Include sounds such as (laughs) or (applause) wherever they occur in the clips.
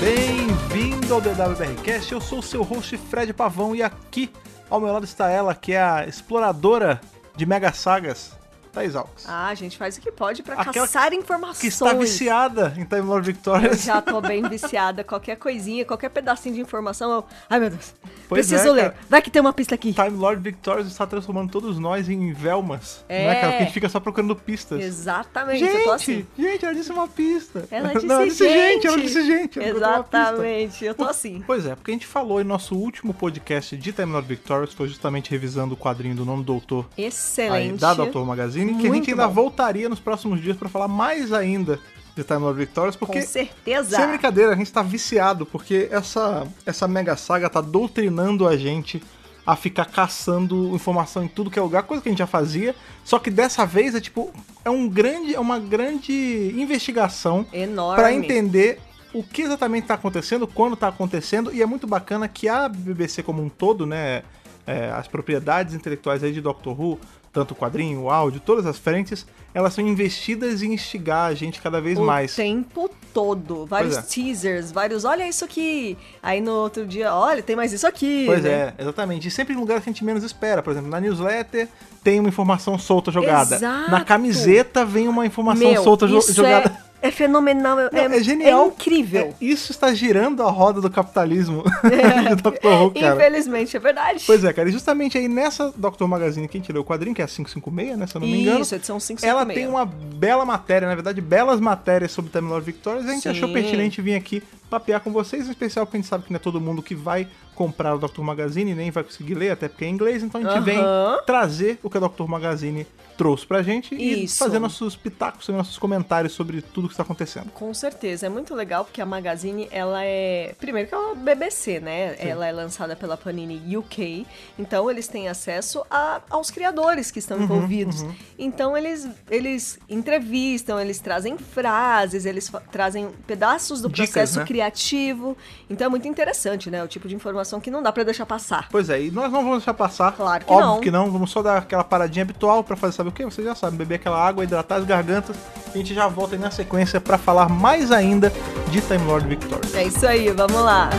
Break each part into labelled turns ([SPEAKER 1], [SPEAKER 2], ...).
[SPEAKER 1] Bem-vindo ao DWBRCast, eu sou o seu host Fred Pavão e aqui ao meu lado está ela, que é a exploradora de mega sagas, Thais Alves.
[SPEAKER 2] Ah, a gente faz o que pode pra
[SPEAKER 1] Aquela
[SPEAKER 2] caçar informações.
[SPEAKER 1] que está viciada em Time Lord
[SPEAKER 2] Eu
[SPEAKER 1] Victorious.
[SPEAKER 2] já tô bem viciada. Qualquer coisinha, qualquer pedacinho de informação, eu... Ai, meu Deus.
[SPEAKER 1] Pois
[SPEAKER 2] Preciso
[SPEAKER 1] é,
[SPEAKER 2] ler.
[SPEAKER 1] cara. Tá,
[SPEAKER 2] Vai que tem uma pista
[SPEAKER 1] (laughs)
[SPEAKER 2] aqui.
[SPEAKER 1] Time Lord Victorious está transformando todos nós em Velmas.
[SPEAKER 2] É.
[SPEAKER 1] Né, cara? Porque a gente fica só procurando pistas.
[SPEAKER 2] Exatamente, eu tô assim.
[SPEAKER 1] Gente, gente, ela disse uma pista.
[SPEAKER 2] Ela
[SPEAKER 1] (laughs) Não,
[SPEAKER 2] disse,
[SPEAKER 1] gente, ela disse gente. ela encontrou uma pista.
[SPEAKER 2] Exatamente, eu tô assim.
[SPEAKER 1] Pois é, porque a gente falou em nosso último podcast de Time Lord Victorious, foi justamente revisando o quadrinho do Nono Doutor aí,
[SPEAKER 2] Excelente.
[SPEAKER 1] da Doutor Magazine, que a gente
[SPEAKER 2] Muito
[SPEAKER 1] ainda
[SPEAKER 2] bom.
[SPEAKER 1] voltaria nos próximos dias pra falar mais ainda de Time Lord Victorious,
[SPEAKER 2] Com
[SPEAKER 1] porque,
[SPEAKER 2] certeza.
[SPEAKER 1] sem brincadeira, a gente tá viciado, porque essa, essa mega saga tá doutrinando a gente a ficar caçando informação em tudo que é lugar, coisa que a gente já fazia, só que dessa vez é tipo, é um grande, é uma grande investigação
[SPEAKER 2] Enorme.
[SPEAKER 1] Pra entender o que exatamente tá acontecendo, quando tá acontecendo, e é muito bacana que a BBC como um todo, né, é, as propriedades intelectuais aí de Doctor Who, tanto o quadrinho, o áudio, todas as frentes, elas são investidas em instigar a gente cada vez
[SPEAKER 2] o
[SPEAKER 1] mais.
[SPEAKER 2] tempo todo. Vários
[SPEAKER 1] Pois é.
[SPEAKER 2] teasers, vários. Olha isso aqui. Aí no outro dia, olha, tem mais isso aqui.
[SPEAKER 1] Pois
[SPEAKER 2] né?
[SPEAKER 1] é, exatamente. E sempre em lugares que a gente menos espera. Por exemplo, na newsletter tem uma informação solta jogada.
[SPEAKER 2] Exato.
[SPEAKER 1] Na camiseta vem uma informação
[SPEAKER 2] Meu,
[SPEAKER 1] solta jo-
[SPEAKER 2] isso
[SPEAKER 1] jogada.
[SPEAKER 2] (laughs) É, é fenomenal. É,
[SPEAKER 1] Não, é genial.
[SPEAKER 2] É incrível.
[SPEAKER 1] É, isso está girando a roda do
[SPEAKER 2] (laughs)
[SPEAKER 1] capitalismo (laughs) de Dr. Who, cara.
[SPEAKER 2] Infelizmente, é verdade.
[SPEAKER 1] Pois é, cara, e justamente aí nessa Doctor Magazine, quem tirou o quadrinho, que é a 556, né, se eu não me engano,
[SPEAKER 2] Isso, é edição 556.
[SPEAKER 1] ela tem uma bela matéria, na verdade, belas matérias sobre Time Lord Victorious, e a gente
[SPEAKER 2] Sim.
[SPEAKER 1] achou pertinente vir aqui papear com vocês, em especial porque a gente sabe que não é todo mundo que vai comprar o Doctor Magazine e nem vai conseguir ler, até porque é em inglês, então a gente
[SPEAKER 2] Aham.
[SPEAKER 1] vem trazer o que a Doctor Magazine trouxe pra gente e
[SPEAKER 2] Isso.
[SPEAKER 1] fazer nossos pitacos, nossos comentários sobre tudo que está acontecendo.
[SPEAKER 2] Com certeza, é muito legal porque a Magazine, ela é. Primeiro que ela é BBC, né? Ela é lançada pela Panini UK, então eles têm acesso a- aos criadores que
[SPEAKER 1] Uhum,
[SPEAKER 2] estão envolvidos. Então eles, eles entrevistam, eles trazem frases, eles fa- trazem pedaços do
[SPEAKER 1] Dicas,
[SPEAKER 2] processo
[SPEAKER 1] né?
[SPEAKER 2] criativo. Então é muito interessante, né? O tipo de informação que não dá pra deixar passar.
[SPEAKER 1] Pois é, e nós não vamos deixar passar.
[SPEAKER 2] Claro que
[SPEAKER 1] Óbvio
[SPEAKER 2] não.
[SPEAKER 1] que não. Vamos só dar aquela paradinha habitual pra fazer saber o quê? Você já sabe, beber aquela água, hidratar as gargantas. A gente já volta aí na sequência pra falar mais ainda de Time Lord Victoria.
[SPEAKER 2] É isso aí, vamos lá.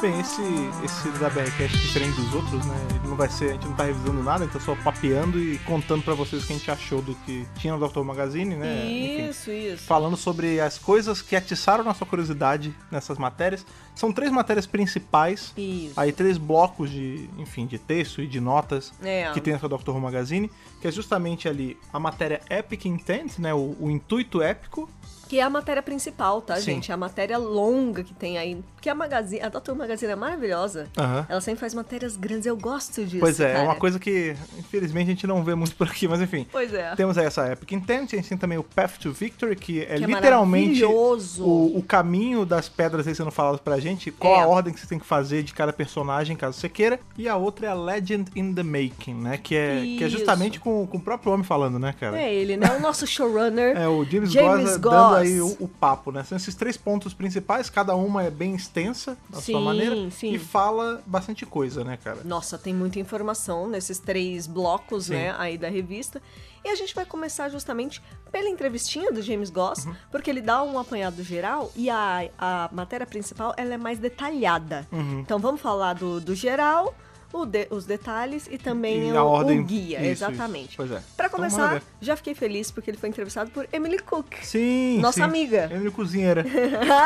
[SPEAKER 1] Bem, esse, esse da BRCast, diferente dos outros, né? Ele não vai ser, a gente não tá revisando nada, a gente tá só papeando e contando pra vocês o que a gente achou do que tinha no Dr. Magazine, né? Enfim.
[SPEAKER 2] isso, isso.
[SPEAKER 1] falando sobre as coisas que atiçaram nossa curiosidade nessas matérias. São três matérias principais.
[SPEAKER 2] Isso.
[SPEAKER 1] Aí três blocos de, enfim, de texto e de notas
[SPEAKER 2] É.
[SPEAKER 1] que tem essa Dr. Who Magazine, que é justamente ali a matéria Epic Intent, né? O, o intuito épico.
[SPEAKER 2] Que é a matéria principal, tá,
[SPEAKER 1] Sim.
[SPEAKER 2] gente? É a matéria longa que tem aí. Porque a Magazine, a Doutor Magazine é maravilhosa. Ela sempre faz matérias grandes, eu gosto disso.
[SPEAKER 1] Pois é, é
[SPEAKER 2] cara.
[SPEAKER 1] uma coisa que infelizmente a gente não vê muito por aqui, mas enfim.
[SPEAKER 2] Pois é.
[SPEAKER 1] Temos aí essa Epic Intent, a gente tem também o Path to Victory, que é
[SPEAKER 2] Que é
[SPEAKER 1] literalmente
[SPEAKER 2] maravilhoso.
[SPEAKER 1] o, o caminho das pedras aí sendo falado pra gente, qual
[SPEAKER 2] É.
[SPEAKER 1] a ordem que você tem que fazer de cada personagem, caso você queira. E a outra é a Legend in the Making, né? Que é, que é
[SPEAKER 2] Isso.
[SPEAKER 1] justamente com, com o próprio homem falando, né, cara?
[SPEAKER 2] É ele, né? O nosso showrunner.
[SPEAKER 1] É, o James,
[SPEAKER 2] James
[SPEAKER 1] Goss dando
[SPEAKER 2] Goss.
[SPEAKER 1] aí o, o papo, né? São esses três pontos principais, cada uma é bem extensa, da sua
[SPEAKER 2] Sim,
[SPEAKER 1] maneira,
[SPEAKER 2] sim.
[SPEAKER 1] e fala bastante coisa, né, cara?
[SPEAKER 2] Nossa, tem muita informação nesses três blocos,
[SPEAKER 1] Sim.
[SPEAKER 2] né, aí da revista. E a gente vai começar justamente pela entrevistinha do James Goss,
[SPEAKER 1] Uhum.
[SPEAKER 2] porque ele dá um apanhado geral e a, a matéria principal ela é mais detalhada.
[SPEAKER 1] Uhum.
[SPEAKER 2] Então vamos falar do, do geral, o de- os detalhes e também
[SPEAKER 1] E
[SPEAKER 2] o,
[SPEAKER 1] a
[SPEAKER 2] o
[SPEAKER 1] ordem-
[SPEAKER 2] guia,
[SPEAKER 1] isso,
[SPEAKER 2] exatamente.
[SPEAKER 1] isso. Pois é.
[SPEAKER 2] Pra
[SPEAKER 1] Então, manda
[SPEAKER 2] começar,
[SPEAKER 1] ver.
[SPEAKER 2] já fiquei feliz porque ele foi entrevistado por Emily Cook.
[SPEAKER 1] Sim,
[SPEAKER 2] Nossa
[SPEAKER 1] sim.
[SPEAKER 2] amiga.
[SPEAKER 1] Ele é cozinheira.
[SPEAKER 2] (laughs)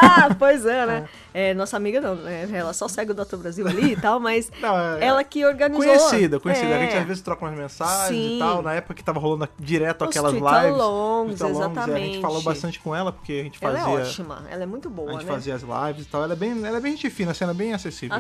[SPEAKER 2] ah, pois é, né? É, nossa amiga não, né? Ela só segue o Dr. Brasil ali e tal, mas
[SPEAKER 1] Não, é-
[SPEAKER 2] ela que organizou.
[SPEAKER 1] Conhecida, conhecida.
[SPEAKER 2] É.
[SPEAKER 1] A gente às vezes troca umas mensagens e
[SPEAKER 2] Sim.
[SPEAKER 1] tal. Na época que tava rolando direto
[SPEAKER 2] Os
[SPEAKER 1] aquelas lives.
[SPEAKER 2] tweet alongs,
[SPEAKER 1] tweet alongs, é, A gente
[SPEAKER 2] exatamente.
[SPEAKER 1] falou bastante com ela, porque a gente
[SPEAKER 2] Ela
[SPEAKER 1] fazia.
[SPEAKER 2] é ótima, ela é muito
[SPEAKER 1] A
[SPEAKER 2] boa,
[SPEAKER 1] gente
[SPEAKER 2] né?
[SPEAKER 1] fazia as lives e tal. Ela é bem, ela é bem gente fina, a cena é bem acessível.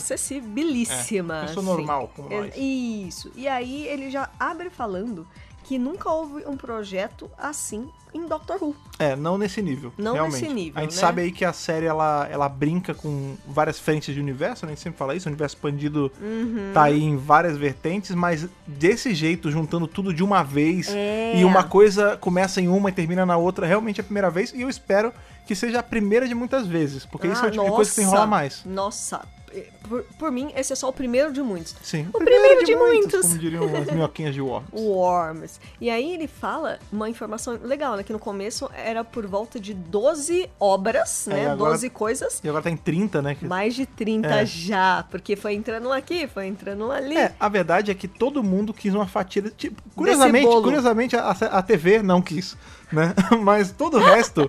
[SPEAKER 2] Acessibilíssima.
[SPEAKER 1] É, pessoa
[SPEAKER 2] assim.
[SPEAKER 1] normal, como nós.
[SPEAKER 2] Isso. E aí ele já abre falando que nunca houve um projeto assim em Doctor Who.
[SPEAKER 1] É, não nesse nível.
[SPEAKER 2] Não
[SPEAKER 1] realmente.
[SPEAKER 2] nesse nível,
[SPEAKER 1] A gente
[SPEAKER 2] né?
[SPEAKER 1] sabe aí que a série ela, ela brinca com várias frentes de universo, né? A gente sempre fala isso, o universo expandido
[SPEAKER 2] Uhum.
[SPEAKER 1] tá aí em várias vertentes, mas desse jeito, juntando tudo de uma vez,
[SPEAKER 2] É.
[SPEAKER 1] e uma coisa começa em uma e termina na outra, realmente é a primeira vez, e eu espero que seja a primeira de muitas vezes, porque isso é
[SPEAKER 2] Ah,
[SPEAKER 1] o tipo de coisa que tem que rolar
[SPEAKER 2] nossa.
[SPEAKER 1] mais.
[SPEAKER 2] Nossa, eh, por, por mim, esse é só o primeiro de muitos.
[SPEAKER 1] Sim.
[SPEAKER 2] O primeiro de muitos.
[SPEAKER 1] Como diriam as minhoquinhas de
[SPEAKER 2] (laughs)
[SPEAKER 1] Worms.
[SPEAKER 2] Worms. E aí ele fala uma informação legal, né? Que no começo era por volta de 12 obras,
[SPEAKER 1] É, e
[SPEAKER 2] né?
[SPEAKER 1] agora-
[SPEAKER 2] 12 coisas.
[SPEAKER 1] E agora tá em 30, né? que-
[SPEAKER 2] Mais de 30
[SPEAKER 1] É.
[SPEAKER 2] já, porque foi entrando um aqui, foi entrando um ali.
[SPEAKER 1] É, a verdade é que todo mundo quis uma fatia. desse Tipo, curiosamente,
[SPEAKER 2] bolo.
[SPEAKER 1] curiosamente a, a TV não quis, né? (laughs) Mas todo o
[SPEAKER 2] (laughs)
[SPEAKER 1] resto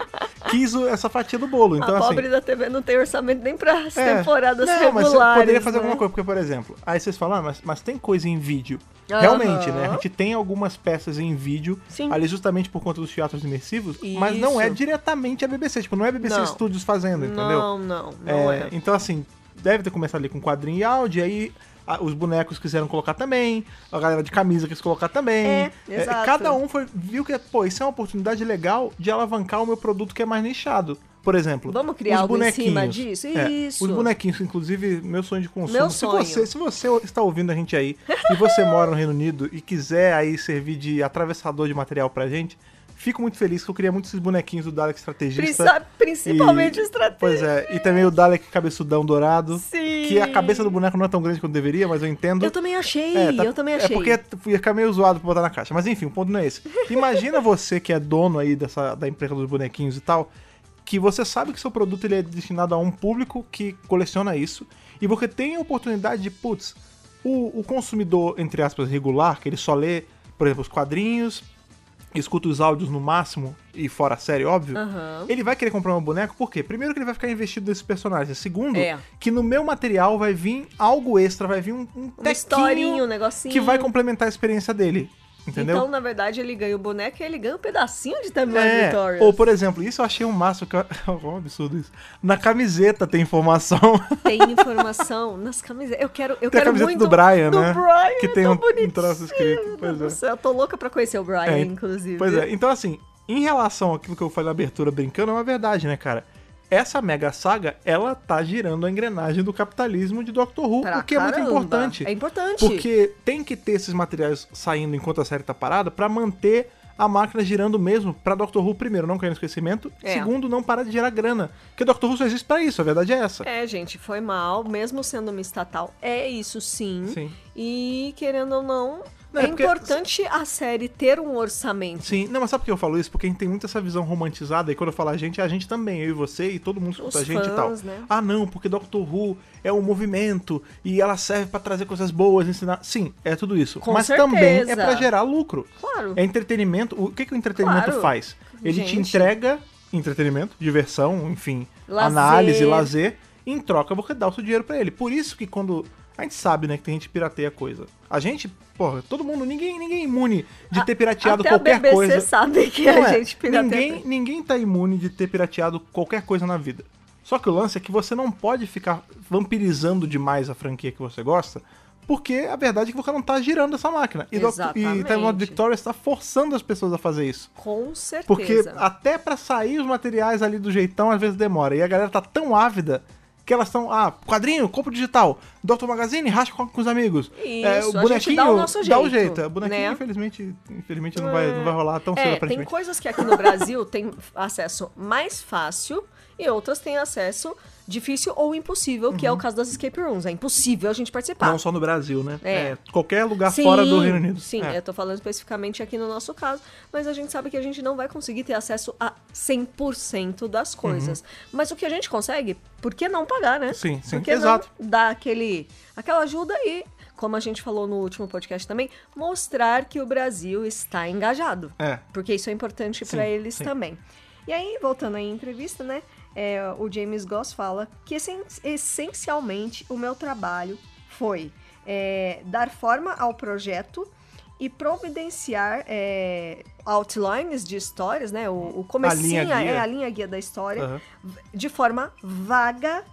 [SPEAKER 1] quis o- essa fatia do bolo. Então,
[SPEAKER 2] a
[SPEAKER 1] assim,
[SPEAKER 2] pobre da TV não tem orçamento nem para as
[SPEAKER 1] É.
[SPEAKER 2] temporadas
[SPEAKER 1] não, mas
[SPEAKER 2] regulares.
[SPEAKER 1] você poderia fazer
[SPEAKER 2] né?
[SPEAKER 1] alguma coisa, porque, por exemplo, aí vocês falam, ah, mas, mas tem coisa em vídeo.
[SPEAKER 2] Aham.
[SPEAKER 1] Realmente, né? A gente tem algumas peças em vídeo,
[SPEAKER 2] Sim.
[SPEAKER 1] ali justamente por conta dos teatros imersivos, mas não é
[SPEAKER 2] Isso.
[SPEAKER 1] diretamente a BBC, tipo, não é a BBC
[SPEAKER 2] Não.
[SPEAKER 1] Studios fazendo, entendeu?
[SPEAKER 2] Não, não, não
[SPEAKER 1] É,
[SPEAKER 2] é.
[SPEAKER 1] Então, assim, deve ter começado ali com quadrinho e áudio, aí a- os bonecos quiseram colocar também, a galera de camisa quis colocar também.
[SPEAKER 2] É, exato.
[SPEAKER 1] Cada um foi, viu que, pô, isso é uma oportunidade legal de alavancar o meu produto que é mais nichado. Por exemplo,
[SPEAKER 2] Vamos criar
[SPEAKER 1] os
[SPEAKER 2] algo em
[SPEAKER 1] bonequinhos.
[SPEAKER 2] cima disso?
[SPEAKER 1] É,
[SPEAKER 2] Isso.
[SPEAKER 1] Os bonequinhos, inclusive, meu sonho de consumo.
[SPEAKER 2] Meu
[SPEAKER 1] se,
[SPEAKER 2] sonho.
[SPEAKER 1] Você, se você está ouvindo a gente aí e você (laughs) mora no Reino Unido e quiser aí servir de atravessador de material pra gente, fico muito feliz que eu queria muito esses bonequinhos do Dalek Estrategista.
[SPEAKER 2] Princi- Principalmente
[SPEAKER 1] E-
[SPEAKER 2] estratégia.
[SPEAKER 1] Pois é, e também o Dalek cabeçudão dourado.
[SPEAKER 2] Sim.
[SPEAKER 1] Que a cabeça do boneco não é tão grande quanto deveria, mas eu entendo.
[SPEAKER 2] Eu também achei,
[SPEAKER 1] É, tá-
[SPEAKER 2] eu também
[SPEAKER 1] É
[SPEAKER 2] achei.
[SPEAKER 1] porque ia ficar meio zoado pra botar na caixa. Mas enfim, o ponto não é esse.
[SPEAKER 2] (laughs)
[SPEAKER 1] Imagina você que é dono aí dessa, da empresa dos bonequinhos e tal, que você sabe que seu produto ele é destinado a um público que coleciona isso, e você tem a oportunidade de, putz, o, o consumidor, entre aspas, regular, que ele só lê, por exemplo, os quadrinhos, escuta os áudios no máximo, e fora a série, óbvio,
[SPEAKER 2] Aham.
[SPEAKER 1] ele vai querer comprar um boneco, por quê? Primeiro que ele vai ficar investido nesse personagem. Segundo,
[SPEAKER 2] É.
[SPEAKER 1] que no meu material vai vir algo extra, vai vir um, um
[SPEAKER 2] Uma historinha, um negocinho.
[SPEAKER 1] que vai complementar a experiência dele. Entendeu?
[SPEAKER 2] Então, na verdade, ele ganha o boneco e ele ganha um pedacinho de Time
[SPEAKER 1] É,
[SPEAKER 2] é. Victorious.
[SPEAKER 1] Ou, por exemplo, isso eu achei um máximo. Que eu... (laughs) um absurdo isso. Na camiseta tem
[SPEAKER 2] (laughs)
[SPEAKER 1] informação. (laughs)
[SPEAKER 2] Tem informação (laughs) nas camisetas. Eu quero, eu
[SPEAKER 1] tem a
[SPEAKER 2] quero
[SPEAKER 1] camiseta
[SPEAKER 2] muito
[SPEAKER 1] do Brian,
[SPEAKER 2] do
[SPEAKER 1] né?
[SPEAKER 2] Brian,
[SPEAKER 1] que tem
[SPEAKER 2] tão
[SPEAKER 1] um, um troço
[SPEAKER 2] bonitinho,
[SPEAKER 1] escrito.
[SPEAKER 2] meu
[SPEAKER 1] Pois
[SPEAKER 2] Deus
[SPEAKER 1] é.
[SPEAKER 2] do céu, Eu tô louca pra conhecer o Brian,
[SPEAKER 1] É,
[SPEAKER 2] inclusive.
[SPEAKER 1] Pois é. Então, assim, em relação àquilo que eu falei na abertura brincando, é uma verdade, né, cara? Essa mega saga, ela tá girando a engrenagem do capitalismo de Doctor Who,
[SPEAKER 2] Pra
[SPEAKER 1] o que é muito
[SPEAKER 2] caramba.
[SPEAKER 1] importante.
[SPEAKER 2] É importante.
[SPEAKER 1] Porque tem que ter esses materiais saindo enquanto a série tá parada pra manter a máquina girando mesmo pra Doctor Who, primeiro, não cair no esquecimento.
[SPEAKER 2] É.
[SPEAKER 1] Segundo, não parar de gerar grana. Porque Doctor Who só existe pra isso, a verdade é essa.
[SPEAKER 2] É, gente, foi mal, mesmo sendo uma estatal, é isso sim.
[SPEAKER 1] Sim.
[SPEAKER 2] E querendo ou não,
[SPEAKER 1] Não,
[SPEAKER 2] é,
[SPEAKER 1] é porque-
[SPEAKER 2] importante a série ter um orçamento.
[SPEAKER 1] Sim, não, mas sabe por que eu falo isso? Porque a gente tem muito essa visão romantizada, e quando eu falo a gente, é a gente também, eu e você, e todo mundo escuta
[SPEAKER 2] Os
[SPEAKER 1] a gente e
[SPEAKER 2] fãs,
[SPEAKER 1] tal.
[SPEAKER 2] né?
[SPEAKER 1] Ah, não, porque Doctor Who é um movimento e ela serve pra trazer coisas boas, ensinar. Sim, é tudo isso.
[SPEAKER 2] Com
[SPEAKER 1] mas
[SPEAKER 2] certeza.
[SPEAKER 1] também é pra gerar lucro.
[SPEAKER 2] Claro.
[SPEAKER 1] É entretenimento. O que, que o entretenimento
[SPEAKER 2] Claro.
[SPEAKER 1] faz? Ele te
[SPEAKER 2] Gente.
[SPEAKER 1] entrega entretenimento, diversão, enfim,
[SPEAKER 2] Lazer.
[SPEAKER 1] análise, lazer. Em troca, você dá o seu dinheiro pra ele. Por isso que quando. A gente sabe, né, que tem gente que pirateia coisa. A gente, porra, todo mundo, ninguém, ninguém é imune de ter pirateado
[SPEAKER 2] Até
[SPEAKER 1] qualquer
[SPEAKER 2] a BBC
[SPEAKER 1] coisa.
[SPEAKER 2] sabe que
[SPEAKER 1] Não
[SPEAKER 2] a
[SPEAKER 1] é,
[SPEAKER 2] gente pirateia.
[SPEAKER 1] ninguém, ninguém tá imune de ter pirateado qualquer coisa na vida. Só que o lance é que você não pode ficar vampirizando demais a franquia que você gosta, porque a verdade é que você não tá girando essa máquina. E, Doc- e
[SPEAKER 2] Exatamente.
[SPEAKER 1] Time Lord Victoria está forçando as pessoas a fazer isso.
[SPEAKER 2] Com certeza.
[SPEAKER 1] Porque até pra sair os materiais ali do jeitão, às vezes demora. E a galera tá tão ávida que elas estão. Ah, quadrinho, compra digital. Dr. Magazine, racha com, com os amigos. É,
[SPEAKER 2] Isso, a gente dá o nosso
[SPEAKER 1] Dá o
[SPEAKER 2] jeito,
[SPEAKER 1] jeito. É, O bonequinho,
[SPEAKER 2] né?
[SPEAKER 1] infelizmente, infelizmente não, vai, não vai rolar tão cedo,
[SPEAKER 2] É, tem
[SPEAKER 1] aparentemente.
[SPEAKER 2] coisas que aqui no Brasil tem acesso mais fácil e outras têm acesso difícil ou impossível, que é o caso das escape rooms. É impossível a gente participar.
[SPEAKER 1] Uhum. Não só no Brasil, né?
[SPEAKER 2] Tá. É.
[SPEAKER 1] É, qualquer lugar
[SPEAKER 2] Sim,
[SPEAKER 1] fora do Reino Unido.
[SPEAKER 2] Sim,
[SPEAKER 1] é.
[SPEAKER 2] eu tô falando especificamente aqui no nosso caso, mas a gente sabe que a gente não vai conseguir ter acesso a 100%
[SPEAKER 1] Uhum.
[SPEAKER 2] das coisas. Mas o que a gente consegue, por que não pagar, né?
[SPEAKER 1] Sim, sim,
[SPEAKER 2] Por que
[SPEAKER 1] exato.
[SPEAKER 2] não dar aquele, aquela ajuda e, como a gente falou no último podcast também, mostrar que o Brasil está engajado.
[SPEAKER 1] É.
[SPEAKER 2] Porque isso é importante
[SPEAKER 1] Sim,
[SPEAKER 2] para eles
[SPEAKER 1] sim.
[SPEAKER 2] também. E aí, voltando à entrevista, né? é, o James Goss fala que essen- essencialmente o meu trabalho foi é, dar forma ao projeto e providenciar é, outlines de histórias, né? O, o comecinho,
[SPEAKER 1] A linha guia.
[SPEAKER 2] é a linha guia da história,
[SPEAKER 1] Aham.
[SPEAKER 2] de forma vaga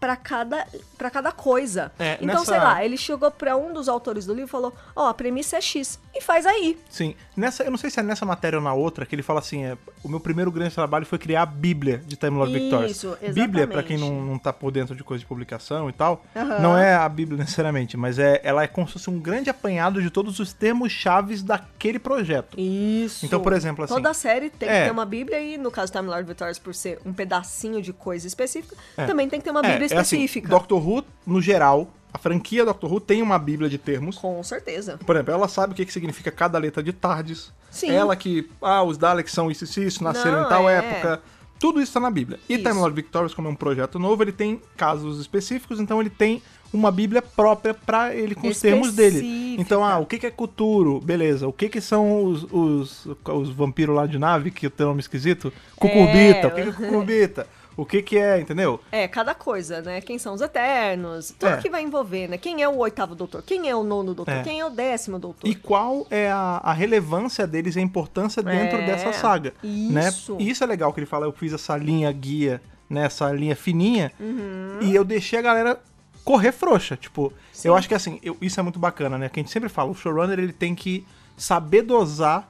[SPEAKER 2] para cada para cada coisa.
[SPEAKER 1] É,
[SPEAKER 2] então,
[SPEAKER 1] nessa-
[SPEAKER 2] sei lá, ele chegou para um dos autores do livro e falou: "Ó, a premissa é X". e faz aí.
[SPEAKER 1] Sim. Nessa, eu não sei se é nessa matéria ou na outra, que ele fala assim: é, o meu primeiro grande trabalho foi criar a Bíblia de Time Lord Victorious.
[SPEAKER 2] Isso,
[SPEAKER 1] Bíblia,
[SPEAKER 2] exatamente.
[SPEAKER 1] pra quem não, não tá por dentro de coisa de publicação e tal,
[SPEAKER 2] Aham.
[SPEAKER 1] não é a Bíblia necessariamente, mas é, ela é como se fosse um grande apanhado de todos os termos chaves daquele projeto.
[SPEAKER 2] Isso.
[SPEAKER 1] Então, por exemplo, assim-
[SPEAKER 2] Toda série tem
[SPEAKER 1] É.
[SPEAKER 2] que ter uma Bíblia e, no caso Time Lord Victorious, por ser um pedacinho de coisa específica,
[SPEAKER 1] É.
[SPEAKER 2] também tem que ter uma
[SPEAKER 1] É,
[SPEAKER 2] Bíblia
[SPEAKER 1] é assim,
[SPEAKER 2] específica.
[SPEAKER 1] Doctor Who, no geral, a franquia Doctor Who tem uma Bíblia de termos.
[SPEAKER 2] Com certeza.
[SPEAKER 1] Por exemplo, ela sabe o que, que significa cada letra de tardes.
[SPEAKER 2] Sim.
[SPEAKER 1] Ela que, ah, os Daleks são isso, isso, isso, nasceram
[SPEAKER 2] Não,
[SPEAKER 1] em tal
[SPEAKER 2] é.
[SPEAKER 1] época. Tudo isso tá na Bíblia. E
[SPEAKER 2] Isso.
[SPEAKER 1] Time Lord Victorious, como é um projeto novo, ele tem casos específicos, então ele tem uma Bíblia própria pra ele com os termos dele.
[SPEAKER 2] Específica.
[SPEAKER 1] Então, ah, o que, que é culturo? Beleza. O que, que são os, os, os vampiros lá de nave, que tem um nome esquisito? Cucurbita. O que, que é cucurbita? O que, que é, entendeu?
[SPEAKER 2] É, cada coisa, né? Quem são os Eternos, tudo
[SPEAKER 1] É.
[SPEAKER 2] que vai envolver, né? Quem é o oitavo doutor? Quem é o nono doutor?
[SPEAKER 1] É.
[SPEAKER 2] Quem é o décimo doutor?
[SPEAKER 1] E qual é a, a relevância deles e a importância dentro
[SPEAKER 2] É,
[SPEAKER 1] dessa saga, né?
[SPEAKER 2] isso.
[SPEAKER 1] E isso é legal que ele fala, eu fiz essa linha guia, né, essa linha fininha,
[SPEAKER 2] Uhum.
[SPEAKER 1] e eu deixei a galera correr frouxa, tipo, eu acho que assim, eu- isso é muito bacana, né? Que a gente sempre fala, o showrunner ele tem que saber dosar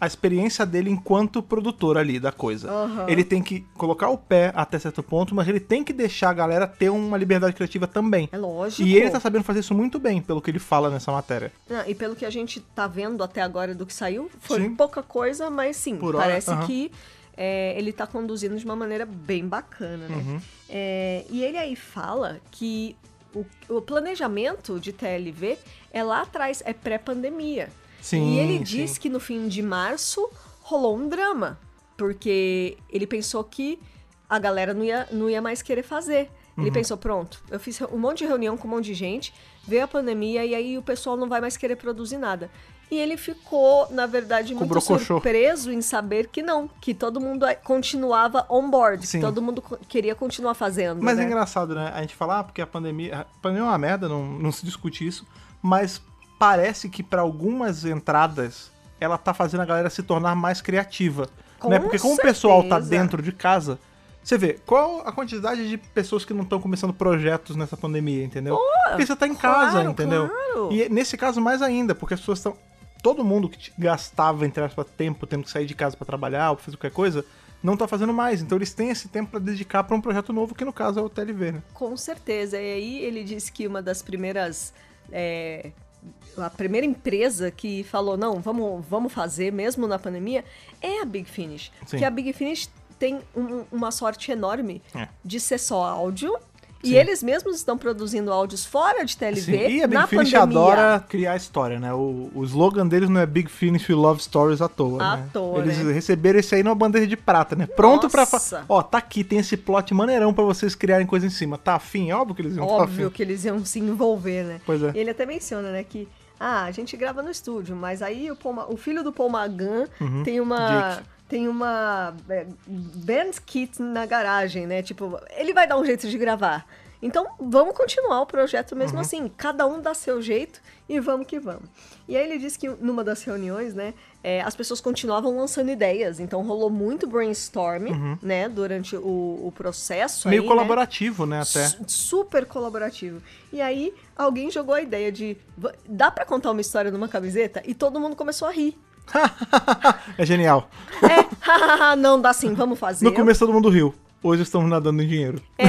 [SPEAKER 1] a experiência dele enquanto produtor ali da coisa.
[SPEAKER 2] Aham.
[SPEAKER 1] Ele tem que colocar o pé até certo ponto, mas ele tem que deixar a galera ter uma liberdade criativa também.
[SPEAKER 2] É lógico.
[SPEAKER 1] E ele tá sabendo fazer isso muito bem, pelo que ele fala nessa matéria.
[SPEAKER 2] Ah, e pelo que a gente tá vendo até agora do que saiu, foi
[SPEAKER 1] Sim.
[SPEAKER 2] pouca coisa, mas sim,
[SPEAKER 1] Por hora,
[SPEAKER 2] parece
[SPEAKER 1] aham.
[SPEAKER 2] que é, ele tá conduzindo de uma maneira bem bacana, né?
[SPEAKER 1] Uhum.
[SPEAKER 2] É, e ele aí fala que o, o planejamento de TLV é lá atrás, é pré-pandemia.
[SPEAKER 1] Sim,
[SPEAKER 2] e ele
[SPEAKER 1] sim.
[SPEAKER 2] diz que no fim de março rolou um drama, porque ele pensou que a galera não ia, não ia mais querer fazer.
[SPEAKER 1] Uhum.
[SPEAKER 2] Ele pensou, pronto, eu fiz um monte de reunião com um monte de gente, veio a pandemia e aí o pessoal não vai mais querer produzir nada. E ele ficou, na verdade,
[SPEAKER 1] Ficou
[SPEAKER 2] muito
[SPEAKER 1] brocochô.
[SPEAKER 2] surpreso em saber que não, que todo mundo continuava on board, que
[SPEAKER 1] Sim.
[SPEAKER 2] todo mundo co- queria continuar fazendo.
[SPEAKER 1] Mas
[SPEAKER 2] né?
[SPEAKER 1] é engraçado, né? A gente fala, ah, porque a pandemia. A pandemia é uma merda, não, não se discute isso. Mas parece que pra algumas entradas ela tá fazendo a galera se tornar mais criativa.
[SPEAKER 2] Com
[SPEAKER 1] né? Porque como o pessoal tá
[SPEAKER 2] certeza.
[SPEAKER 1] dentro de casa, você vê qual a quantidade de pessoas que não estão começando projetos nessa pandemia, entendeu? porque você tá em casa,
[SPEAKER 2] claro,
[SPEAKER 1] entendeu?
[SPEAKER 2] claro.
[SPEAKER 1] E é nesse caso, mais ainda, porque as pessoas estão. Todo mundo que te- gastava, entre aspas, tempo, tendo que sair de casa pra trabalhar ou pra fazer qualquer coisa, não tá fazendo mais. Então eles têm esse tempo pra dedicar pra um projeto novo, que no caso é o TLV, né?
[SPEAKER 2] Com certeza. E aí ele disse que uma das primeiras. é, a primeira empresa que falou, não, vamos, vamos fazer mesmo na pandemia, é a Big Finish.
[SPEAKER 1] Sim.
[SPEAKER 2] Que a Big Finish tem um- uma sorte enorme
[SPEAKER 1] É.
[SPEAKER 2] de ser só áudio. E
[SPEAKER 1] Sim.
[SPEAKER 2] eles mesmos estão produzindo áudios fora de TLV
[SPEAKER 1] Sim, E a Big
[SPEAKER 2] na
[SPEAKER 1] Finish
[SPEAKER 2] pandemia.
[SPEAKER 1] adora criar história, né? O, o slogan deles não é Big Finish We Love Stories à toa.
[SPEAKER 2] À
[SPEAKER 1] né?
[SPEAKER 2] toa,
[SPEAKER 1] Eles
[SPEAKER 2] né?
[SPEAKER 1] receberam esse aí numa bandeja de prata, né? Pronto pra.
[SPEAKER 2] Nossa!
[SPEAKER 1] fa- Ó, tá aqui, tem esse plot maneirão pra vocês criarem coisa em cima. Tá afim? É Óbvio que eles iam tá
[SPEAKER 2] Óbvio
[SPEAKER 1] afim.
[SPEAKER 2] que eles iam se envolver, né?
[SPEAKER 1] Pois é.
[SPEAKER 2] E ele até menciona, né, que ah, a gente grava no estúdio, mas aí o, Paul Ma- o filho do Paul Magan tem uma
[SPEAKER 1] Uhum. Jake.
[SPEAKER 2] tem uma é, band kit na garagem, né? Tipo, ele vai dar um jeito de gravar. Então, vamos continuar o projeto mesmo
[SPEAKER 1] Uhum.
[SPEAKER 2] assim, cada um dá seu jeito e vamos que vamos. E aí ele disse que numa das reuniões, né, é, as pessoas continuavam lançando ideias, então rolou muito brainstorming, né, durante o, o processo.
[SPEAKER 1] Uhum. Meio
[SPEAKER 2] aí, né?
[SPEAKER 1] colaborativo, né? até.
[SPEAKER 2] (laughs) Su- Super colaborativo. E aí, alguém jogou a ideia de. "Va- Dá pra contar uma história numa camiseta? E todo mundo começou a rir.
[SPEAKER 1] é genial.
[SPEAKER 2] É, (laughs) não dá sim, vamos fazer.
[SPEAKER 1] No começo todo mundo riu. Hoje estamos nadando em dinheiro.
[SPEAKER 2] É.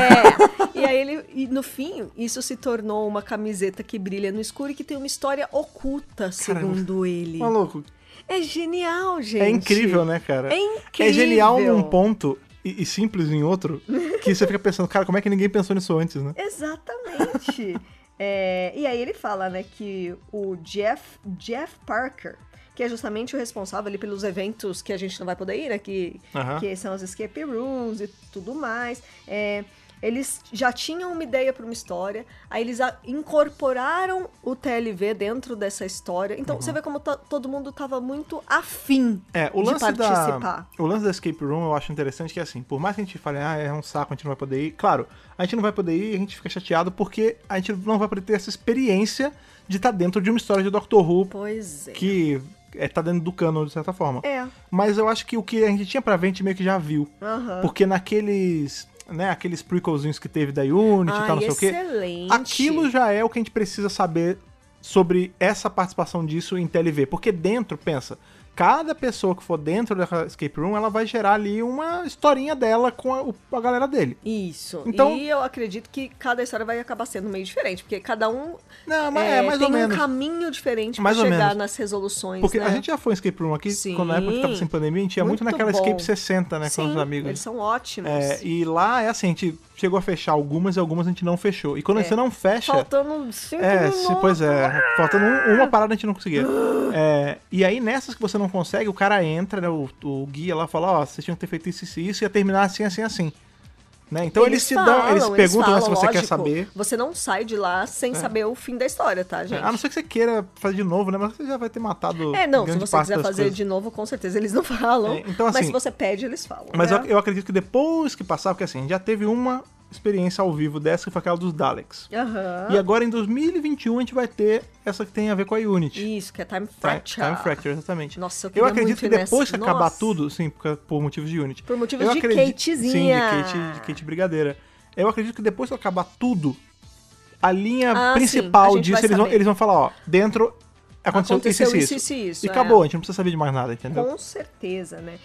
[SPEAKER 2] E aí, ele, e no fim, isso se tornou uma camiseta que brilha no escuro e que tem uma história oculta, segundo ele.
[SPEAKER 1] Maluco,
[SPEAKER 2] É genial, gente.
[SPEAKER 1] É incrível, né, cara?
[SPEAKER 2] É incrível.
[SPEAKER 1] É genial num ponto e, e simples em outro, que você fica pensando, cara, como é que ninguém pensou nisso antes, né?
[SPEAKER 2] Exatamente. É, e aí ele fala, né, que o Jeff, Jeff Parker, que é justamente o responsável ali pelos eventos que a gente não vai poder ir, né, que,
[SPEAKER 1] Aham.
[SPEAKER 2] que são as escape rooms e tudo mais, é, eles já tinham uma ideia para uma história, aí eles a- incorporaram o TLV dentro dessa história. Então você vê como to- todo mundo tava muito afim
[SPEAKER 1] Uhum. É, o
[SPEAKER 2] de
[SPEAKER 1] lance, da,
[SPEAKER 2] participar.
[SPEAKER 1] o lance da Escape Room eu acho interessante que, assim, por mais que a gente fale, ah, é um saco, a gente não vai poder ir. Claro, a gente não vai poder ir e a gente fica chateado porque a gente não vai poder ter essa experiência de estar dentro de uma história de Doctor Who
[SPEAKER 2] Pois é.
[SPEAKER 1] que é, tá dentro do canon, de certa forma.
[SPEAKER 2] É.
[SPEAKER 1] Mas eu acho que o que a gente tinha pra ver, a gente meio que já viu.
[SPEAKER 2] Aham.
[SPEAKER 1] Porque naqueles, né, aqueles prequelzinhos que teve da Unity e
[SPEAKER 2] Ai,
[SPEAKER 1] tal, não sei o quê.
[SPEAKER 2] excelente.
[SPEAKER 1] Aquilo já é o que a gente precisa saber sobre essa participação disso em TLV. Porque dentro, pensa, cada pessoa que for dentro da escape room, ela vai gerar ali uma historinha dela com a, o- a galera dele.
[SPEAKER 2] Isso.
[SPEAKER 1] Então-
[SPEAKER 2] e eu acredito que cada história vai acabar sendo meio diferente, porque cada um
[SPEAKER 1] Não, mas é,
[SPEAKER 2] é,
[SPEAKER 1] mais
[SPEAKER 2] tem
[SPEAKER 1] ou menos.
[SPEAKER 2] um caminho diferente
[SPEAKER 1] Mais
[SPEAKER 2] pra
[SPEAKER 1] ou
[SPEAKER 2] chegar
[SPEAKER 1] menos.
[SPEAKER 2] nas resoluções.
[SPEAKER 1] Porque
[SPEAKER 2] né?
[SPEAKER 1] a gente já foi em escape room aqui,
[SPEAKER 2] Sim.
[SPEAKER 1] quando na época que tava sem pandemia, a gente ia muito,
[SPEAKER 2] Muito
[SPEAKER 1] naquela
[SPEAKER 2] bom.
[SPEAKER 1] escape 60, né, com
[SPEAKER 2] Sim,
[SPEAKER 1] os amigos.
[SPEAKER 2] eles são ótimos.
[SPEAKER 1] É, e lá é assim, a gente chegou a fechar algumas e algumas a gente não fechou. E quando
[SPEAKER 2] É.
[SPEAKER 1] você não fecha.
[SPEAKER 2] Faltando cinco
[SPEAKER 1] É,
[SPEAKER 2] minutos.
[SPEAKER 1] se, pois é. Faltando um- uma parada a gente não conseguia. É, e aí, nessas que você não consegue, o cara entra, né? O, o guia lá fala, ó, vocês tinham que ter feito isso, isso, e isso, ia terminar assim, assim, assim. Né? Então eles, te dão, eles
[SPEAKER 2] falam,
[SPEAKER 1] perguntam né, se
[SPEAKER 2] falam,
[SPEAKER 1] você quer
[SPEAKER 2] lógico.
[SPEAKER 1] saber. É.
[SPEAKER 2] Você não sai de lá sem saber o fim da história, tá, gente?
[SPEAKER 1] A não ser que você queira fazer de novo, né? Mas você já vai ter matado.
[SPEAKER 2] É, não, se
[SPEAKER 1] grande
[SPEAKER 2] você
[SPEAKER 1] parte
[SPEAKER 2] quiser
[SPEAKER 1] das
[SPEAKER 2] fazer
[SPEAKER 1] coisas.
[SPEAKER 2] de novo, com certeza eles não (laughs) falam.
[SPEAKER 1] É, então, assim,
[SPEAKER 2] mas se você pede, eles falam.
[SPEAKER 1] Mas
[SPEAKER 2] né?
[SPEAKER 1] eu, eu acredito que depois que passar, porque assim, já teve uma experiência ao vivo dessa, que foi aquela dos Daleks.
[SPEAKER 2] Aham.
[SPEAKER 1] E agora em 2021 a gente vai ter essa que tem a ver com a Unity.
[SPEAKER 2] Isso, que é Time
[SPEAKER 1] Time,
[SPEAKER 2] Fracture.
[SPEAKER 1] Time Fracture, exatamente.
[SPEAKER 2] Nossa, eu
[SPEAKER 1] Eu
[SPEAKER 2] queria
[SPEAKER 1] acredito
[SPEAKER 2] muito
[SPEAKER 1] que
[SPEAKER 2] ir nessa.
[SPEAKER 1] depois que acabar
[SPEAKER 2] Nossa.
[SPEAKER 1] tudo, sim, por, por motivos de Unity.
[SPEAKER 2] Por motivos
[SPEAKER 1] eu
[SPEAKER 2] de Katezinha.
[SPEAKER 1] Sim, de Kate, de Kate Brigadeira. Eu acredito que depois que acabar tudo, a linha
[SPEAKER 2] Ah,
[SPEAKER 1] principal
[SPEAKER 2] sim, a gente
[SPEAKER 1] disso,
[SPEAKER 2] vai
[SPEAKER 1] eles vão,
[SPEAKER 2] saber.
[SPEAKER 1] eles vão falar, ó, dentro aconteceu,
[SPEAKER 2] Aconteceu
[SPEAKER 1] isso,
[SPEAKER 2] isso,
[SPEAKER 1] isso, isso.
[SPEAKER 2] isso, isso,
[SPEAKER 1] E
[SPEAKER 2] é.
[SPEAKER 1] acabou, a gente não precisa saber de mais nada, entendeu?
[SPEAKER 2] Com certeza, né?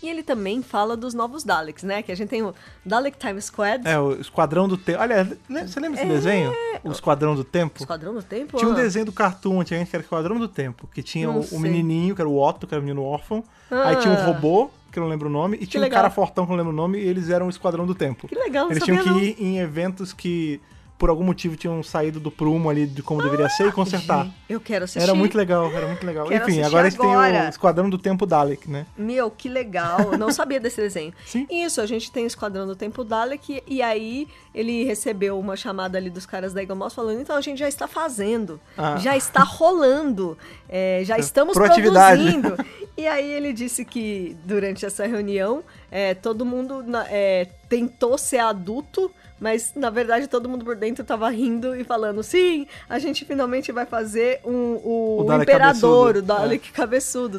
[SPEAKER 2] E ele também fala dos novos Daleks, né? Que a gente tem o Dalek Time Squad,
[SPEAKER 1] É, o Esquadrão do Tempo. Aliás, le- você lembra desse desenho? O Esquadrão do Tempo?
[SPEAKER 2] É. Esquadrão do Tempo.
[SPEAKER 1] Tinha um
[SPEAKER 2] ah.
[SPEAKER 1] desenho do Cartoon antigamente que era Esquadrão do Tempo, que tinha
[SPEAKER 2] Não
[SPEAKER 1] o, o
[SPEAKER 2] sei.
[SPEAKER 1] menininho, que era o Otto, que era o menino órfão. Aí tinha um
[SPEAKER 2] Ah.
[SPEAKER 1] robô, que eu não lembro o nome, e tinha um
[SPEAKER 2] legal.
[SPEAKER 1] cara fortão que eu não lembro o nome, e eles eram o Esquadrão do Tempo.
[SPEAKER 2] Que legal, não
[SPEAKER 1] Eles
[SPEAKER 2] sabia
[SPEAKER 1] tinham que
[SPEAKER 2] não.
[SPEAKER 1] ir em eventos que, por algum motivo, tinham saído do prumo ali de como deveria ser e consertar.
[SPEAKER 2] Gente, Eu quero assistir.
[SPEAKER 1] Era muito legal, era muito legal.
[SPEAKER 2] Ah, Quero
[SPEAKER 1] Enfim,
[SPEAKER 2] assistir
[SPEAKER 1] agora eles têm o
[SPEAKER 2] agora.
[SPEAKER 1] Esquadrão do Tempo Dalek, né?
[SPEAKER 2] Meu, que legal. Não sabia desse desenho.
[SPEAKER 1] (laughs) Sim.
[SPEAKER 2] Isso, a gente tem o Esquadrão do Tempo Dalek e aí ele recebeu uma chamada ali dos caras da Eagle Moss falando, então a gente já está fazendo,
[SPEAKER 1] Ah.
[SPEAKER 2] já está rolando, é, já estamos
[SPEAKER 1] Proatividade.
[SPEAKER 2] produzindo. E aí ele disse que durante essa reunião é, todo mundo na- é, tentou ser adulto, mas na verdade todo mundo por dentro tava rindo e falando, sim, a gente finalmente vai fazer um, o,
[SPEAKER 1] O Dalek
[SPEAKER 2] Imperador,
[SPEAKER 1] cabeçudo.
[SPEAKER 2] o Dalek cabeçudo,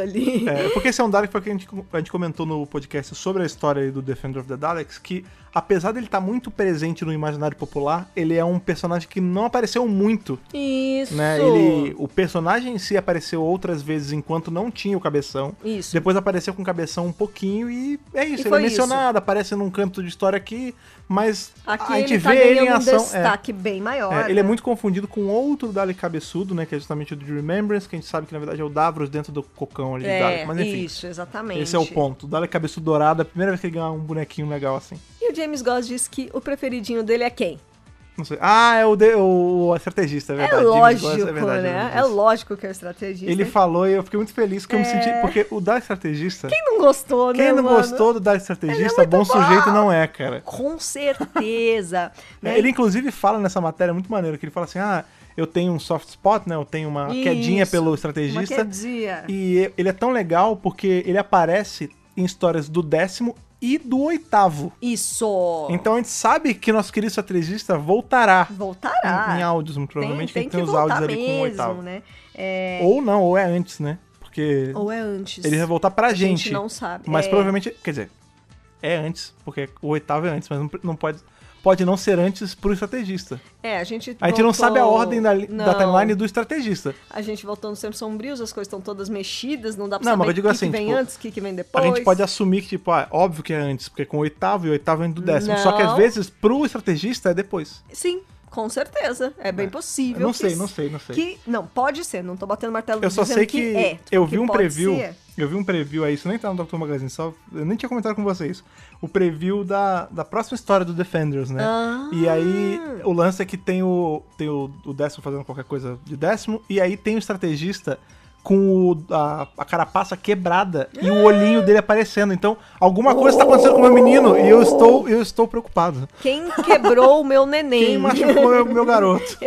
[SPEAKER 1] (laughs)
[SPEAKER 2] ali.
[SPEAKER 1] É, porque esse é um Dalek, foi o que a gente, a gente comentou no podcast sobre a história aí do Defender of the Daleks, que apesar dele estar muito presente no imaginário popular, ele é um personagem que não apareceu muito,
[SPEAKER 2] Isso.
[SPEAKER 1] né? Ele, o personagem em si apareceu outras vezes enquanto não tinha o cabeção.
[SPEAKER 2] Isso.
[SPEAKER 1] Depois apareceu com o cabeção um pouquinho e é isso,
[SPEAKER 2] E
[SPEAKER 1] ele é
[SPEAKER 2] foi
[SPEAKER 1] mencionado, aparece num canto de história aqui, mas
[SPEAKER 2] Aqui
[SPEAKER 1] a gente
[SPEAKER 2] ele tá
[SPEAKER 1] vê ele
[SPEAKER 2] ganhando
[SPEAKER 1] em ação.
[SPEAKER 2] um
[SPEAKER 1] é.
[SPEAKER 2] destaque bem maior.
[SPEAKER 1] É, ele é
[SPEAKER 2] né?
[SPEAKER 1] muito confundido com outro Dalek cabeçudo, né? Que é justamente o de Remembrance, que a gente sabe que na verdade é o Davros dentro do cocão ali de Dalek.
[SPEAKER 2] É,
[SPEAKER 1] Mas enfim.
[SPEAKER 2] Isso, exatamente.
[SPEAKER 1] Esse é o ponto. O Dalek cabeçudo dourado é a primeira vez que ele ganha um bonequinho legal assim.
[SPEAKER 2] E o James Goss diz que o preferidinho dele é quem?
[SPEAKER 1] Não sei. Ah, é o, de, o estrategista, é
[SPEAKER 2] É,
[SPEAKER 1] verdade. James
[SPEAKER 2] lógico,
[SPEAKER 1] Goss, é verdade, eu
[SPEAKER 2] né?
[SPEAKER 1] lembro
[SPEAKER 2] É
[SPEAKER 1] disso.
[SPEAKER 2] lógico que é o estrategista.
[SPEAKER 1] Ele falou e eu fiquei muito feliz que eu me
[SPEAKER 2] É.
[SPEAKER 1] senti. Porque o Dalek estrategista. Quem,
[SPEAKER 2] Quem não gostou, né?
[SPEAKER 1] não
[SPEAKER 2] mano?
[SPEAKER 1] gostou do Dalek estrategista, bom,
[SPEAKER 2] muito bom.
[SPEAKER 1] sujeito não é, cara.
[SPEAKER 2] Com
[SPEAKER 1] (laughs)
[SPEAKER 2] certeza. né?
[SPEAKER 1] Ele inclusive fala nessa matéria muito maneiro, que ele fala assim: ah, eu tenho um soft spot, né? Eu tenho uma quedinha
[SPEAKER 2] Isso,
[SPEAKER 1] pelo
[SPEAKER 2] Uma
[SPEAKER 1] é estrategista.
[SPEAKER 2] quedinha.
[SPEAKER 1] E ele é tão legal porque ele aparece em histórias do décimo e do oitavo.
[SPEAKER 2] Isso.
[SPEAKER 1] Então a gente sabe que nosso querido estrategista voltará
[SPEAKER 2] Voltará.
[SPEAKER 1] em, em áudios, muito provavelmente,
[SPEAKER 2] Ah, tem, tem
[SPEAKER 1] porque tem
[SPEAKER 2] que
[SPEAKER 1] os áudios
[SPEAKER 2] voltar
[SPEAKER 1] ali com o
[SPEAKER 2] mesmo,
[SPEAKER 1] oitavo.
[SPEAKER 2] né? É,
[SPEAKER 1] Ou não, ou é antes, né? Porque
[SPEAKER 2] Ou é antes.
[SPEAKER 1] ele vai voltar pra
[SPEAKER 2] A
[SPEAKER 1] gente.
[SPEAKER 2] gente não sabe.
[SPEAKER 1] Mas
[SPEAKER 2] É.
[SPEAKER 1] provavelmente, quer dizer, é antes, porque o oitavo é antes, mas não, não pode. Pode não ser antes pro estrategista.
[SPEAKER 2] É, a gente
[SPEAKER 1] A gente não
[SPEAKER 2] voltou-
[SPEAKER 1] sabe a ordem da, li- da
[SPEAKER 2] Não.
[SPEAKER 1] timeline do estrategista.
[SPEAKER 2] A gente voltou no Sempre Sombrios, as coisas estão todas mexidas, não dá pra
[SPEAKER 1] Não, mas
[SPEAKER 2] saber
[SPEAKER 1] eu
[SPEAKER 2] o
[SPEAKER 1] digo
[SPEAKER 2] que,
[SPEAKER 1] assim,
[SPEAKER 2] que vem
[SPEAKER 1] tipo,
[SPEAKER 2] antes, o que, que vem depois.
[SPEAKER 1] A gente pode assumir que, tipo, ah, óbvio que é antes, porque é com o oitavo e o oitavo é antes do décimo. Só que às
[SPEAKER 2] Não.
[SPEAKER 1] vezes, pro estrategista, é depois.
[SPEAKER 2] Sim, com certeza. É bem possível.
[SPEAKER 1] Eu não
[SPEAKER 2] que
[SPEAKER 1] sei,
[SPEAKER 2] s-
[SPEAKER 1] não sei, não sei.
[SPEAKER 2] Que, não, pode ser, não tô batendo martelo
[SPEAKER 1] Eu só
[SPEAKER 2] dizendo
[SPEAKER 1] sei que,
[SPEAKER 2] é,
[SPEAKER 1] eu
[SPEAKER 2] que
[SPEAKER 1] vi um
[SPEAKER 2] pode
[SPEAKER 1] preview.
[SPEAKER 2] ser.
[SPEAKER 1] Eu vi um preview aí, isso nem tá no Dr. Magazine, só. Eu nem tinha comentado com vocês. O preview da, da próxima história do Defenders, né?
[SPEAKER 2] Ah.
[SPEAKER 1] E aí, o lance é que tem o. Tem o, o décimo fazendo qualquer coisa de décimo, e aí tem o estrategista com o- a, a carapaça quebrada e o olhinho dele aparecendo. Então, alguma coisa tá acontecendo com o meu menino e eu estou, eu estou preocupado.
[SPEAKER 2] Quem quebrou o meu neném? (laughs)
[SPEAKER 1] Quem machucou o meu- meu garoto?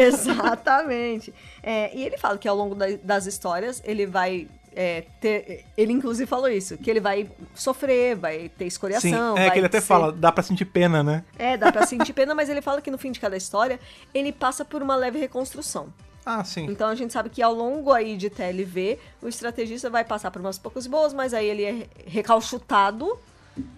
[SPEAKER 2] Exatamente. É, e ele fala que ao longo da- das histórias ele vai. é, ter, ele inclusive falou isso, que ele vai sofrer, vai ter escoriação.
[SPEAKER 1] é
[SPEAKER 2] vai
[SPEAKER 1] que ele até
[SPEAKER 2] ser-
[SPEAKER 1] fala, dá pra sentir pena, né?
[SPEAKER 2] É, dá pra sentir pena, mas ele fala que no fim de cada história ele passa por uma leve reconstrução.
[SPEAKER 1] Ah, sim.
[SPEAKER 2] Então a gente sabe que ao longo aí de TLV, o estrategista vai passar por umas poucas boas, mas aí ele é recalchutado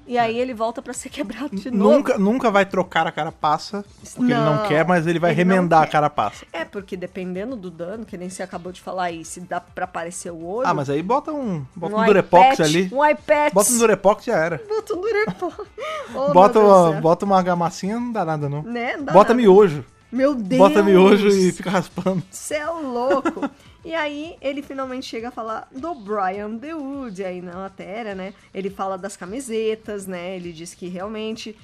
[SPEAKER 2] E aí ele volta pra ser (laughs) quebrado de novo.
[SPEAKER 1] Nunca, nunca vai trocar a carapaça, porque ele
[SPEAKER 2] Não,
[SPEAKER 1] não quer, mas ele vai
[SPEAKER 2] ele não
[SPEAKER 1] remendar a
[SPEAKER 2] quer.
[SPEAKER 1] carapaça.
[SPEAKER 2] É, porque dependendo do dano, que nem você acabou de falar aí, se dá pra aparecer o olho.
[SPEAKER 1] Ah, mas aí bota um, bota um,
[SPEAKER 2] eye
[SPEAKER 1] durepox
[SPEAKER 2] patch,
[SPEAKER 1] ali.
[SPEAKER 2] Um iPad.
[SPEAKER 1] Bota um durepox já era.
[SPEAKER 2] Bota
[SPEAKER 1] (laughs)
[SPEAKER 2] um durepox. Oh,
[SPEAKER 1] bota,
[SPEAKER 2] meu Deus do
[SPEAKER 1] uma,
[SPEAKER 2] céu.
[SPEAKER 1] bota uma argamassinha, não dá nada não.
[SPEAKER 2] Né? Não dá
[SPEAKER 1] bota
[SPEAKER 2] nada.
[SPEAKER 1] miojo.
[SPEAKER 2] Meu Deus.
[SPEAKER 1] Bota miojo e fica raspando.
[SPEAKER 2] Céu é louco! (laughs) E aí ele finalmente chega a falar do Brian The Wood aí na matéria, né? Ele fala das camisetas, né? Ele diz que realmente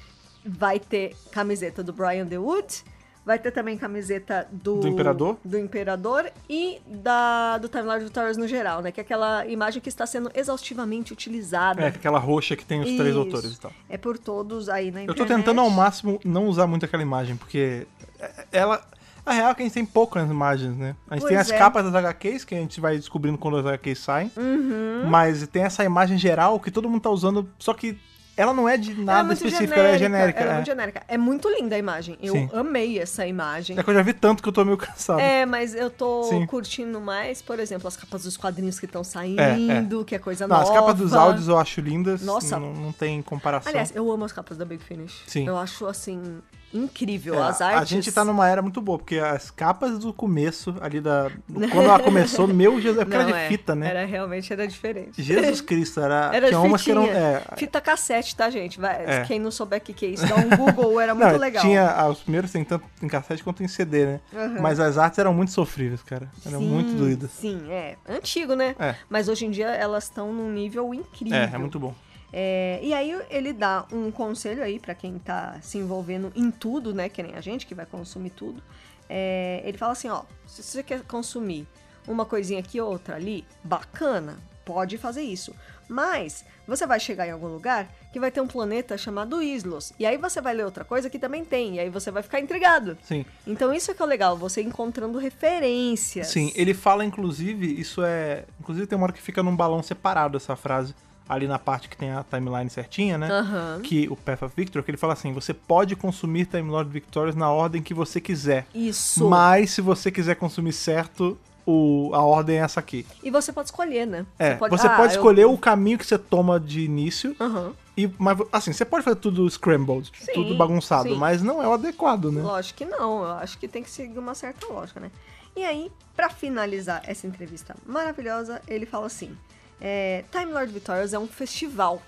[SPEAKER 2] vai ter camiseta do Brian The Wood, vai ter também camiseta do,
[SPEAKER 1] Do Imperador?
[SPEAKER 2] do Imperador e da do Time Lord Victorious no geral, né? Que é aquela imagem que está sendo exaustivamente utilizada.
[SPEAKER 1] É, aquela roxa que tem os três então.
[SPEAKER 2] Isso.
[SPEAKER 1] doutores e tal.
[SPEAKER 2] É por todos aí na
[SPEAKER 1] Eu
[SPEAKER 2] internet.
[SPEAKER 1] tô
[SPEAKER 2] É
[SPEAKER 1] tentando ao máximo não usar muito aquela imagem, porque ela. A real é que a gente tem poucas imagens, né? A gente tem
[SPEAKER 2] Pois
[SPEAKER 1] as
[SPEAKER 2] é.
[SPEAKER 1] capas das HQs, que a gente vai descobrindo quando as HQs saem.
[SPEAKER 2] Uhum.
[SPEAKER 1] Mas tem essa imagem geral que todo mundo tá usando, só que ela não é de
[SPEAKER 2] Ela é
[SPEAKER 1] nada
[SPEAKER 2] muito
[SPEAKER 1] específica, ela é
[SPEAKER 2] genérica,
[SPEAKER 1] genérica.
[SPEAKER 2] ela é
[SPEAKER 1] é.
[SPEAKER 2] muito genérica. É muito linda a imagem. Eu
[SPEAKER 1] Sim.
[SPEAKER 2] amei essa imagem.
[SPEAKER 1] É que eu já vi tanto que eu tô meio cansado.
[SPEAKER 2] É, mas eu tô
[SPEAKER 1] Tá Sim.
[SPEAKER 2] curtindo mais, por exemplo, as capas dos quadrinhos que estão saindo,
[SPEAKER 1] É,
[SPEAKER 2] que é coisa
[SPEAKER 1] não,
[SPEAKER 2] nova.
[SPEAKER 1] as capas dos áudios eu acho lindas.
[SPEAKER 2] Nossa.
[SPEAKER 1] Não, não tem comparação.
[SPEAKER 2] Aliás, eu amo as capas da Big Finish.
[SPEAKER 1] Sim.
[SPEAKER 2] Eu acho, assim, incrível.
[SPEAKER 1] É,
[SPEAKER 2] as
[SPEAKER 1] a-
[SPEAKER 2] artes...
[SPEAKER 1] A gente tá numa era muito boa, porque as capas do começo, ali
[SPEAKER 2] (laughs)
[SPEAKER 1] da. Quando ela começou, meu Jesus, é porque
[SPEAKER 2] Não,
[SPEAKER 1] era de
[SPEAKER 2] é.
[SPEAKER 1] fita, né?
[SPEAKER 2] Era realmente, era diferente.
[SPEAKER 1] Jesus Cristo, era.
[SPEAKER 2] Era
[SPEAKER 1] tinha umas que
[SPEAKER 2] fitinha.
[SPEAKER 1] eram. É,
[SPEAKER 2] Fita cassete, tá, gente? Vai,
[SPEAKER 1] É.
[SPEAKER 2] Quem não souber o que, que é isso, dá um Google, era
[SPEAKER 1] (laughs)
[SPEAKER 2] muito
[SPEAKER 1] não,
[SPEAKER 2] legal.
[SPEAKER 1] Tinha. ah, Os primeiros tem tanto em cassete quanto em CD, né?
[SPEAKER 2] Aham.
[SPEAKER 1] Mas as artes eram muito sofríveis, cara. Eram
[SPEAKER 2] Sim,
[SPEAKER 1] muito doídas.
[SPEAKER 2] Sim, é. Antigo, né?
[SPEAKER 1] É.
[SPEAKER 2] Mas hoje em dia elas estão num nível incrível.
[SPEAKER 1] É, é muito bom.
[SPEAKER 2] É, e aí ele dá um conselho aí pra quem tá se envolvendo em tudo, né? Que nem a gente que vai consumir tudo. É, ele fala assim, ó, se você quer consumir uma coisinha aqui outra ali, bacana, pode fazer isso. Mas você vai chegar em algum lugar que vai ter um planeta chamado Islos. E aí você vai ler outra coisa que também tem. E aí você vai ficar intrigado.
[SPEAKER 1] Sim.
[SPEAKER 2] Então isso é que é o legal, você encontrando referências.
[SPEAKER 1] Sim, ele fala, inclusive, isso é. Inclusive tem uma hora que fica num balão separado essa frase. Ali na parte que tem a timeline certinha, né?
[SPEAKER 2] Aham.
[SPEAKER 1] Que o Path of Victor, que ele fala assim: você pode consumir Time Lord Victorious na ordem que você quiser.
[SPEAKER 2] Isso.
[SPEAKER 1] Mas se você quiser consumir certo, o, a ordem é essa aqui.
[SPEAKER 2] E você pode escolher, né?
[SPEAKER 1] É, você pode,
[SPEAKER 2] Ah, eu-
[SPEAKER 1] escolher o caminho que você toma de início.
[SPEAKER 2] Aham.
[SPEAKER 1] E, mas, assim, você pode fazer tudo scrambled,
[SPEAKER 2] Sim,
[SPEAKER 1] tudo bagunçado,
[SPEAKER 2] sim.
[SPEAKER 1] mas não é o adequado, né?
[SPEAKER 2] Lógico que não, eu acho que tem que seguir uma certa lógica, né? E aí, pra finalizar essa entrevista maravilhosa, ele fala assim: é, Time Lord Victorious é um festival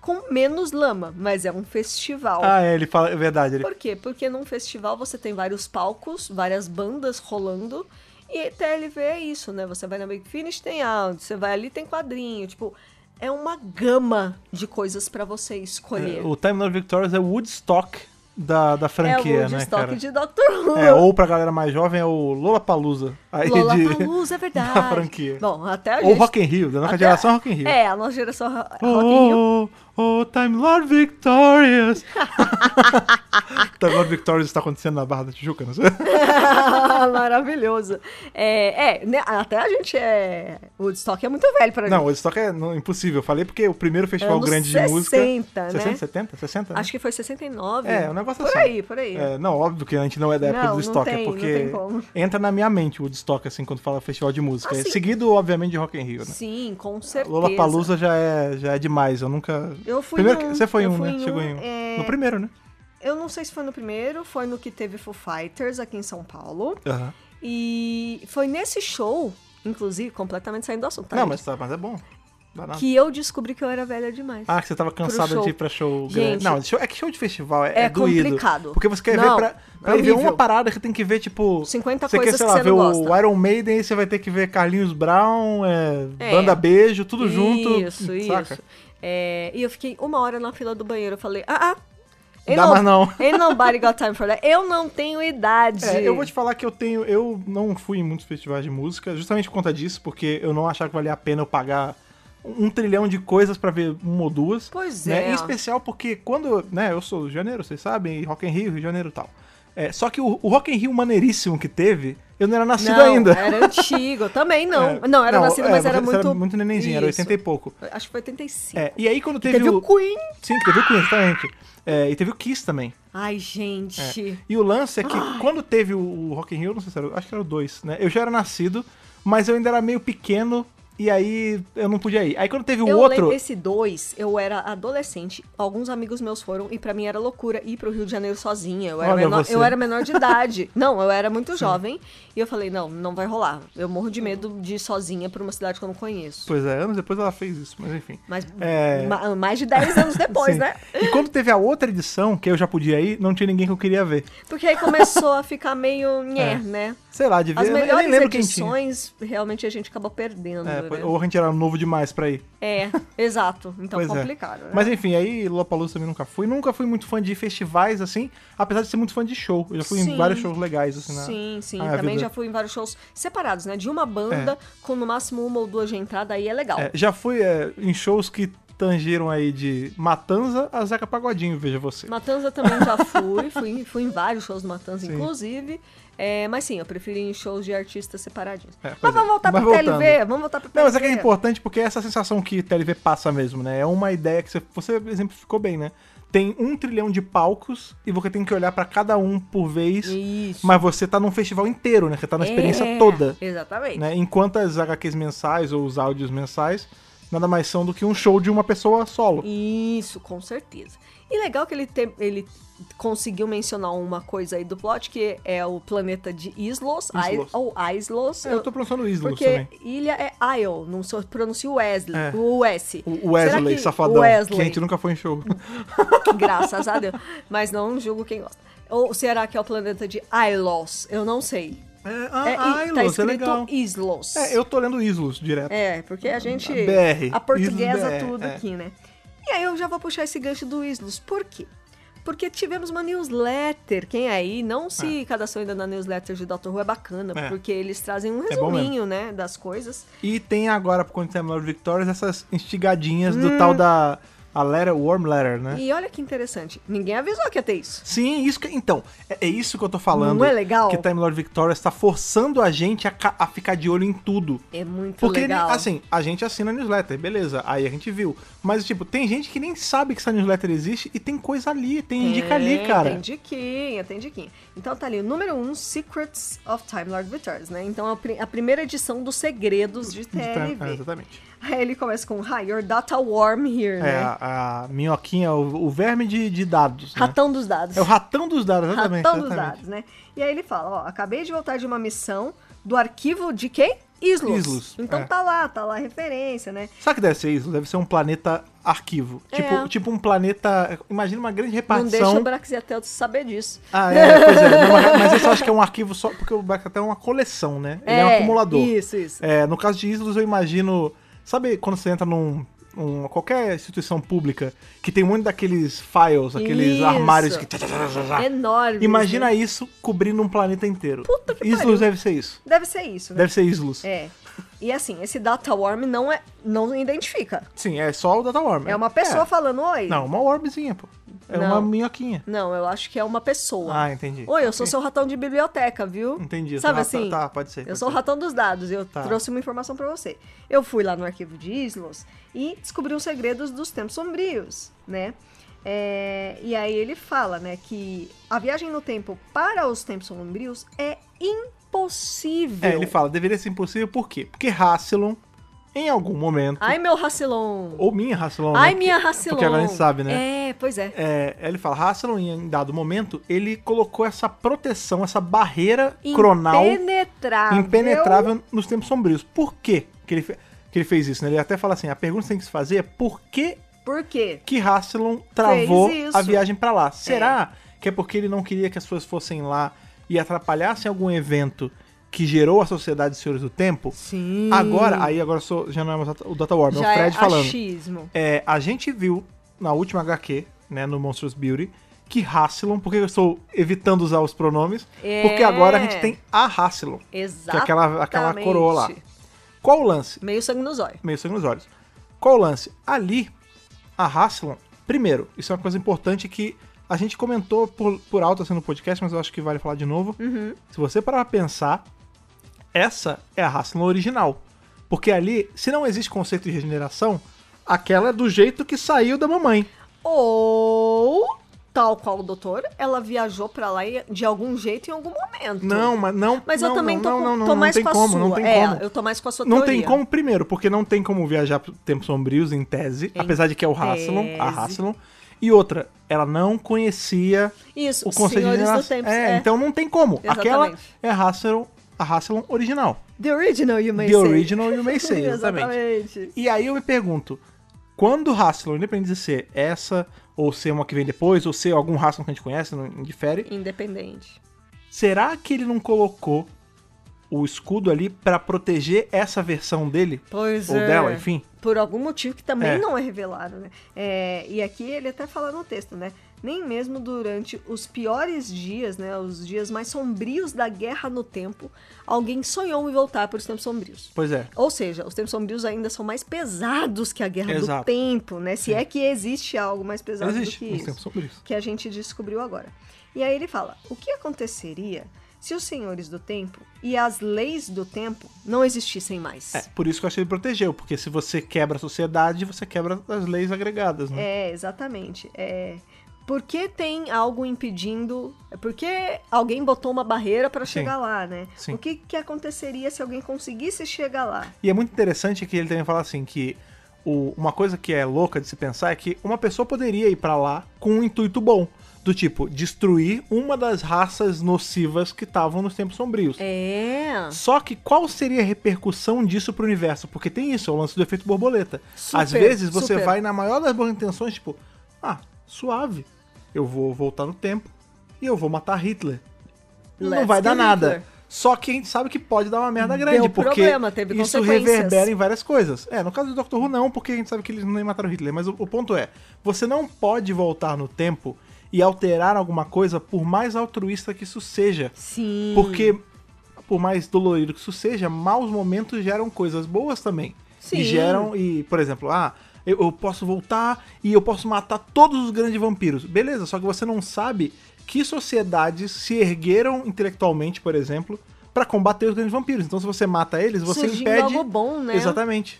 [SPEAKER 2] com menos lama, mas é um festival.
[SPEAKER 1] Ah, é, ele fala, é verdade. Ele,
[SPEAKER 2] Por quê? Porque num festival você tem vários palcos, várias bandas rolando. E TLV é isso, né? Você vai na Big Finish, tem áudio, você vai ali, tem quadrinho. Tipo, é uma gama de coisas pra você escolher.
[SPEAKER 1] o Time Lord Victorious é o Woodstock da, da
[SPEAKER 2] É
[SPEAKER 1] franquia,
[SPEAKER 2] o
[SPEAKER 1] né,
[SPEAKER 2] estoque
[SPEAKER 1] cara?
[SPEAKER 2] de Doctor Who.
[SPEAKER 1] É, ou pra galera mais jovem é o Lollapalooza. Aí
[SPEAKER 2] Lola
[SPEAKER 1] de... (laughs)
[SPEAKER 2] Palusa, é verdade.
[SPEAKER 1] da franquia.
[SPEAKER 2] Bom, até a
[SPEAKER 1] Ou
[SPEAKER 2] gente...
[SPEAKER 1] Rock in Rio, da nossa
[SPEAKER 2] até-
[SPEAKER 1] geração é Rock in Rio.
[SPEAKER 2] É, a nossa geração ro- Rock in (laughs) Rio.
[SPEAKER 1] Oh, oh, oh, Time Lord Victorious! (laughs) Time Lord Victorious está acontecendo na Barra da Tijuca, não sei.
[SPEAKER 2] Ah, Maravilhoso. É, é, né, até a gente é... O Woodstock é muito velho pra
[SPEAKER 1] Não,
[SPEAKER 2] gente.
[SPEAKER 1] o Woodstock é não, impossível. Eu falei porque o primeiro festival
[SPEAKER 2] Anos
[SPEAKER 1] grande de música.
[SPEAKER 2] 60, né?
[SPEAKER 1] 60, 70? 60? né?
[SPEAKER 2] Acho que foi 69.
[SPEAKER 1] É, um negócio
[SPEAKER 2] Por
[SPEAKER 1] assim.
[SPEAKER 2] aí, por aí.
[SPEAKER 1] É, não, óbvio que a gente não é da época
[SPEAKER 2] Não,
[SPEAKER 1] do
[SPEAKER 2] não
[SPEAKER 1] Woodstock,
[SPEAKER 2] tem,
[SPEAKER 1] é
[SPEAKER 2] não
[SPEAKER 1] porque
[SPEAKER 2] tem como.
[SPEAKER 1] entra na minha mente o Woodstock, assim, quando fala festival de música. É
[SPEAKER 2] Assim.
[SPEAKER 1] Seguido, obviamente, de Rock in Rio, né?
[SPEAKER 2] Sim, com certeza.
[SPEAKER 1] Lola Palusa já é, já é demais, eu nunca.
[SPEAKER 2] Eu fui
[SPEAKER 1] Primeiro,
[SPEAKER 2] em
[SPEAKER 1] que-
[SPEAKER 2] um,
[SPEAKER 1] Você foi em
[SPEAKER 2] eu
[SPEAKER 1] um,
[SPEAKER 2] fui
[SPEAKER 1] né?
[SPEAKER 2] em
[SPEAKER 1] Chegou
[SPEAKER 2] um,
[SPEAKER 1] em um.
[SPEAKER 2] é,
[SPEAKER 1] No primeiro, né?
[SPEAKER 2] Eu não sei se foi no primeiro, foi no que teve Foo Fighters aqui em São Paulo.
[SPEAKER 1] Aham.
[SPEAKER 2] E foi nesse show, inclusive, completamente saindo do assunto. tá,
[SPEAKER 1] Não,
[SPEAKER 2] gente?
[SPEAKER 1] mas, tá- mas é bom. Dá nada.
[SPEAKER 2] Que eu descobri que eu era velha demais.
[SPEAKER 1] Ah, que você tava cansada
[SPEAKER 2] show.
[SPEAKER 1] de ir pra show
[SPEAKER 2] Gente,
[SPEAKER 1] grande. Não, show- é que show de festival é,
[SPEAKER 2] é
[SPEAKER 1] é doído.
[SPEAKER 2] complicado.
[SPEAKER 1] Porque você quer
[SPEAKER 2] Não, é
[SPEAKER 1] ver pra, pra ir ver
[SPEAKER 2] horrível.
[SPEAKER 1] uma parada que tem que ver, tipo.
[SPEAKER 2] 50
[SPEAKER 1] você
[SPEAKER 2] coisas
[SPEAKER 1] quer, sei
[SPEAKER 2] que
[SPEAKER 1] lá,
[SPEAKER 2] você
[SPEAKER 1] ver
[SPEAKER 2] não
[SPEAKER 1] o
[SPEAKER 2] gosta.
[SPEAKER 1] Iron Maiden, aí você vai ter que ver Carlinhos Brown, é,
[SPEAKER 2] É.
[SPEAKER 1] Banda Beijo, tudo junto.
[SPEAKER 2] Isso,
[SPEAKER 1] saca?
[SPEAKER 2] isso. É, e eu fiquei uma hora na fila do banheiro. Eu falei, ah, ah.
[SPEAKER 1] Dá mais
[SPEAKER 2] (laughs)
[SPEAKER 1] não.
[SPEAKER 2] Ain't nobody got time for that. Eu não tenho idade.
[SPEAKER 1] É, eu vou te falar que eu tenho. Eu não fui em muitos festivais de música, justamente por conta disso, porque eu não achava que valia a pena eu pagar um trilhão de coisas pra ver uma ou duas.
[SPEAKER 2] Pois
[SPEAKER 1] né?
[SPEAKER 2] é.
[SPEAKER 1] Em especial porque quando. né, eu sou do Rio de janeiro, vocês sabem, e Rock in Rio, Rio de Janeiro e tal. É, só que o, o Rock in Rio maneiríssimo que teve, eu não era nascido
[SPEAKER 2] não,
[SPEAKER 1] ainda.
[SPEAKER 2] era antigo. Também não.
[SPEAKER 1] É,
[SPEAKER 2] não, era nascido,
[SPEAKER 1] é,
[SPEAKER 2] mas era
[SPEAKER 1] você
[SPEAKER 2] muito...
[SPEAKER 1] Era muito nenenzinho, era
[SPEAKER 2] Isso.
[SPEAKER 1] 80 e pouco.
[SPEAKER 2] Acho que foi 85.
[SPEAKER 1] É, e aí quando
[SPEAKER 2] Teve,
[SPEAKER 1] teve,
[SPEAKER 2] o Queen.
[SPEAKER 1] Sim, teve o Queen, exatamente. É, e teve o Kiss também.
[SPEAKER 2] Ai, gente.
[SPEAKER 1] E o lance é que quando teve o, o Rock in Rio, não sei se era, acho que era o 2, né? Eu já era nascido, mas eu ainda era meio pequeno E aí eu não podia ir. Aí quando teve o
[SPEAKER 2] eu
[SPEAKER 1] outro.
[SPEAKER 2] lembro- Esse dois, eu era adolescente, alguns amigos meus foram, e pra mim era loucura ir pro Rio de Janeiro sozinha. Eu era,
[SPEAKER 1] Olha
[SPEAKER 2] menor,
[SPEAKER 1] você.
[SPEAKER 2] eu era menor de
[SPEAKER 1] (laughs)
[SPEAKER 2] idade. não, eu era muito jovem. E eu falei, não, não vai rolar. Eu morro de medo de ir sozinha pra uma cidade que eu não conheço.
[SPEAKER 1] Pois é, anos depois ela fez isso, mas enfim.
[SPEAKER 2] Mas
[SPEAKER 1] É.
[SPEAKER 2] ma- mais de 10 anos
[SPEAKER 1] (laughs)
[SPEAKER 2] depois,
[SPEAKER 1] Sim.
[SPEAKER 2] né?
[SPEAKER 1] E quando teve a outra edição, que eu já podia ir, não tinha ninguém que eu queria ver.
[SPEAKER 2] Porque aí começou a ficar meio nhé,
[SPEAKER 1] É.
[SPEAKER 2] né?
[SPEAKER 1] Sei lá, devia.
[SPEAKER 2] As
[SPEAKER 1] eu nem- eu nem
[SPEAKER 2] melhores
[SPEAKER 1] lembro quem tinha.
[SPEAKER 2] edições, realmente a gente acaba perdendo.
[SPEAKER 1] É,
[SPEAKER 2] né?
[SPEAKER 1] pois- ou a gente era novo demais pra ir.
[SPEAKER 2] É, exato. Então
[SPEAKER 1] Pois é.
[SPEAKER 2] complicado. né?
[SPEAKER 1] Mas enfim, aí Lollapalooza também nunca fui. Nunca fui muito fã de festivais, assim, apesar de ser muito fã de show. Eu já fui
[SPEAKER 2] Sim.
[SPEAKER 1] em vários shows legais, assim, na...
[SPEAKER 2] Sim, sim.
[SPEAKER 1] Ah, é
[SPEAKER 2] Também
[SPEAKER 1] vida.
[SPEAKER 2] já fui em vários shows separados, né? De uma banda, com no máximo uma ou duas de entrada, aí é legal.
[SPEAKER 1] É, já fui é, em shows que tangiram aí de Matanza a Zeca Pagodinho, veja você.
[SPEAKER 2] Matanza também já fui, (laughs) fui, fui em vários shows do Matanza,
[SPEAKER 1] Sim.
[SPEAKER 2] inclusive. É, mas sim, eu preferi ir em shows de artistas separadinhos.
[SPEAKER 1] É,
[SPEAKER 2] mas
[SPEAKER 1] pois
[SPEAKER 2] vamos
[SPEAKER 1] é.
[SPEAKER 2] voltar
[SPEAKER 1] Mas
[SPEAKER 2] pro
[SPEAKER 1] voltando.
[SPEAKER 2] TLV, vamos voltar pro TLV.
[SPEAKER 1] Não, mas é que é importante porque é essa sensação que TLV passa mesmo, né? É uma ideia que você, você exemplificou bem, né? Tem um trilhão de palcos e você tem que olhar pra cada um por vez,
[SPEAKER 2] Isso.
[SPEAKER 1] mas você tá num festival inteiro, né? Você tá na experiência
[SPEAKER 2] É,
[SPEAKER 1] toda,
[SPEAKER 2] Exatamente.
[SPEAKER 1] né? Enquanto as HQs mensais ou os áudios mensais nada mais são do que um show de uma pessoa solo.
[SPEAKER 2] Isso, com certeza. E legal que ele, te- ele conseguiu mencionar uma coisa aí do plot, que é o planeta de Islos, Ai-
[SPEAKER 1] Islos.
[SPEAKER 2] ou Islos.
[SPEAKER 1] É, eu tô pronunciando Islos
[SPEAKER 2] Porque
[SPEAKER 1] também.
[SPEAKER 2] ilha é Isle, não se pronuncia o Wesley,
[SPEAKER 1] É.
[SPEAKER 2] o S.
[SPEAKER 1] O Wesley, safadão,
[SPEAKER 2] Wesley,
[SPEAKER 1] que a gente nunca foi em show.
[SPEAKER 2] (laughs) graças a Deus, mas não julgo quem gosta. Ou será que é o planeta de Islos? Eu não sei.
[SPEAKER 1] É,
[SPEAKER 2] É,
[SPEAKER 1] ah,
[SPEAKER 2] i-
[SPEAKER 1] Islos,
[SPEAKER 2] tá
[SPEAKER 1] é
[SPEAKER 2] escrito
[SPEAKER 1] legal.
[SPEAKER 2] Islos.
[SPEAKER 1] É, eu tô lendo Islos direto.
[SPEAKER 2] É, porque a gente.
[SPEAKER 1] BR,
[SPEAKER 2] a portuguesa
[SPEAKER 1] Islos BR,
[SPEAKER 2] tudo
[SPEAKER 1] é.
[SPEAKER 2] aqui, né? E aí eu já vou puxar esse gancho do Islos. Por quê? Porque tivemos uma newsletter. Quem é aí não se cadastrou ainda na newsletter de Dr. Who é bacana,
[SPEAKER 1] É.
[SPEAKER 2] porque eles trazem um
[SPEAKER 1] É bom mesmo.
[SPEAKER 2] resuminho, né, das coisas.
[SPEAKER 1] E tem agora, por conta do Victorious, essas instigadinhas
[SPEAKER 2] Hum.
[SPEAKER 1] do tal da a letter, warm letter, né?
[SPEAKER 2] E olha que interessante, ninguém avisou que ia ter isso.
[SPEAKER 1] Sim, isso que. Então, é, é isso que eu tô falando.
[SPEAKER 2] Não é legal?
[SPEAKER 1] Que Time Lord Victorious tá forçando a gente a, ca- a ficar de olho em tudo.
[SPEAKER 2] É muito
[SPEAKER 1] Porque, ele-
[SPEAKER 2] legal.
[SPEAKER 1] assim, a gente assina a newsletter, beleza, aí a gente viu. Mas, tipo, tem gente que nem sabe que essa newsletter existe e tem coisa ali, tem indica ali, cara.
[SPEAKER 2] É, Tem diquinha, tem diquinha. Então tá ali, o número 1, um, Secrets of Time Lord Returns, né? Então é o pri- a primeira edição dos segredos de
[SPEAKER 1] Então, é,
[SPEAKER 2] TLV.
[SPEAKER 1] exatamente.
[SPEAKER 2] Aí ele começa com, hi, your data warm here,
[SPEAKER 1] É,
[SPEAKER 2] né?
[SPEAKER 1] a, a minhoquinha, o, o verme de, de dados. né?
[SPEAKER 2] Ratão dos dados.
[SPEAKER 1] É o ratão dos dados, exatamente.
[SPEAKER 2] Ratão dos
[SPEAKER 1] exatamente.
[SPEAKER 2] dados, né? E aí ele fala, ó, acabei de voltar de uma missão do arquivo de quem? Islos.
[SPEAKER 1] Islos,
[SPEAKER 2] Então
[SPEAKER 1] é.
[SPEAKER 2] tá lá, tá lá a referência, né?
[SPEAKER 1] Sabe o que deve ser isso? Deve ser um planeta arquivo.
[SPEAKER 2] É.
[SPEAKER 1] Tipo, tipo um planeta. Imagina uma grande
[SPEAKER 2] Não deixa o
[SPEAKER 1] repartição.
[SPEAKER 2] Braxiatelto saber disso.
[SPEAKER 1] Ah, é,
[SPEAKER 2] (laughs)
[SPEAKER 1] pois é. Não, mas- mas isso eu acho que é um arquivo só. Porque o Black até é uma coleção, né? Ele é, um acumulador.
[SPEAKER 2] Isso, isso.
[SPEAKER 1] É, no caso de Islos, eu imagino. Sabe quando você entra num. um- qualquer instituição pública que tem um monte daqueles files, aqueles
[SPEAKER 2] Isso. É
[SPEAKER 1] armários que.
[SPEAKER 2] Enorme.
[SPEAKER 1] Ah, Imagina
[SPEAKER 2] né?
[SPEAKER 1] isso cobrindo um planeta inteiro.
[SPEAKER 2] Puta que pariu.
[SPEAKER 1] Islos deve ser isso.
[SPEAKER 2] Deve ser isso, né?
[SPEAKER 1] Deve ser Islos.
[SPEAKER 2] É. E assim, esse data worm não é, não identifica.
[SPEAKER 1] Sim, é só o Data Worm.
[SPEAKER 2] É uma pessoa falando, oi.
[SPEAKER 1] Não, uma wormzinha, pô. É
[SPEAKER 2] Não.
[SPEAKER 1] uma minhoquinha.
[SPEAKER 2] Não, eu acho que é uma pessoa.
[SPEAKER 1] Ah, entendi.
[SPEAKER 2] Oi, eu sou
[SPEAKER 1] Ok.
[SPEAKER 2] seu ratão de biblioteca, viu?
[SPEAKER 1] Entendi.
[SPEAKER 2] Sabe
[SPEAKER 1] tá,
[SPEAKER 2] assim?
[SPEAKER 1] Tá, tá, pode ser.
[SPEAKER 2] Eu
[SPEAKER 1] pode
[SPEAKER 2] sou o
[SPEAKER 1] ser.
[SPEAKER 2] ratão dos dados, eu
[SPEAKER 1] Tá.
[SPEAKER 2] trouxe uma informação pra você. Eu fui lá no arquivo de Islos e descobri os segredos dos tempos sombrios, né? É, e aí ele fala, né, que a viagem no tempo para os tempos sombrios é impossível.
[SPEAKER 1] É, ele fala, deveria ser impossível, por quê? Porque Rassilon, em algum momento,
[SPEAKER 2] Ai, meu Rassilon!
[SPEAKER 1] ou minha Rassilon,
[SPEAKER 2] Ai,
[SPEAKER 1] né?
[SPEAKER 2] minha Rassilon!
[SPEAKER 1] porque agora a gente sabe,
[SPEAKER 2] né? É, pois é.
[SPEAKER 1] É, ele fala, Rassilon, em um dado momento, ele colocou essa proteção, essa barreira É cronal
[SPEAKER 2] Impenetrável.
[SPEAKER 1] impenetrável nos tempos sombrios. Por quê que ele, fe- que ele fez isso? né? Ele até fala assim, a pergunta que tem que se fazer é por que
[SPEAKER 2] Por quê?
[SPEAKER 1] que Rassilon travou
[SPEAKER 2] Fez isso.
[SPEAKER 1] a viagem pra lá. Será que é porque ele não queria que as pessoas fossem lá e atrapalhassem algum evento que gerou a Sociedade dos Senhores do Tempo?
[SPEAKER 2] Sim.
[SPEAKER 1] Agora, aí agora eu sou, já não é mais o Data War, é o
[SPEAKER 2] já
[SPEAKER 1] Fred
[SPEAKER 2] é
[SPEAKER 1] falando.
[SPEAKER 2] achismo.
[SPEAKER 1] É, a gente viu na última HQ, né, no Monstrous Beauty, que Rassilon, porque eu estou evitando usar os pronomes,
[SPEAKER 2] É.
[SPEAKER 1] porque agora a gente tem a Rassilon.
[SPEAKER 2] Exato.
[SPEAKER 1] aquela- aquela coroa lá. Qual o lance?
[SPEAKER 2] Meio sangue nos olhos.
[SPEAKER 1] meio sangue nos olhos. Qual o lance? Ali, a Hasselon, primeiro, isso é uma coisa importante que a gente comentou por, por alto assim no podcast, mas eu acho que vale falar de novo.
[SPEAKER 2] Uhum.
[SPEAKER 1] Se você parar pra pensar, essa é a Hasselon original. Porque ali, se não existe conceito de regeneração, aquela é do jeito que saiu da mamãe.
[SPEAKER 2] Ou tal qual o doutor, ela viajou pra lá e- de algum jeito em algum momento.
[SPEAKER 1] Não, mas não.
[SPEAKER 2] Mas eu
[SPEAKER 1] não,
[SPEAKER 2] também
[SPEAKER 1] não,
[SPEAKER 2] tô,
[SPEAKER 1] não,
[SPEAKER 2] com-
[SPEAKER 1] não, não,
[SPEAKER 2] tô
[SPEAKER 1] não
[SPEAKER 2] mais
[SPEAKER 1] tem
[SPEAKER 2] com a
[SPEAKER 1] como,
[SPEAKER 2] sua.
[SPEAKER 1] Não tem
[SPEAKER 2] é,
[SPEAKER 1] como.
[SPEAKER 2] eu tô mais com a sua
[SPEAKER 1] Não
[SPEAKER 2] teoria.
[SPEAKER 1] tem como, primeiro, porque não tem como viajar por tempos sombrios em tese, apesar de que é o Hasselon, a
[SPEAKER 2] tese.
[SPEAKER 1] Hasselon. E outra, ela não conhecia
[SPEAKER 2] Isso,
[SPEAKER 1] o conceito de
[SPEAKER 2] Senhores do
[SPEAKER 1] geração.
[SPEAKER 2] Tempo.
[SPEAKER 1] É, então não tem como. Aquela
[SPEAKER 2] Exatamente.
[SPEAKER 1] é Hasselon, a Hasselon original.
[SPEAKER 2] The original, you may
[SPEAKER 1] The
[SPEAKER 2] say.
[SPEAKER 1] original you may
[SPEAKER 2] (laughs)
[SPEAKER 1] say, exatamente.
[SPEAKER 2] exatamente.
[SPEAKER 1] E aí eu me pergunto, quando o Hasselon, independente de ser essa, ou ser uma que vem depois, ou ser algum Hasselon que a gente conhece, não difere,
[SPEAKER 2] Independente.
[SPEAKER 1] será que ele não colocou o escudo ali pra proteger essa versão dele?
[SPEAKER 2] Pois
[SPEAKER 1] ou
[SPEAKER 2] é.
[SPEAKER 1] dela, enfim?
[SPEAKER 2] Por algum motivo que também
[SPEAKER 1] É.
[SPEAKER 2] não é revelado, né? É, e aqui ele até fala no texto, né? Nem mesmo durante os piores dias, né? Os dias mais sombrios da guerra no tempo, alguém sonhou em voltar para os tempos sombrios.
[SPEAKER 1] Pois é.
[SPEAKER 2] Ou seja, os tempos sombrios ainda são mais pesados que a guerra
[SPEAKER 1] Exato.
[SPEAKER 2] do tempo, né? Se é que existe algo mais pesado do
[SPEAKER 1] Existe
[SPEAKER 2] que
[SPEAKER 1] uns
[SPEAKER 2] isso
[SPEAKER 1] tempos sobre isso.
[SPEAKER 2] que a gente descobriu agora. E aí ele fala: o que aconteceria se os senhores do tempo e as leis do tempo não existissem mais?
[SPEAKER 1] É, por isso que eu achei que ele protegeu, porque se você quebra a sociedade, você quebra as leis agregadas, né?
[SPEAKER 2] É, exatamente. É. Por que tem algo impedindo? Por que alguém botou uma barreira para
[SPEAKER 1] Sim.
[SPEAKER 2] chegar lá, né?
[SPEAKER 1] Sim.
[SPEAKER 2] O que, que aconteceria se alguém conseguisse chegar lá?
[SPEAKER 1] E é muito interessante que ele também fala assim que o- uma coisa que é louca de se pensar é que uma pessoa poderia ir pra lá com um intuito bom, do tipo destruir uma das raças nocivas que estavam nos tempos sombrios.
[SPEAKER 2] É.
[SPEAKER 1] Só que qual seria a repercussão disso pro universo? Porque tem isso, é o lance do efeito borboleta.
[SPEAKER 2] Super,
[SPEAKER 1] Às vezes você
[SPEAKER 2] super.
[SPEAKER 1] vai na maior das boas intenções, tipo, ah, suave. Eu vou voltar no tempo e eu vou matar Hitler. Não
[SPEAKER 2] Let's
[SPEAKER 1] vai dar
[SPEAKER 2] kill
[SPEAKER 1] nada.
[SPEAKER 2] Hitler.
[SPEAKER 1] Só que a gente sabe que pode dar uma merda grande,
[SPEAKER 2] Deu
[SPEAKER 1] porque
[SPEAKER 2] problema, teve
[SPEAKER 1] isso
[SPEAKER 2] consequências.
[SPEAKER 1] reverbera em várias coisas. É, no caso do Dr. Who não, porque a gente sabe que eles nem mataram Hitler, mas o, o ponto é, você não pode voltar no tempo e alterar alguma coisa por mais altruísta que isso seja.
[SPEAKER 2] Sim.
[SPEAKER 1] Porque, por mais dolorido que isso seja, maus momentos geram coisas boas também.
[SPEAKER 2] Sim.
[SPEAKER 1] E geram, e, por exemplo, ah, eu, eu posso voltar e eu posso matar todos os grandes vampiros. Beleza, só que você não sabe que sociedades se ergueram intelectualmente, por exemplo, pra combater os grandes vampiros. Então, se você mata eles, você
[SPEAKER 2] Surgindo
[SPEAKER 1] impede.
[SPEAKER 2] algo bom, né?
[SPEAKER 1] Exatamente.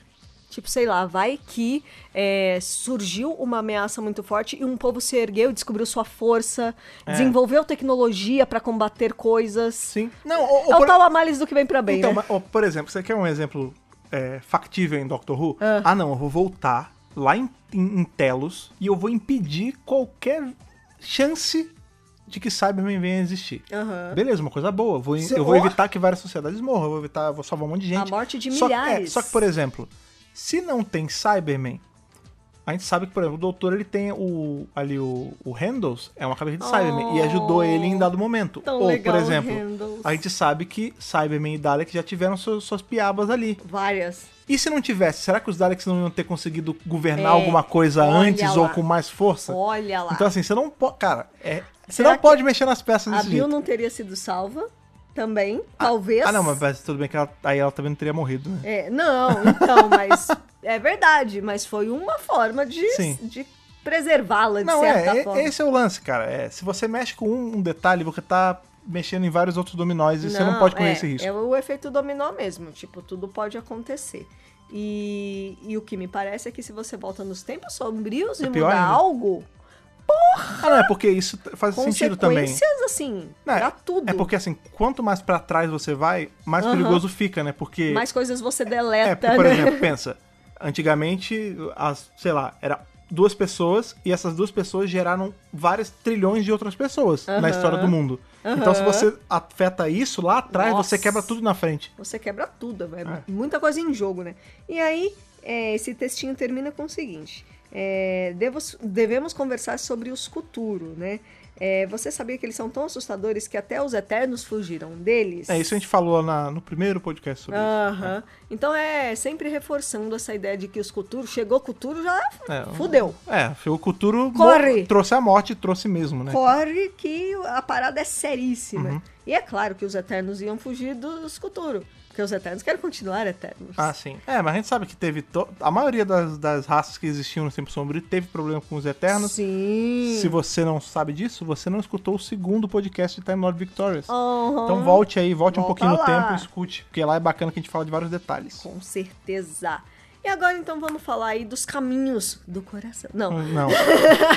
[SPEAKER 2] Tipo, sei lá, vai que é, surgiu uma ameaça muito forte e um povo se ergueu, descobriu sua força, desenvolveu tecnologia pra combater coisas.
[SPEAKER 1] É. Sim. Não, ou, ou
[SPEAKER 2] é o
[SPEAKER 1] por-
[SPEAKER 2] tal a males do que vem pra bem,
[SPEAKER 1] então,
[SPEAKER 2] né?
[SPEAKER 1] mas, ó, por exemplo, você quer um exemplo é, factível em Doctor Who? Ah. não, eu vou voltar lá em, em, em Telos e eu vou impedir qualquer chance de que Cybermen venha a existir.
[SPEAKER 2] Aham.
[SPEAKER 1] Beleza, uma coisa boa. Vou-
[SPEAKER 2] Se-
[SPEAKER 1] eu vou
[SPEAKER 2] ó.
[SPEAKER 1] evitar que várias sociedades morram, eu vou evitar, eu vou salvar um monte de gente.
[SPEAKER 2] A morte de
[SPEAKER 1] Só que- é,
[SPEAKER 2] milhares.
[SPEAKER 1] Só que, por exemplo, se não tem Cybermen, a gente sabe que, por exemplo, o doutor ele tem o ali o, o Handles, é uma cabeça de Cybermen, e ajudou ele em dado momento.
[SPEAKER 2] tão
[SPEAKER 1] Ou,
[SPEAKER 2] legal o
[SPEAKER 1] por exemplo,
[SPEAKER 2] Handles.
[SPEAKER 1] a gente sabe que Cybermen e Dalek já tiveram suas, suas piabas ali.
[SPEAKER 2] Várias.
[SPEAKER 1] E se não tivesse, será que os Daleks não iam ter conseguido governar
[SPEAKER 2] É,
[SPEAKER 1] alguma coisa
[SPEAKER 2] olha
[SPEAKER 1] antes ou
[SPEAKER 2] lá.
[SPEAKER 1] com mais força?
[SPEAKER 2] Olha lá.
[SPEAKER 1] Então, assim, você não pode. Cara, é- você
[SPEAKER 2] Será
[SPEAKER 1] não
[SPEAKER 2] que
[SPEAKER 1] pode mexer nas peças
[SPEAKER 2] a
[SPEAKER 1] desse
[SPEAKER 2] Bill
[SPEAKER 1] jeito.
[SPEAKER 2] não teria sido salva também, talvez.
[SPEAKER 1] Ah, não, mas parece que tudo bem que ela- aí ela também não teria morrido, né?
[SPEAKER 2] É, não, então, mas... (laughs) é verdade, mas foi uma forma de,
[SPEAKER 1] Sim.
[SPEAKER 2] de preservá-la, de
[SPEAKER 1] Não,
[SPEAKER 2] certa
[SPEAKER 1] é, e-
[SPEAKER 2] forma.
[SPEAKER 1] esse é o lance, cara. É, se você mexe com um, um detalhe, você tá mexendo em vários outros dominóis e você não pode correr
[SPEAKER 2] é,
[SPEAKER 1] esse risco.
[SPEAKER 2] É o efeito dominó mesmo, tipo, tudo pode acontecer. E, e o que me parece é que se você volta nos tempos sombrios
[SPEAKER 1] É
[SPEAKER 2] e
[SPEAKER 1] pior
[SPEAKER 2] mudar
[SPEAKER 1] ainda.
[SPEAKER 2] algo,
[SPEAKER 1] Ah, não, é porque isso t- faz sentido também.
[SPEAKER 2] consequências, assim,
[SPEAKER 1] Não, é-
[SPEAKER 2] pra tudo.
[SPEAKER 1] É porque, assim, quanto mais pra trás você vai, mais
[SPEAKER 2] Aham.
[SPEAKER 1] perigoso fica, né? Porque.
[SPEAKER 2] Mais coisas você
[SPEAKER 1] é,
[SPEAKER 2] deleta,
[SPEAKER 1] porque, por
[SPEAKER 2] né?
[SPEAKER 1] exemplo, pensa. Antigamente, as, sei lá, era duas pessoas e essas duas pessoas geraram várias trilhões de outras pessoas na
[SPEAKER 2] Aham.
[SPEAKER 1] história do mundo. Então, se
[SPEAKER 2] Aham.
[SPEAKER 1] você afeta isso lá atrás, você
[SPEAKER 2] Nossa.
[SPEAKER 1] quebra tudo na frente.
[SPEAKER 2] Você quebra tudo, é
[SPEAKER 1] É.
[SPEAKER 2] muita coisa em jogo, né? E aí, é, esse textinho termina com o seguinte: é, devos- devemos conversar sobre os Kuturo, né? É, você sabia que eles são tão assustadores que até os Eternos fugiram deles?
[SPEAKER 1] É isso a gente né? falou na- no primeiro podcast sobre isso.
[SPEAKER 2] Aham. Então é sempre reforçando essa ideia de que os Kuturo, chegou Kuturo, já
[SPEAKER 1] É,
[SPEAKER 2] fudeu.
[SPEAKER 1] É, o Kuturo
[SPEAKER 2] Ah, Corre!
[SPEAKER 1] mo- trouxe a morte, trouxe mesmo, né? Uhum.
[SPEAKER 2] Corre que a parada é seríssima. E é claro que os Eternos iam fugir dos Kuturo, porque os Eternos querem continuar Eternos.
[SPEAKER 1] Ah, sim. É, mas a gente sabe que teve. to- A maioria das, das raças que existiam no Tempo Sombrio teve problema com os Eternos.
[SPEAKER 2] Sim.
[SPEAKER 1] Se você não sabe disso, você não escutou o segundo podcast de Time Lord Victorious.
[SPEAKER 2] Aham.
[SPEAKER 1] Então volte aí, volte um
[SPEAKER 2] Volta
[SPEAKER 1] pouquinho no
[SPEAKER 2] lá.
[SPEAKER 1] tempo e escute, porque lá é bacana que a gente fala de vários detalhes.
[SPEAKER 2] Com certeza. E agora então vamos falar aí dos caminhos do coração. Não,
[SPEAKER 1] Não.
[SPEAKER 2] (laughs)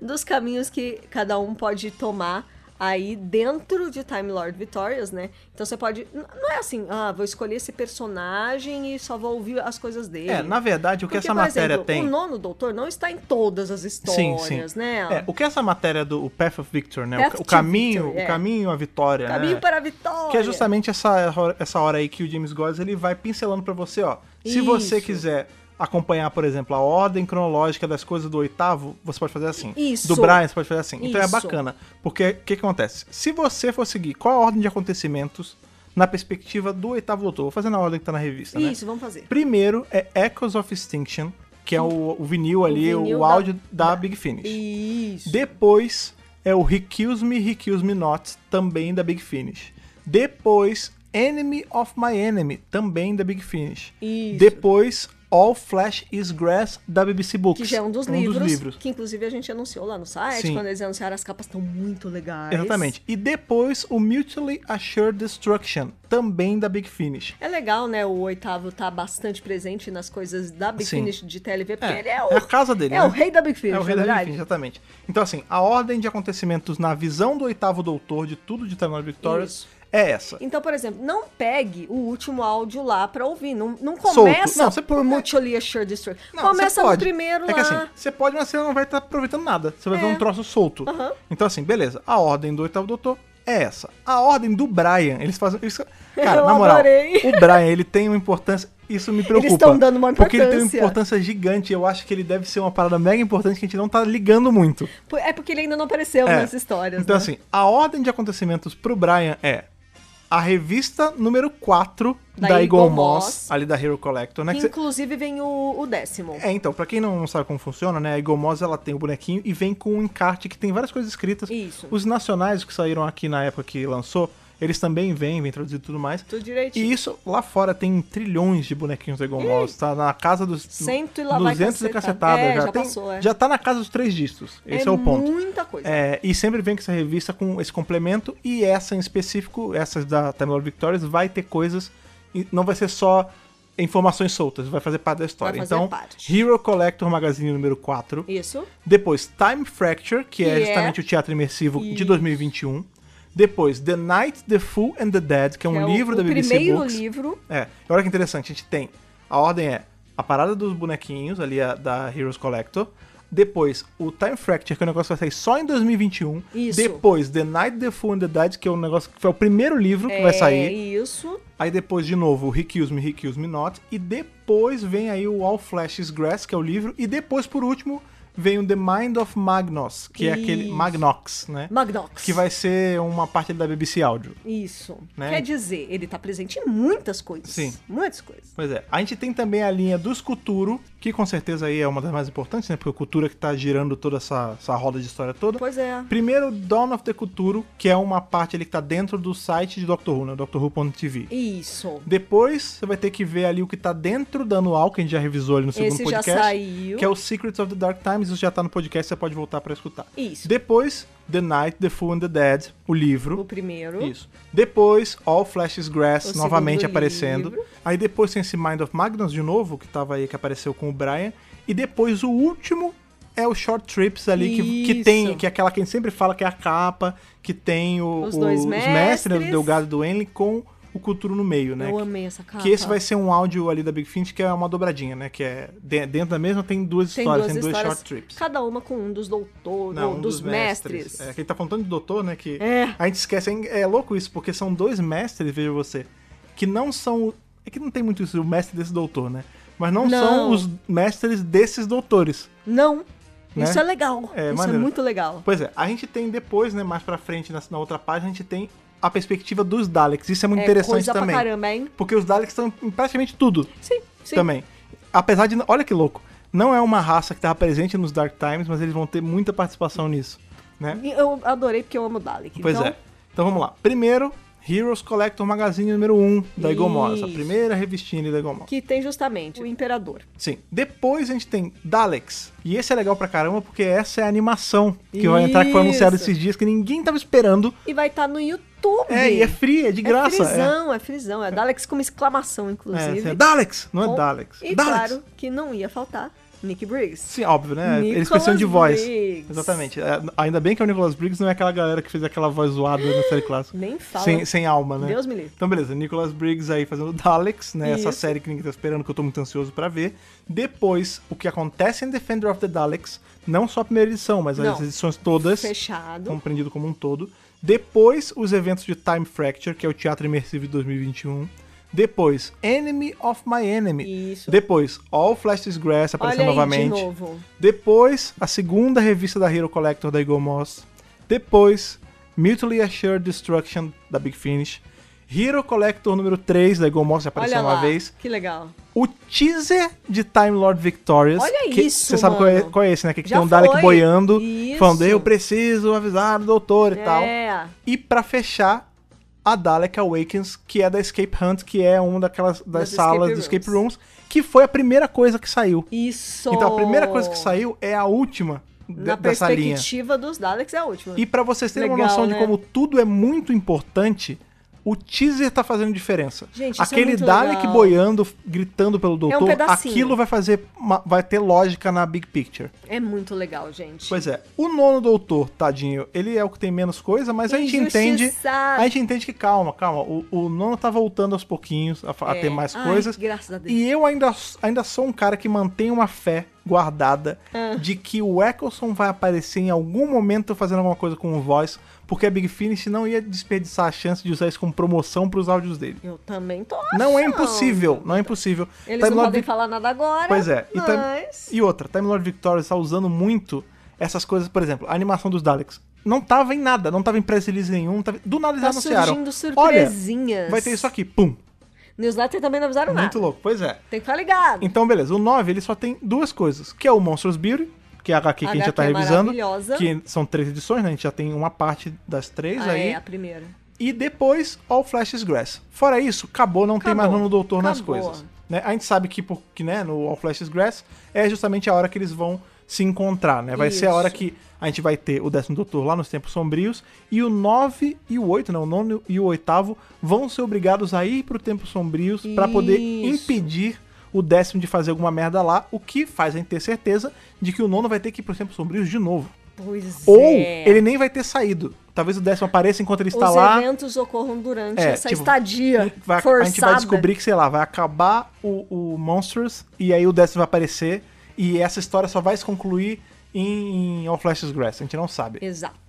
[SPEAKER 2] dos caminhos que cada um pode tomar aí dentro de Time Lord Victorious, né? Então você pode. n- Não é assim, ah, vou escolher esse personagem e só vou ouvir as coisas dele.
[SPEAKER 1] É, na verdade, o que
[SPEAKER 2] Porque,
[SPEAKER 1] essa
[SPEAKER 2] por
[SPEAKER 1] matéria
[SPEAKER 2] exemplo,
[SPEAKER 1] tem.
[SPEAKER 2] O nono doutor não está em todas as histórias, né?
[SPEAKER 1] É, o que essa matéria do o Path of Victor, né? o
[SPEAKER 2] Path
[SPEAKER 1] ca- o,
[SPEAKER 2] to
[SPEAKER 1] caminho,
[SPEAKER 2] Victory,
[SPEAKER 1] o
[SPEAKER 2] é.
[SPEAKER 1] caminho à vitória,
[SPEAKER 2] Caminho
[SPEAKER 1] né?
[SPEAKER 2] para a vitória.
[SPEAKER 1] Que é justamente essa hora, essa hora aí que o James Goss ele vai pincelando pra você, ó. Se você
[SPEAKER 2] Isso.
[SPEAKER 1] quiser acompanhar, por exemplo, a ordem cronológica das coisas do oitavo, você pode fazer assim.
[SPEAKER 2] Isso.
[SPEAKER 1] Do Brian, você pode fazer assim. Então é
[SPEAKER 2] Isso.
[SPEAKER 1] bacana, porque o que, que acontece? Se você for seguir qual a ordem de acontecimentos na perspectiva do oitavo doutor, vou fazer na ordem que tá na revista, né?
[SPEAKER 2] Isso, vamos fazer.
[SPEAKER 1] Primeiro é Echoes of Extinction, que é o, o vinil ali, o,
[SPEAKER 2] vinil da-
[SPEAKER 1] áudio da, Big Finish.
[SPEAKER 2] Isso.
[SPEAKER 1] Depois é o He Kills Me, He Kills Me Not, também da Big Finish. Depois, Enemy of My Enemy, também da Big Finish.
[SPEAKER 2] Isso.
[SPEAKER 1] Depois, All Flash is Grass, da BBC Books.
[SPEAKER 2] Que já é um dos, livros,
[SPEAKER 1] livros.
[SPEAKER 2] Que inclusive a gente anunciou lá no site.
[SPEAKER 1] Sim.
[SPEAKER 2] Quando eles anunciaram, as capas estão muito legais.
[SPEAKER 1] Exatamente. E depois, o Mutually Assured Destruction, também da Big Finish.
[SPEAKER 2] É legal, né? O oitavo tá bastante presente nas coisas da Big
[SPEAKER 1] Sim.
[SPEAKER 2] Finish de TLV, porque
[SPEAKER 1] É,
[SPEAKER 2] ele é o.
[SPEAKER 1] é a casa dele,
[SPEAKER 2] É
[SPEAKER 1] né?
[SPEAKER 2] o rei da Big Finish,
[SPEAKER 1] É o rei
[SPEAKER 2] na
[SPEAKER 1] da
[SPEAKER 2] verdade.
[SPEAKER 1] Big Finish, exatamente. Então, assim, a ordem de acontecimentos na visão do oitavo doutor de tudo de Time Lord Victorious
[SPEAKER 2] Isso.
[SPEAKER 1] é essa.
[SPEAKER 2] Então, por exemplo, não pegue o último áudio lá pra ouvir. Não, não
[SPEAKER 1] Solto.
[SPEAKER 2] começa
[SPEAKER 1] Não, você-
[SPEAKER 2] por
[SPEAKER 1] é.
[SPEAKER 2] Mutually Assured Destruction.
[SPEAKER 1] Não,
[SPEAKER 2] começa
[SPEAKER 1] você
[SPEAKER 2] no
[SPEAKER 1] pode.
[SPEAKER 2] primeiro
[SPEAKER 1] é
[SPEAKER 2] lá.
[SPEAKER 1] que assim, você pode, mas você não vai estar aproveitando nada. Você vai
[SPEAKER 2] É.
[SPEAKER 1] ver um troço solto.
[SPEAKER 2] Aham.
[SPEAKER 1] Então, assim, beleza. A ordem do oitavo doutor é essa. A ordem do Brian, eles fazem. Isso, cara,
[SPEAKER 2] (laughs) Eu
[SPEAKER 1] na moral,
[SPEAKER 2] adorei.
[SPEAKER 1] o Brian, ele tem uma importância. Isso me preocupa.
[SPEAKER 2] tão dando uma
[SPEAKER 1] Porque ele tem uma
[SPEAKER 2] importância.
[SPEAKER 1] importância gigante. Eu acho que ele deve ser uma parada mega importante que a gente não tá ligando muito.
[SPEAKER 2] Por- É porque ele ainda não apareceu
[SPEAKER 1] É.
[SPEAKER 2] nas histórias.
[SPEAKER 1] Então,
[SPEAKER 2] né?
[SPEAKER 1] assim, a ordem de acontecimentos pro Brian é a revista número 4 da,
[SPEAKER 2] Da
[SPEAKER 1] Eagle
[SPEAKER 2] Eagle
[SPEAKER 1] Moss,
[SPEAKER 2] Moss.
[SPEAKER 1] ali da Hero Collector, né?
[SPEAKER 2] Que
[SPEAKER 1] que cê-
[SPEAKER 2] inclusive vem o, o décimo.
[SPEAKER 1] É, então, pra quem não sabe como funciona, né? A Eagle Moss, ela tem o bonequinho e vem com um encarte que tem várias coisas escritas.
[SPEAKER 2] Isso.
[SPEAKER 1] Os nacionais que saíram aqui na época que lançou, eles também vêm, vêm traduzido e tudo mais.
[SPEAKER 2] Tudo direitinho.
[SPEAKER 1] E isso, lá fora, tem trilhões de bonequinhos da Eagle Moss, tá na casa dos...
[SPEAKER 2] Cento e lá vai
[SPEAKER 1] 200 e
[SPEAKER 2] cacetada.
[SPEAKER 1] cacetada.
[SPEAKER 2] É,
[SPEAKER 1] já,
[SPEAKER 2] já
[SPEAKER 1] tem-
[SPEAKER 2] passou, é.
[SPEAKER 1] já tá na casa dos três dígitos. Esse é, o ponto.
[SPEAKER 2] muita coisa.
[SPEAKER 1] É, e sempre vem com essa revista com esse complemento e essa em específico, essa da Time Lord Victorious, vai ter coisas, e não vai ser só informações soltas, vai fazer parte da história.
[SPEAKER 2] Vai fazer
[SPEAKER 1] então,
[SPEAKER 2] parte.
[SPEAKER 1] Hero Collector Magazine número 4.
[SPEAKER 2] Isso.
[SPEAKER 1] Depois, Time Fracture, que é
[SPEAKER 2] Que é-
[SPEAKER 1] justamente o teatro imersivo de
[SPEAKER 2] Isso.
[SPEAKER 1] 2021. Depois, The Night, The Fool and the Dead, que é um
[SPEAKER 2] que é
[SPEAKER 1] livro
[SPEAKER 2] o,
[SPEAKER 1] da
[SPEAKER 2] o
[SPEAKER 1] BBC
[SPEAKER 2] primeiro
[SPEAKER 1] Books.
[SPEAKER 2] livro.
[SPEAKER 1] É, e olha que interessante, a gente tem. A ordem é a parada dos bonequinhos ali a- da Heroes Collector. Depois, o Time Fracture, que é um negócio que vai sair só em 2021.
[SPEAKER 2] Isso.
[SPEAKER 1] Depois, The Night, The Fool and the Dead, que é um negócio que foi o primeiro livro (laughs) que vai
[SPEAKER 2] É
[SPEAKER 1] sair.
[SPEAKER 2] isso.
[SPEAKER 1] Aí depois, de novo, o He Kills Me, He Kills Me Not. E depois vem aí o All Flesh is Grass, que é o livro. E depois, por último, vem o The Mind of Magnos, que é aquele
[SPEAKER 2] Isso.
[SPEAKER 1] Magnox, né?
[SPEAKER 2] Magnox.
[SPEAKER 1] Que vai ser uma parte da BBC Áudio.
[SPEAKER 2] Isso.
[SPEAKER 1] Né?
[SPEAKER 2] Quer dizer, ele tá presente em muitas coisas.
[SPEAKER 1] Sim.
[SPEAKER 2] Muitas coisas.
[SPEAKER 1] Pois é, a gente tem também a linha dos Culturo, que com certeza aí é uma das mais importantes, né? Porque o Cultura que tá girando toda essa, essa roda de história toda.
[SPEAKER 2] Pois é.
[SPEAKER 1] Primeiro, Dawn of the Culturo, que é uma parte ali que tá dentro do site de Doctor Who, né? DoctorWho.tv.
[SPEAKER 2] Isso.
[SPEAKER 1] Depois, você vai ter que ver ali o que tá dentro do anual, que a gente já revisou ali no segundo
[SPEAKER 2] Esse já
[SPEAKER 1] podcast.
[SPEAKER 2] saiu.
[SPEAKER 1] Que é o Secrets of the Dark Times, isso já tá no podcast, você pode voltar pra escutar.
[SPEAKER 2] Isso.
[SPEAKER 1] Depois, The Night, The Fool and the Dead, o livro.
[SPEAKER 2] O primeiro.
[SPEAKER 1] Isso. Depois, All Flash is Grass,
[SPEAKER 2] O
[SPEAKER 1] novamente
[SPEAKER 2] segundo
[SPEAKER 1] aparecendo.
[SPEAKER 2] livro.
[SPEAKER 1] Aí depois tem esse Mind of Magnus de novo, que tava aí, que apareceu com o Brian. E depois o último é o Short Trips ali, que, que
[SPEAKER 2] Isso.
[SPEAKER 1] tem, que é aquela que a gente sempre fala que é a capa, que tem o,
[SPEAKER 2] Os dois
[SPEAKER 1] mestres, né,
[SPEAKER 2] mestres.
[SPEAKER 1] do Delgado e do Enley, com o Culturo no meio, né?
[SPEAKER 2] Eu
[SPEAKER 1] Que-
[SPEAKER 2] amei essa capa.
[SPEAKER 1] que esse vai ser um áudio ali da Big Finish, que é uma dobradinha, né? Que é de- dentro da mesma tem duas
[SPEAKER 2] Tem
[SPEAKER 1] histórias,
[SPEAKER 2] duas
[SPEAKER 1] tem dois
[SPEAKER 2] histórias,
[SPEAKER 1] short trips.
[SPEAKER 2] cada uma com um dos doutores,
[SPEAKER 1] Não,
[SPEAKER 2] ou dos, mestres.
[SPEAKER 1] É, que ele tá contando de doutor, né? Que
[SPEAKER 2] É.
[SPEAKER 1] a gente esquece. É, é louco isso, porque são dois mestres, veja você, que não são. É que não tem muito isso, o mestre desse doutor, né? Mas não,
[SPEAKER 2] Não.
[SPEAKER 1] são os mestres desses doutores.
[SPEAKER 2] Não.
[SPEAKER 1] Né?
[SPEAKER 2] Isso é legal.
[SPEAKER 1] É,
[SPEAKER 2] isso
[SPEAKER 1] maneiro.
[SPEAKER 2] é muito legal.
[SPEAKER 1] Pois é, a gente tem depois, né? Mais pra frente, na, na outra página, a gente tem a perspectiva dos Daleks. Isso é muito
[SPEAKER 2] é
[SPEAKER 1] interessante
[SPEAKER 2] coisa
[SPEAKER 1] também.
[SPEAKER 2] pra caramba, hein?
[SPEAKER 1] Porque os Daleks estão em praticamente tudo.
[SPEAKER 2] Sim, sim.
[SPEAKER 1] também. Apesar de. Olha que louco. Não é uma raça que estava presente nos Dark Times, mas eles vão ter muita participação nisso. Né?
[SPEAKER 2] E Eu adorei porque eu amo Dalek.
[SPEAKER 1] Pois
[SPEAKER 2] então,
[SPEAKER 1] é. Então vamos lá. Primeiro, Heroes Collector Magazine número 1 da Eagle Moss. A
[SPEAKER 2] Isso.
[SPEAKER 1] primeira revistinha da Eagle Moss.
[SPEAKER 2] Que tem justamente o Imperador.
[SPEAKER 1] Sim. Depois a gente tem Daleks. E esse é legal pra caramba porque essa é a animação que vai entrar, que foi anunciada
[SPEAKER 2] Isso.
[SPEAKER 1] esses dias, que ninguém tava esperando.
[SPEAKER 2] E vai estar no YouTube. YouTube.
[SPEAKER 1] É, e é free, é de graça.
[SPEAKER 2] É frisão, é, frisão. É Daleks com uma exclamação,
[SPEAKER 1] É,
[SPEAKER 2] inclusive.
[SPEAKER 1] assim, Daleks, não é
[SPEAKER 2] Com-
[SPEAKER 1] Daleks.
[SPEAKER 2] E
[SPEAKER 1] Daleks.
[SPEAKER 2] claro que não ia faltar Nick Briggs.
[SPEAKER 1] Sim, óbvio, né? Eles
[SPEAKER 2] Nicholas
[SPEAKER 1] precisam de voz.
[SPEAKER 2] Briggs.
[SPEAKER 1] Exatamente. É, ainda bem que o Nicholas Briggs não é aquela galera que fez aquela voz zoada na série clássica.
[SPEAKER 2] Nem fala.
[SPEAKER 1] Sem, sem alma, né?
[SPEAKER 2] Deus me livre.
[SPEAKER 1] Então, beleza, Nicholas Briggs aí fazendo Daleks, né? Essa
[SPEAKER 2] Isso.
[SPEAKER 1] série que ninguém tá esperando, que eu tô muito ansioso pra ver. Depois, o que acontece em Defender of the Daleks, não só a primeira edição, mas as
[SPEAKER 2] Não.
[SPEAKER 1] edições todas,
[SPEAKER 2] Fechado.
[SPEAKER 1] compreendido como um todo. Depois, os eventos de Time Fracture, que é o teatro imersivo de 2021. Depois, Enemy of My Enemy.
[SPEAKER 2] Isso.
[SPEAKER 1] Depois, All Flash is Grass aparecendo
[SPEAKER 2] Olha aí,
[SPEAKER 1] novamente.
[SPEAKER 2] de novo.
[SPEAKER 1] Depois, a segunda revista da Hero Collector da Eagle Moss. Depois, Mutually Assured Destruction da Big Finish. Hero Collector número 3 da Eagle Moss já apareceu
[SPEAKER 2] Olha
[SPEAKER 1] uma
[SPEAKER 2] lá,
[SPEAKER 1] vez.
[SPEAKER 2] que legal.
[SPEAKER 1] O teaser de Time Lord Victorious.
[SPEAKER 2] Olha
[SPEAKER 1] que
[SPEAKER 2] isso,
[SPEAKER 1] Você sabe qual é,
[SPEAKER 2] mano.
[SPEAKER 1] qual é esse, né? Que, que
[SPEAKER 2] Já
[SPEAKER 1] tem um Dalek
[SPEAKER 2] foi.
[SPEAKER 1] boiando,
[SPEAKER 2] Isso.
[SPEAKER 1] falando, eu preciso avisar o doutor e tal.
[SPEAKER 2] É,
[SPEAKER 1] E pra fechar, a Dalek Awakens, que é da Escape Hunt, que é uma daquelas das
[SPEAKER 2] Das
[SPEAKER 1] salas
[SPEAKER 2] escape
[SPEAKER 1] do Escape
[SPEAKER 2] rooms.
[SPEAKER 1] Rooms, que foi a primeira coisa que saiu.
[SPEAKER 2] isso.
[SPEAKER 1] Então a primeira coisa que saiu é a última de-
[SPEAKER 2] Na
[SPEAKER 1] dessa linha.
[SPEAKER 2] perspectiva dos Daleks é a última.
[SPEAKER 1] E pra vocês terem uma
[SPEAKER 2] Legal,
[SPEAKER 1] noção de
[SPEAKER 2] né?
[SPEAKER 1] como tudo é muito importante, o teaser tá fazendo diferença.
[SPEAKER 2] Gente, isso é
[SPEAKER 1] Aquele
[SPEAKER 2] muito
[SPEAKER 1] Dalek
[SPEAKER 2] legal. É um
[SPEAKER 1] boiando, f- gritando pelo doutor,
[SPEAKER 2] pedacinho.
[SPEAKER 1] aquilo vai fazer uma- vai ter lógica na big picture.
[SPEAKER 2] É muito legal, gente.
[SPEAKER 1] Pois é, o nono doutor, tadinho, ele é o que tem menos coisa, mas a gente entende,
[SPEAKER 2] Injustiçado.
[SPEAKER 1] a gente entende que calma, calma, o, o nono tá voltando aos pouquinhos a, fa- a
[SPEAKER 2] É.
[SPEAKER 1] ter mais
[SPEAKER 2] Ai,
[SPEAKER 1] coisas.
[SPEAKER 2] graças a Deus.
[SPEAKER 1] E eu ainda, ainda sou um cara que mantém uma fé guardada
[SPEAKER 2] Ah.
[SPEAKER 1] de que o Eccleston vai aparecer em algum momento fazendo alguma coisa com o Voice, porque a Big Finish não ia desperdiçar a chance de usar isso como promoção pros áudios dele.
[SPEAKER 2] Eu também tô
[SPEAKER 1] Não é
[SPEAKER 2] achando.
[SPEAKER 1] impossível, não é impossível.
[SPEAKER 2] Eles
[SPEAKER 1] Time
[SPEAKER 2] não
[SPEAKER 1] Lord
[SPEAKER 2] podem
[SPEAKER 1] Vic-
[SPEAKER 2] falar nada agora.
[SPEAKER 1] Pois é, e, Time-
[SPEAKER 2] mas...
[SPEAKER 1] e outra, Time Lord Victorious está usando muito essas coisas, por exemplo, a animação dos Daleks. Não tava em nada, não tava em press release nenhum, não tava- do nada eles
[SPEAKER 2] Tá
[SPEAKER 1] anunciaram.
[SPEAKER 2] surgindo surpresinhas.
[SPEAKER 1] Olha, vai ter isso aqui, pum.
[SPEAKER 2] Newsletter também não avisaram
[SPEAKER 1] Muito
[SPEAKER 2] nada.
[SPEAKER 1] louco, pois é.
[SPEAKER 2] Tem que ficar ligado.
[SPEAKER 1] Então, beleza. O 9, ele só tem duas coisas. Que é o Monsters Beauty, que é a HQ que a gente já tá
[SPEAKER 2] HQ
[SPEAKER 1] revisando.
[SPEAKER 2] maravilhosa.
[SPEAKER 1] Que são três edições, né? A gente já tem uma parte das três
[SPEAKER 2] Ah,
[SPEAKER 1] aí.
[SPEAKER 2] é, a primeira.
[SPEAKER 1] E depois, All Flash is Grass. Fora isso, acabou, não tem mais
[SPEAKER 2] Acabou.
[SPEAKER 1] nono doutor nas
[SPEAKER 2] Acabou.
[SPEAKER 1] coisas. né? A gente sabe que, por- que, né, no All Flash is Grass é justamente a hora que eles vão se encontrar, né? Vai ser a
[SPEAKER 2] Isso.
[SPEAKER 1] hora que a gente vai ter o décimo doutor lá nos tempos sombrios e o 9 e o 8, né? O nono e o oitavo vão ser obrigados a ir pro tempo sombrios pra poder
[SPEAKER 2] Isso.
[SPEAKER 1] impedir o décimo de fazer alguma merda lá, o que faz a gente ter certeza de que o nono vai ter que ir pro tempo sombrios de novo.
[SPEAKER 2] Pois
[SPEAKER 1] Ou
[SPEAKER 2] é.
[SPEAKER 1] ele nem vai ter saído. Talvez o décimo apareça enquanto ele está
[SPEAKER 2] Os
[SPEAKER 1] lá.
[SPEAKER 2] eventos ocorram durante
[SPEAKER 1] É,
[SPEAKER 2] essa
[SPEAKER 1] tipo,
[SPEAKER 2] estadia
[SPEAKER 1] Vai-
[SPEAKER 2] forçada.
[SPEAKER 1] a gente vai descobrir que, sei lá, vai acabar o, o Monsters e aí o décimo vai aparecer e essa história só vai se concluir em, em All Flash's Grass. A gente não sabe.
[SPEAKER 2] Exato.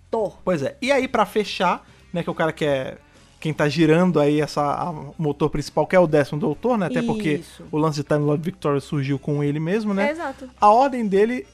[SPEAKER 1] Pois é. E aí, pra fechar, né, que o cara que é quem tá girando aí essa a- o motor principal, que é o décimo doutor, né? Até porque
[SPEAKER 2] Isso.
[SPEAKER 1] o lance de Time Lord Victoria surgiu com ele mesmo, né?
[SPEAKER 2] É, exato.
[SPEAKER 1] A ordem dele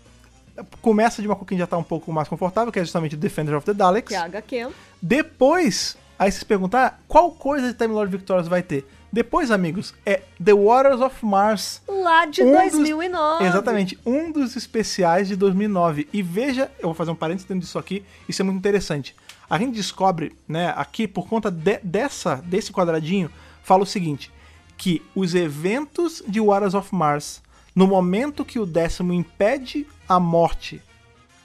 [SPEAKER 1] começa de uma coisa que já tá um pouco mais confortável, que é justamente o Defender of the Daleks.
[SPEAKER 2] Que é a HQ.
[SPEAKER 1] Depois, aí vocês perguntar qual coisa de Time Lord Victorious vai ter. Depois, amigos, é The Waters of Mars.
[SPEAKER 2] Lá de
[SPEAKER 1] um dos-
[SPEAKER 2] 2009.
[SPEAKER 1] Exatamente, um dos especiais de 2009. E veja, eu vou fazer um parênteses dentro disso aqui, isso é muito interessante. A gente descobre, né, aqui, por conta de- dessa, desse quadradinho, fala o seguinte, que os eventos de Waters of Mars, no momento que o décimo impede a morte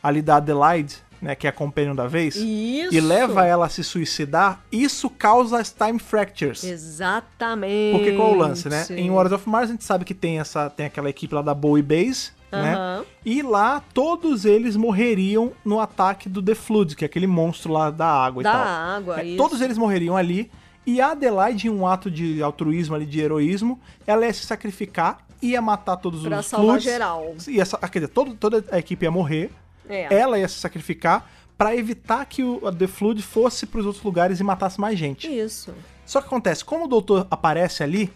[SPEAKER 1] ali da Adelaide, né, que é a companion da vez,
[SPEAKER 2] Isso.
[SPEAKER 1] e leva ela a se suicidar, isso causa as time fractures.
[SPEAKER 2] Exatamente.
[SPEAKER 1] Porque qual é o lance, né? Em Wars of Mars a gente sabe que tem essa tem aquela equipe lá da Bowie Base, né?
[SPEAKER 2] Aham.
[SPEAKER 1] E lá todos eles morreriam no ataque do The Flood, que é aquele monstro lá da água
[SPEAKER 2] Da
[SPEAKER 1] e tal.
[SPEAKER 2] água,
[SPEAKER 1] É,
[SPEAKER 2] isso.
[SPEAKER 1] Todos eles morreriam ali. E a Adelaide, em um ato de altruísmo ali, de heroísmo, ela ia se sacrificar, ia matar todos
[SPEAKER 2] Pra
[SPEAKER 1] os
[SPEAKER 2] salvar
[SPEAKER 1] Floods.
[SPEAKER 2] geral.
[SPEAKER 1] Ia, sa- quer dizer, todo- toda a equipe ia morrer
[SPEAKER 2] É.
[SPEAKER 1] ela ia se sacrificar pra evitar que o a The Flood fosse pros outros lugares e matasse mais gente.
[SPEAKER 2] Isso.
[SPEAKER 1] Só que acontece, como o doutor aparece ali,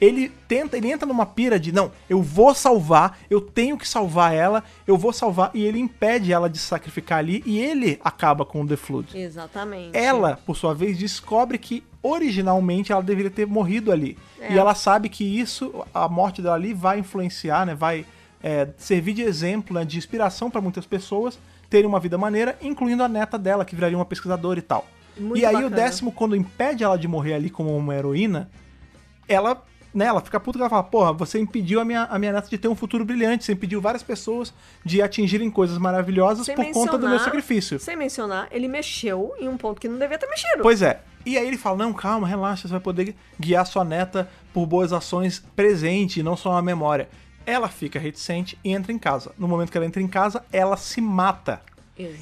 [SPEAKER 1] ele tenta, ele entra numa pira de não, eu vou salvar, eu tenho que salvar ela, eu vou salvar e ele impede ela de se sacrificar ali e ele acaba com o The Flood.
[SPEAKER 2] Exatamente.
[SPEAKER 1] Ela, por sua vez, descobre que originalmente ela deveria ter morrido ali.
[SPEAKER 2] É.
[SPEAKER 1] E ela sabe que isso, a morte dela ali, vai influenciar, né? Vai é, servir de exemplo, né, de inspiração para muitas pessoas terem uma vida maneira, incluindo a neta dela, que viraria uma pesquisadora e tal.
[SPEAKER 2] Muito
[SPEAKER 1] e aí o
[SPEAKER 2] bacana.
[SPEAKER 1] décimo, quando impede ela de morrer ali como uma heroína, ela né, ela fica puta que ela fala, porra, você impediu a minha, a minha neta de ter um futuro brilhante, você impediu várias pessoas de atingirem coisas maravilhosas
[SPEAKER 2] Sem
[SPEAKER 1] por conta do meu
[SPEAKER 2] mencionar-
[SPEAKER 1] sacrifício.
[SPEAKER 2] Sem mencionar, ele mexeu em um ponto que não devia ter mexido.
[SPEAKER 1] Pois é. E aí ele fala, não, calma, relaxa, você vai poder guiar sua neta por boas ações presente, não só uma memória. Ela fica reticente e entra em casa. No momento que ela entra em casa, ela se mata.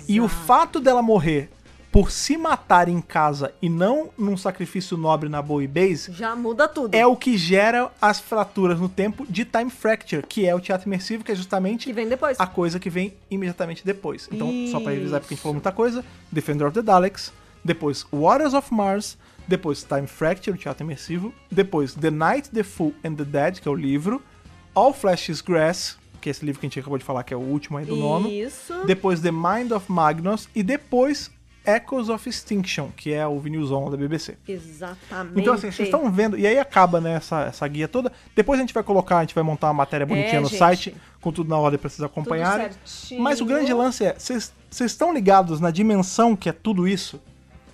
[SPEAKER 1] E o
[SPEAKER 2] Exato.
[SPEAKER 1] fato dela morrer por se matar em casa e não num sacrifício nobre na Bowie Base
[SPEAKER 2] Já muda tudo.
[SPEAKER 1] é o que gera as fraturas no tempo de Time Fracture, que é o teatro imersivo, que é justamente
[SPEAKER 2] Que vem depois.
[SPEAKER 1] a coisa que vem imediatamente depois. Então, só pra revisar,
[SPEAKER 2] Isso.
[SPEAKER 1] porque a gente falou muita coisa: Defender of the Daleks, depois Waters of Mars, depois Time Fracture, o teatro imersivo, depois The Night, The Fool and the Dead, que é o livro, All Flesh is Grass, que é esse livro que a gente acabou de falar, que é o último aí do nono,
[SPEAKER 2] Isso.
[SPEAKER 1] depois The Mind of Magnus e depois Echoes of Extinction, que é o vinilzão da BBC.
[SPEAKER 2] Exatamente.
[SPEAKER 1] Então, assim, vocês estão vendo. E aí acaba, né, essa, essa guia toda. Depois a gente vai colocar, a gente vai montar uma matéria bonitinha
[SPEAKER 2] É,
[SPEAKER 1] no
[SPEAKER 2] gente.
[SPEAKER 1] site, com tudo na ordem pra vocês acompanharem.
[SPEAKER 2] certinho.
[SPEAKER 1] Mas o grande lance é, vocês vocês estão ligados na dimensão que é tudo isso?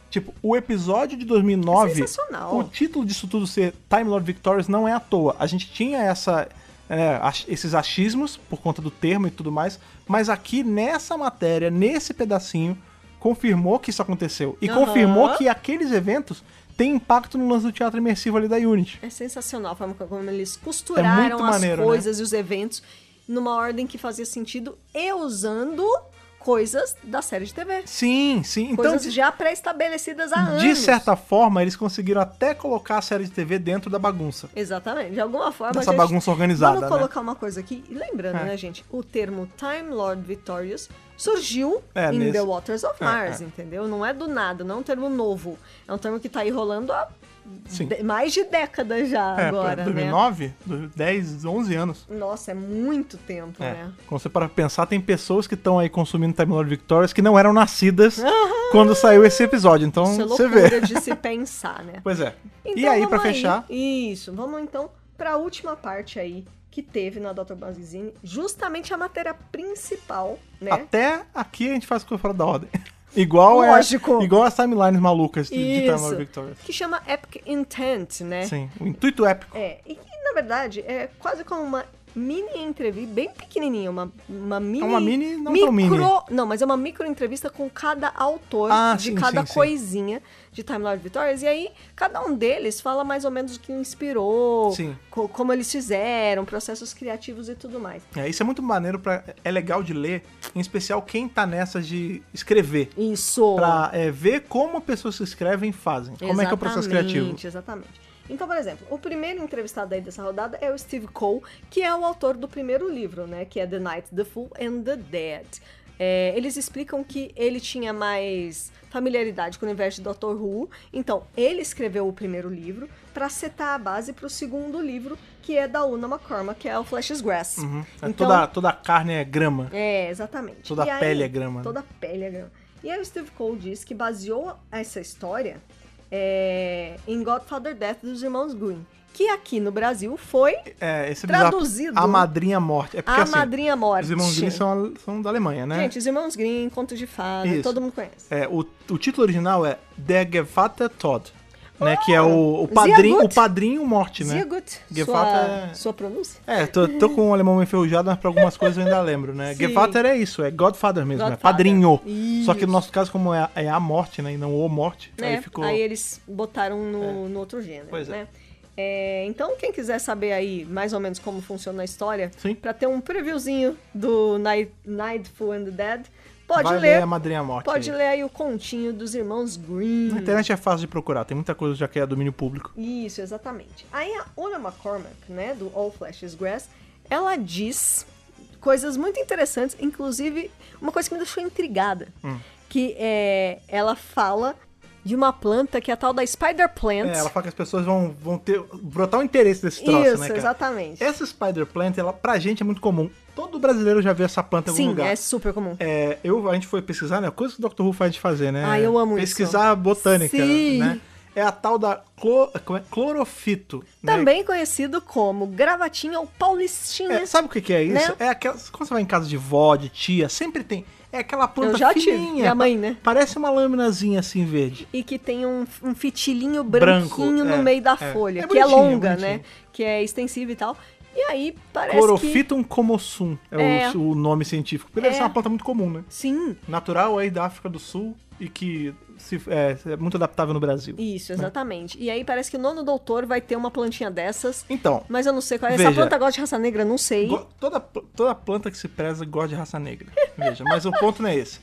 [SPEAKER 1] Tipo, o episódio de 2009,
[SPEAKER 2] É sensacional.
[SPEAKER 1] o título disso tudo ser Time Lord Victorious não é à toa. A gente tinha essa, é, ach- esses achismos por conta do termo e tudo mais, mas aqui nessa matéria, nesse pedacinho, confirmou que isso aconteceu. E
[SPEAKER 2] Aham.
[SPEAKER 1] confirmou que aqueles eventos têm impacto no lance do teatro imersivo ali da Unity.
[SPEAKER 2] É sensacional a forma como eles costuraram
[SPEAKER 1] É muito
[SPEAKER 2] as
[SPEAKER 1] maneiro, né?
[SPEAKER 2] coisas e os eventos numa ordem que fazia sentido e usando coisas da série de TV.
[SPEAKER 1] Sim, sim. Então,
[SPEAKER 2] Coisas já pré-estabelecidas há anos.
[SPEAKER 1] de certa forma, eles conseguiram até colocar a série de TV dentro da bagunça.
[SPEAKER 2] Exatamente. De alguma forma.
[SPEAKER 1] Dessa
[SPEAKER 2] a gente-
[SPEAKER 1] bagunça organizada,
[SPEAKER 2] Vamos
[SPEAKER 1] né?
[SPEAKER 2] colocar uma coisa aqui. E lembrando,
[SPEAKER 1] É.
[SPEAKER 2] né, gente? O termo Time Lord Victorious surgiu
[SPEAKER 1] É,
[SPEAKER 2] em
[SPEAKER 1] nesse-
[SPEAKER 2] The Waters of
[SPEAKER 1] É,
[SPEAKER 2] Mars,
[SPEAKER 1] é.
[SPEAKER 2] entendeu? Não é do nada, não é um termo novo. É um termo que tá aí rolando há
[SPEAKER 1] Sim.
[SPEAKER 2] de- mais de décadas já
[SPEAKER 1] É,
[SPEAKER 2] agora, né?
[SPEAKER 1] 2009, 10, 11 anos.
[SPEAKER 2] Nossa, é muito tempo,
[SPEAKER 1] É.
[SPEAKER 2] né?
[SPEAKER 1] Quando você para pensar, tem pessoas que estão aí consumindo Time Lord Victorious que não eram nascidas quando saiu esse episódio. Então,
[SPEAKER 2] Isso é
[SPEAKER 1] você vê.
[SPEAKER 2] loucura de se pensar, né?
[SPEAKER 1] (laughs) Pois é. e
[SPEAKER 2] Então,
[SPEAKER 1] aí,
[SPEAKER 2] vamos
[SPEAKER 1] pra fechar,
[SPEAKER 2] Isso, vamos então pra última parte aí que teve na Dr. Magazine, justamente a matéria principal, né?
[SPEAKER 1] até aqui a gente faz coisa fora da ordem. (laughs) Igual é-
[SPEAKER 2] Lógico.
[SPEAKER 1] igual as timelines malucas de, de Time Lord
[SPEAKER 2] Isso.
[SPEAKER 1] Victorious.
[SPEAKER 2] Que chama Epic Intent, né?
[SPEAKER 1] Sim, o intuito épico.
[SPEAKER 2] É, e que na verdade é quase como uma mini entrevista, bem pequenininha, uma, uma mini...
[SPEAKER 1] É uma mini, não
[SPEAKER 2] micro,
[SPEAKER 1] tão mini.
[SPEAKER 2] Não, mas é uma micro entrevista com cada autor
[SPEAKER 1] Ah,
[SPEAKER 2] de
[SPEAKER 1] sim,
[SPEAKER 2] cada
[SPEAKER 1] sim, sim.
[SPEAKER 2] coisinha de Time Lord Victorious. E aí, cada um deles fala mais ou menos o que inspirou,
[SPEAKER 1] Sim.
[SPEAKER 2] co- como eles fizeram, processos criativos e tudo mais.
[SPEAKER 1] É, isso é muito maneiro, pra, é legal de ler, em especial quem tá nessa de escrever.
[SPEAKER 2] Isso!
[SPEAKER 1] Pra é, ver como pessoas se escrevem e fazem. Como é que é o processo criativo.
[SPEAKER 2] Exatamente, exatamente. Então, por exemplo, o primeiro entrevistado aí dessa rodada é o Steve Cole, que é o autor do primeiro livro, né? Que é The Night, The Fool and the Dead. É, eles explicam que ele tinha mais familiaridade com o universo de Doctor Who, então ele escreveu o primeiro livro para setar a base para o segundo livro, que é da Una McCormack, que é o Flash's Grass.
[SPEAKER 1] Uhum. É,
[SPEAKER 2] Então-
[SPEAKER 1] toda, toda a carne é grama.
[SPEAKER 2] É, exatamente.
[SPEAKER 1] Toda
[SPEAKER 2] E
[SPEAKER 1] a
[SPEAKER 2] aí-
[SPEAKER 1] pele é grama. né?
[SPEAKER 2] Toda a pele é grama. E aí o Steve Cole diz que baseou essa história é, em Godfather Death dos Irmãos Green, que aqui no Brasil foi
[SPEAKER 1] É, esse
[SPEAKER 2] Traduzido.
[SPEAKER 1] bizarro- A Madrinha Morte. É porque
[SPEAKER 2] A
[SPEAKER 1] assim,
[SPEAKER 2] Madrinha Morte.
[SPEAKER 1] os irmãos Grimm são, são da Alemanha, né?
[SPEAKER 2] Gente, os Irmãos Green, Conto de Fada,
[SPEAKER 1] Isso.
[SPEAKER 2] todo mundo conhece.
[SPEAKER 1] É, o, o título original é Der Gevatter Tod, né? Que é o, o,
[SPEAKER 2] Sehr
[SPEAKER 1] padrinho,
[SPEAKER 2] gut.
[SPEAKER 1] o padrinho morte, né?
[SPEAKER 2] Sehr gut,
[SPEAKER 1] Gevatter
[SPEAKER 2] sua,
[SPEAKER 1] é-
[SPEAKER 2] sua pronúncia?
[SPEAKER 1] É, tô, tô com o alemão enferrujado, mas pra algumas coisas eu ainda lembro, né?
[SPEAKER 2] (laughs) Sim.
[SPEAKER 1] Gevatter é isso, é Godfather mesmo, é
[SPEAKER 2] Godfather.
[SPEAKER 1] padrinho.
[SPEAKER 2] Isso.
[SPEAKER 1] Só que no nosso caso, como é, é a morte, né? E não o morte,
[SPEAKER 2] né?
[SPEAKER 1] aí ficou...
[SPEAKER 2] eles botaram no, no outro gênero,
[SPEAKER 1] Pois é.
[SPEAKER 2] né? É, então, quem quiser saber aí mais ou menos como funciona a história,
[SPEAKER 1] Sim.
[SPEAKER 2] pra ter um previewzinho do Night, Nightful and the Dead, pode
[SPEAKER 1] Vai
[SPEAKER 2] ler.
[SPEAKER 1] a Madrinha Morte.
[SPEAKER 2] Pode
[SPEAKER 1] aí.
[SPEAKER 2] ler aí o continho dos irmãos
[SPEAKER 1] Na
[SPEAKER 2] Green.
[SPEAKER 1] internet é fácil de procurar, tem muita coisa já que é domínio público.
[SPEAKER 2] Isso, exatamente. Aí a Una McCormack, né, do All Flesh is Grass, ela diz coisas muito interessantes, inclusive uma coisa que me deixou intrigada,
[SPEAKER 1] Hum.
[SPEAKER 2] que é, ela fala de uma planta que é a tal da Spider Plant.
[SPEAKER 1] É, ela fala que as pessoas vão, vão ter. brotar o interesse desse troço,
[SPEAKER 2] Isso,
[SPEAKER 1] né, cara?
[SPEAKER 2] exatamente.
[SPEAKER 1] Essa Spider Plant, ela, pra gente é muito comum. Todo brasileiro já viu essa planta em algum
[SPEAKER 2] Sim,
[SPEAKER 1] lugar.
[SPEAKER 2] é super comum.
[SPEAKER 1] É, eu, a gente foi pesquisar, né? Coisa que o Dr. Who faz de fazer, né?
[SPEAKER 2] Ah, eu amo isso.
[SPEAKER 1] Pesquisar botânica,
[SPEAKER 2] Sim.
[SPEAKER 1] né? É a tal da clo- como é? clorofito. né?
[SPEAKER 2] Também conhecido como gravatinha ou paulistinha. Né?
[SPEAKER 1] É, sabe o que, que é isso? É aquelas. Quando você vai em casa de vó, de tia, sempre tem. É aquela planta
[SPEAKER 2] Eu já
[SPEAKER 1] fininha.
[SPEAKER 2] tive, minha mãe, né?
[SPEAKER 1] Parece uma laminazinha assim verde.
[SPEAKER 2] E que tem um, um fitilinho
[SPEAKER 1] Branco,
[SPEAKER 2] branquinho no
[SPEAKER 1] é,
[SPEAKER 2] meio da
[SPEAKER 1] é.
[SPEAKER 2] folha,
[SPEAKER 1] É
[SPEAKER 2] que é
[SPEAKER 1] bonitinho,
[SPEAKER 2] longa,
[SPEAKER 1] é
[SPEAKER 2] né? Que é extensiva e tal. E aí parece que...
[SPEAKER 1] Clorofitum comosum é, o-
[SPEAKER 2] É.
[SPEAKER 1] O, nome científico. Porque deve
[SPEAKER 2] É.
[SPEAKER 1] ser uma planta muito comum, né?
[SPEAKER 2] Sim,
[SPEAKER 1] Natural aí da África do Sul e que se- é, é muito adaptável no Brasil.
[SPEAKER 2] isso, exatamente. E aí parece que o nono doutor vai ter uma plantinha dessas,
[SPEAKER 1] Então,
[SPEAKER 2] mas eu não sei qual é. Essa
[SPEAKER 1] Veja.
[SPEAKER 2] planta gosta de raça negra, não sei.
[SPEAKER 1] Go- toda, pl- toda planta que se preza gosta de raça negra. Veja, mas o ponto não é esse.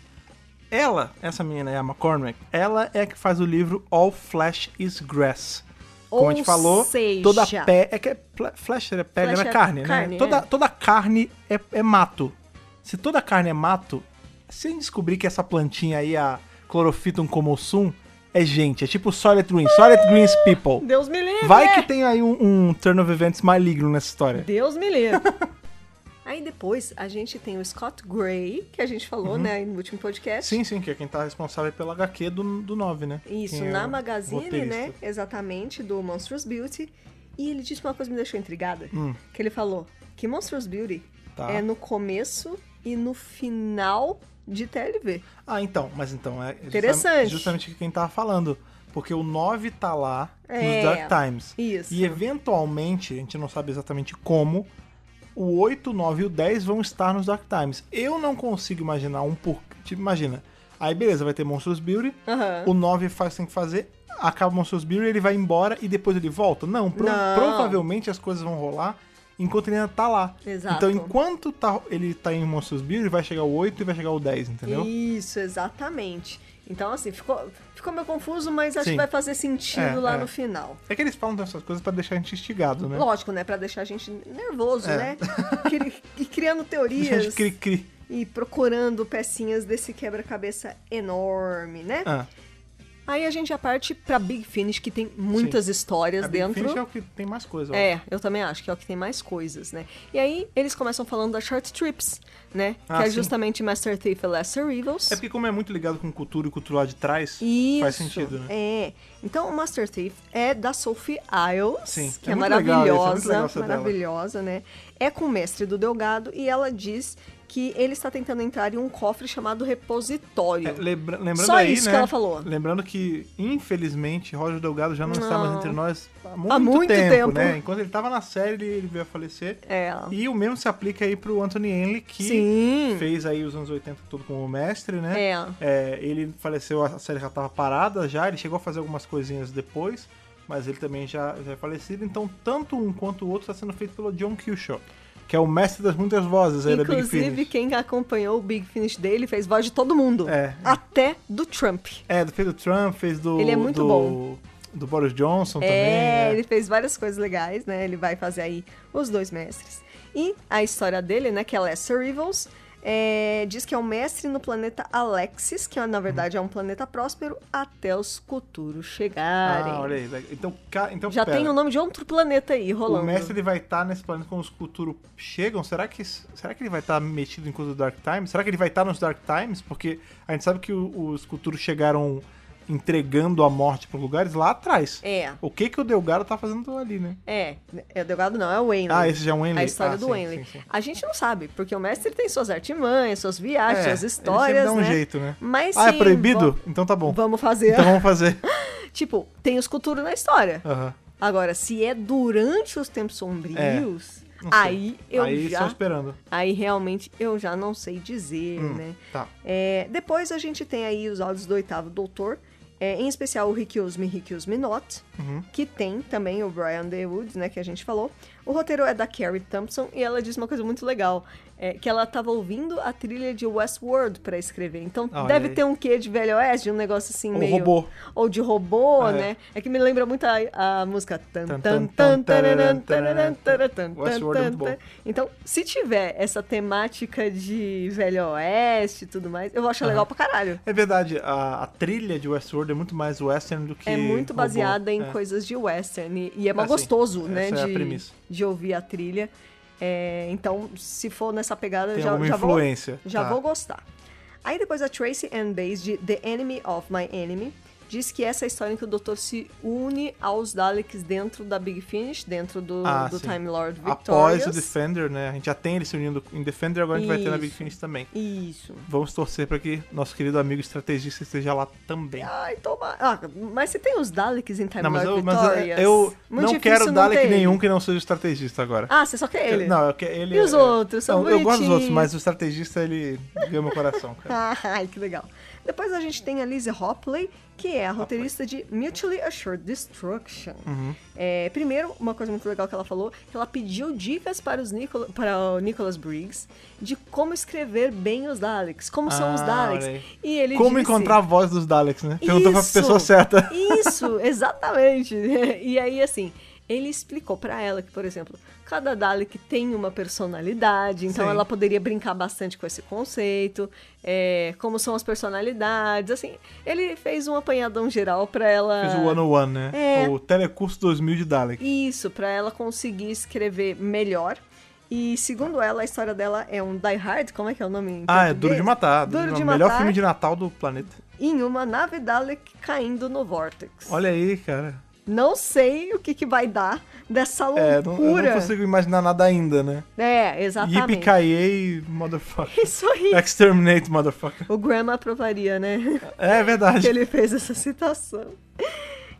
[SPEAKER 1] Ela, essa menina aí, a McCormick, ela é a que faz o livro All Flesh is Grass. Como a gente
[SPEAKER 2] Ou
[SPEAKER 1] falou,
[SPEAKER 2] seja-
[SPEAKER 1] toda pé. É que é, pla- flesh é pele,
[SPEAKER 2] Flesh
[SPEAKER 1] era
[SPEAKER 2] é
[SPEAKER 1] carne,
[SPEAKER 2] carne,
[SPEAKER 1] né? Toda,
[SPEAKER 2] é.
[SPEAKER 1] toda carne é, é mato. Se toda carne é mato, sem descobrir que essa plantinha aí, a Clorophytum comosum, é gente. É tipo Solid Green. Solid Green is
[SPEAKER 2] (laughs)
[SPEAKER 1] people.
[SPEAKER 2] Deus me livre!
[SPEAKER 1] Vai que tem aí um, um turn of events maligno nessa história.
[SPEAKER 2] Deus
[SPEAKER 1] (laughs)
[SPEAKER 2] me livre. Aí depois a gente tem o Scott Gray, que a gente falou, né, no último podcast.
[SPEAKER 1] Uhum. Sim, sim, que é quem tá responsável pelo HQ do, do 9, né?
[SPEAKER 2] Isso,
[SPEAKER 1] Quem é
[SPEAKER 2] na
[SPEAKER 1] o
[SPEAKER 2] Magazine,
[SPEAKER 1] roteirista.
[SPEAKER 2] né? Exatamente, do Monstrous Beauty. E ele disse uma coisa que me deixou intrigada. Que ele falou que Monstrous Beauty
[SPEAKER 1] Hum. Tá.
[SPEAKER 2] é no começo e no final de TLV.
[SPEAKER 1] Ah, então, mas então é. justa-
[SPEAKER 2] Interessante.
[SPEAKER 1] Justamente quem tava falando. Porque o 9 tá lá
[SPEAKER 2] É,
[SPEAKER 1] nos Dark Times.
[SPEAKER 2] isso.
[SPEAKER 1] E eventualmente, a gente não sabe exatamente como, o 8, o 9 e o 10 vão estar nos Dark Times. Eu não consigo imaginar um por. Tipo, imagina. Aí beleza, vai ter Monstros Beauty.
[SPEAKER 2] Aham.
[SPEAKER 1] O 9 faz o que tem que fazer. Acaba o Monstros Beauty, ele vai embora e depois ele volta. Não, pro-
[SPEAKER 2] Não.
[SPEAKER 1] provavelmente as coisas vão rolar enquanto ele ainda tá lá.
[SPEAKER 2] Exato.
[SPEAKER 1] Então, enquanto tá- ele tá em Monstros Beauty, vai chegar o 8 e vai chegar o 10, entendeu?
[SPEAKER 2] Isso, exatamente. Então, assim, ficou, ficou meio confuso, mas acho
[SPEAKER 1] Sim.
[SPEAKER 2] que vai fazer sentido
[SPEAKER 1] É,
[SPEAKER 2] lá
[SPEAKER 1] é.
[SPEAKER 2] no final.
[SPEAKER 1] É que eles falam dessas coisas pra deixar a gente instigado, né?
[SPEAKER 2] Lógico, né? Pra deixar a gente nervoso,
[SPEAKER 1] É.
[SPEAKER 2] né? Cri- E criando
[SPEAKER 1] Deixar (laughs) a
[SPEAKER 2] teorias.
[SPEAKER 1] gente cri-cri.
[SPEAKER 2] E procurando pecinhas desse quebra-cabeça enorme, né?
[SPEAKER 1] Ah,
[SPEAKER 2] Aí a gente já parte pra Big Finish, que tem muitas histórias
[SPEAKER 1] a Big
[SPEAKER 2] dentro.
[SPEAKER 1] Finish é o que tem mais coisa. ó.
[SPEAKER 2] É, eu também acho que é o que tem mais coisas, né? E aí eles começam falando das Short Trips, né?
[SPEAKER 1] Ah,
[SPEAKER 2] que é
[SPEAKER 1] sim.
[SPEAKER 2] justamente Master Thief e Lesser Evils.
[SPEAKER 1] É porque como é muito ligado com cultura e cultura lá de trás,
[SPEAKER 2] Isso.
[SPEAKER 1] faz sentido, né?
[SPEAKER 2] É. Então, o Master Thief é da Sophie Isles,
[SPEAKER 1] Sim,
[SPEAKER 2] que
[SPEAKER 1] é
[SPEAKER 2] é,
[SPEAKER 1] muito legal isso, é muito
[SPEAKER 2] maravilhosa,
[SPEAKER 1] legal essa dela.
[SPEAKER 2] maravilhosa, né? É com o mestre do Delgado e ela diz que ele está tentando entrar em um cofre chamado repositório.
[SPEAKER 1] É, lembra- lembrando
[SPEAKER 2] Só
[SPEAKER 1] aí,
[SPEAKER 2] isso
[SPEAKER 1] né?
[SPEAKER 2] que ela falou.
[SPEAKER 1] Lembrando que, infelizmente, Roger Delgado já não, está mais entre nós há muito,
[SPEAKER 2] muito tempo.
[SPEAKER 1] né? Enquanto ele estava na série, ele, ele veio a falecer.
[SPEAKER 2] É.
[SPEAKER 1] E o mesmo se aplica aí pro Anthony Henley, que
[SPEAKER 2] Sim.
[SPEAKER 1] fez aí os anos 80 todo como mestre, né?
[SPEAKER 2] É.
[SPEAKER 1] ele faleceu, a série já tava parada já, ele chegou a fazer algumas coisinhas depois, mas ele também já, já é falecido. Então, tanto um quanto o outro está sendo feito pelo John Kilshaw, que é o mestre das muitas vozes aí da Big
[SPEAKER 2] Inclusive,
[SPEAKER 1] Finish.
[SPEAKER 2] quem acompanhou o Big Finish dele fez voz de todo mundo.
[SPEAKER 1] É.
[SPEAKER 2] Até do Trump.
[SPEAKER 1] É, do- fez do Trump, fez do.
[SPEAKER 2] Ele é muito
[SPEAKER 1] do,
[SPEAKER 2] bom.
[SPEAKER 1] Do Boris Johnson também.
[SPEAKER 2] é,
[SPEAKER 1] né?
[SPEAKER 2] ele fez várias coisas legais, né? Ele vai fazer aí os dois mestres. E a história dele, né, que é Lesser Evils, é, diz que é um mestre no planeta Alexis, que na verdade é um planeta próspero, até os Culturos chegarem.
[SPEAKER 1] Ah, olha aí. le- Então, ca- então
[SPEAKER 2] Já
[SPEAKER 1] pera.
[SPEAKER 2] tem um o nome de outro planeta aí rolando.
[SPEAKER 1] O mestre ele vai estar nesse planeta quando os Culturo chegam? Será que, será que ele vai estar metido em coisa do Dark Times? Será que ele vai estar nos Dark Times? Porque a gente sabe que o- os Culturo chegaram entregando a morte para lugares lá atrás.
[SPEAKER 2] É.
[SPEAKER 1] O que que o Delgado tá fazendo ali, né?
[SPEAKER 2] É, é o Delgado não, é o Wayne.
[SPEAKER 1] Ah, esse já é o Wenley?
[SPEAKER 2] A história
[SPEAKER 1] Ah,
[SPEAKER 2] do
[SPEAKER 1] sim,
[SPEAKER 2] Wayne.
[SPEAKER 1] sim, sim.
[SPEAKER 2] A gente não sabe, porque o mestre tem suas artimanhas, suas viagens,
[SPEAKER 1] É,
[SPEAKER 2] suas
[SPEAKER 1] ele sempre
[SPEAKER 2] histórias,
[SPEAKER 1] dá um
[SPEAKER 2] né?
[SPEAKER 1] jeito, né?
[SPEAKER 2] Mas
[SPEAKER 1] ah, é
[SPEAKER 2] sim,
[SPEAKER 1] proibido?
[SPEAKER 2] vam-
[SPEAKER 1] Então tá bom.
[SPEAKER 2] Vamos fazer.
[SPEAKER 1] Então vamos fazer.
[SPEAKER 2] (laughs)
[SPEAKER 1] (laughs)
[SPEAKER 2] Tipo, tem os culturos na história.
[SPEAKER 1] Aham.
[SPEAKER 2] Agora, se é durante os tempos sombrios,
[SPEAKER 1] É, Não sei.
[SPEAKER 2] aí eu
[SPEAKER 1] Aí
[SPEAKER 2] já.
[SPEAKER 1] só esperando.
[SPEAKER 2] Aí realmente eu já não sei dizer,
[SPEAKER 1] Uhum. Hum,
[SPEAKER 2] né?
[SPEAKER 1] Tá.
[SPEAKER 2] É, depois a gente tem aí os áudios do oitavo doutor, é, em especial o Rikyusmi Rikyusmi Not,
[SPEAKER 1] Uhum.
[SPEAKER 2] que tem também o Brian Daywood, né, que a gente falou. O roteiro é da Carrie Thompson e ela diz uma coisa muito legal, é, que ela estava ouvindo a trilha de Westworld para escrever. Então
[SPEAKER 1] Olha
[SPEAKER 2] deve
[SPEAKER 1] aí.
[SPEAKER 2] ter um quê de Velho Oeste, um negócio assim
[SPEAKER 1] Ou
[SPEAKER 2] meio...
[SPEAKER 1] robô.
[SPEAKER 2] Ou de robô,
[SPEAKER 1] Ah, é.
[SPEAKER 2] né? É que me lembra muito a, a música... tan,
[SPEAKER 1] Tan,
[SPEAKER 2] tan,
[SPEAKER 1] tan,
[SPEAKER 2] tan,
[SPEAKER 1] tararan,
[SPEAKER 2] tararan, tararan, tararan,
[SPEAKER 1] Westworld é
[SPEAKER 2] tan,
[SPEAKER 1] muito bom.
[SPEAKER 2] tan. Então, se tiver essa temática de Velho Oeste e tudo mais, eu acho legal pra caralho.
[SPEAKER 1] É verdade, a, a trilha de Westworld é muito mais western do que.
[SPEAKER 2] é muito
[SPEAKER 1] robô.
[SPEAKER 2] baseada em
[SPEAKER 1] É.
[SPEAKER 2] coisas de western. E, e é mais
[SPEAKER 1] Ah, sim.
[SPEAKER 2] gostoso, né?
[SPEAKER 1] Essa é a
[SPEAKER 2] de,
[SPEAKER 1] premissa.
[SPEAKER 2] de ouvir a trilha. É, então, se for nessa pegada,
[SPEAKER 1] Tem
[SPEAKER 2] já,
[SPEAKER 1] alguma
[SPEAKER 2] já vou-
[SPEAKER 1] influência,
[SPEAKER 2] já
[SPEAKER 1] tá.
[SPEAKER 2] vou gostar. Aí depois a Tracy and Days de The Enemy of My Enemy, diz que essa é a história em que o Doutor se une aos Daleks dentro da Big Finish, dentro do,
[SPEAKER 1] Ah,
[SPEAKER 2] do
[SPEAKER 1] sim.
[SPEAKER 2] Time Lord Victorious.
[SPEAKER 1] Após o Defender, né? A gente já tem ele se unindo em Defender, agora a gente vai ter na
[SPEAKER 2] Isso.
[SPEAKER 1] Big Finish também.
[SPEAKER 2] Isso.
[SPEAKER 1] Vamos torcer pra que nosso querido amigo estrategista esteja lá também.
[SPEAKER 2] Ai, toma. Ah, mas você tem os Daleks em Time
[SPEAKER 1] Não, mas
[SPEAKER 2] Lord
[SPEAKER 1] eu, mas eu-
[SPEAKER 2] Victorious.
[SPEAKER 1] eu
[SPEAKER 2] Muito
[SPEAKER 1] não
[SPEAKER 2] difícil
[SPEAKER 1] quero
[SPEAKER 2] não
[SPEAKER 1] Dalek
[SPEAKER 2] ter ele.
[SPEAKER 1] nenhum que não seja o estrategista agora.
[SPEAKER 2] Ah, você só quer ele?
[SPEAKER 1] Eu- Não, eu que- ele.
[SPEAKER 2] E os
[SPEAKER 1] é-
[SPEAKER 2] outros? São
[SPEAKER 1] não, Eu gosto dos outros,
[SPEAKER 2] bonitinhos. Ah,
[SPEAKER 1] mas o estrategista ele ganha meu coração, cara.
[SPEAKER 2] (laughs) Ai, que legal. Depois a gente tem a Lizzie Hopley, que é a roteirista de Mutually Assured Destruction.
[SPEAKER 1] Uhum.
[SPEAKER 2] É, primeiro, uma coisa muito legal que ela falou, que ela pediu dicas para, os Nicol para o Nicholas Briggs de como escrever bem os Daleks, como são os
[SPEAKER 1] Ah,
[SPEAKER 2] Daleks.
[SPEAKER 1] olha aí.
[SPEAKER 2] E ele
[SPEAKER 1] Como
[SPEAKER 2] disse-
[SPEAKER 1] encontrar a voz dos Daleks, né? Perguntou pra
[SPEAKER 2] Isso!
[SPEAKER 1] pessoa certa.
[SPEAKER 2] Isso, exatamente. (laughs) E aí, assim, ele explicou pra ela que, por exemplo, cada Dalek tem uma personalidade, então
[SPEAKER 1] Sim.
[SPEAKER 2] ela poderia brincar bastante com esse conceito, é, como são as personalidades, assim. Ele fez um apanhadão geral pra ela.
[SPEAKER 1] Fez o 101, né?
[SPEAKER 2] Ah, É.
[SPEAKER 1] O Telecurso 2000 de Dalek.
[SPEAKER 2] Isso, pra ela conseguir escrever melhor. E segundo ela, a história dela é um Die Hard, como é que é o nome? em
[SPEAKER 1] Ah, é
[SPEAKER 2] português?
[SPEAKER 1] Duro de Matar. é né?
[SPEAKER 2] Duro de
[SPEAKER 1] o melhor
[SPEAKER 2] Matar.
[SPEAKER 1] filme de Natal do planeta.
[SPEAKER 2] Em uma nave Dalek caindo no Vortex.
[SPEAKER 1] Olha aí, cara.
[SPEAKER 2] Não sei o que, que vai dar dessa
[SPEAKER 1] É, não, eu
[SPEAKER 2] loucura.
[SPEAKER 1] não consigo imaginar nada ainda, né?
[SPEAKER 2] É, exatamente.
[SPEAKER 1] Yippee-ki-yay, motherfucker.
[SPEAKER 2] (laughs)
[SPEAKER 1] (laughs)
[SPEAKER 2] Isso aí.
[SPEAKER 1] Exterminate, motherfucker.
[SPEAKER 2] O Graham aprovaria, né? (laughs)
[SPEAKER 1] É
[SPEAKER 2] que
[SPEAKER 1] verdade.
[SPEAKER 2] ele fez essa citação.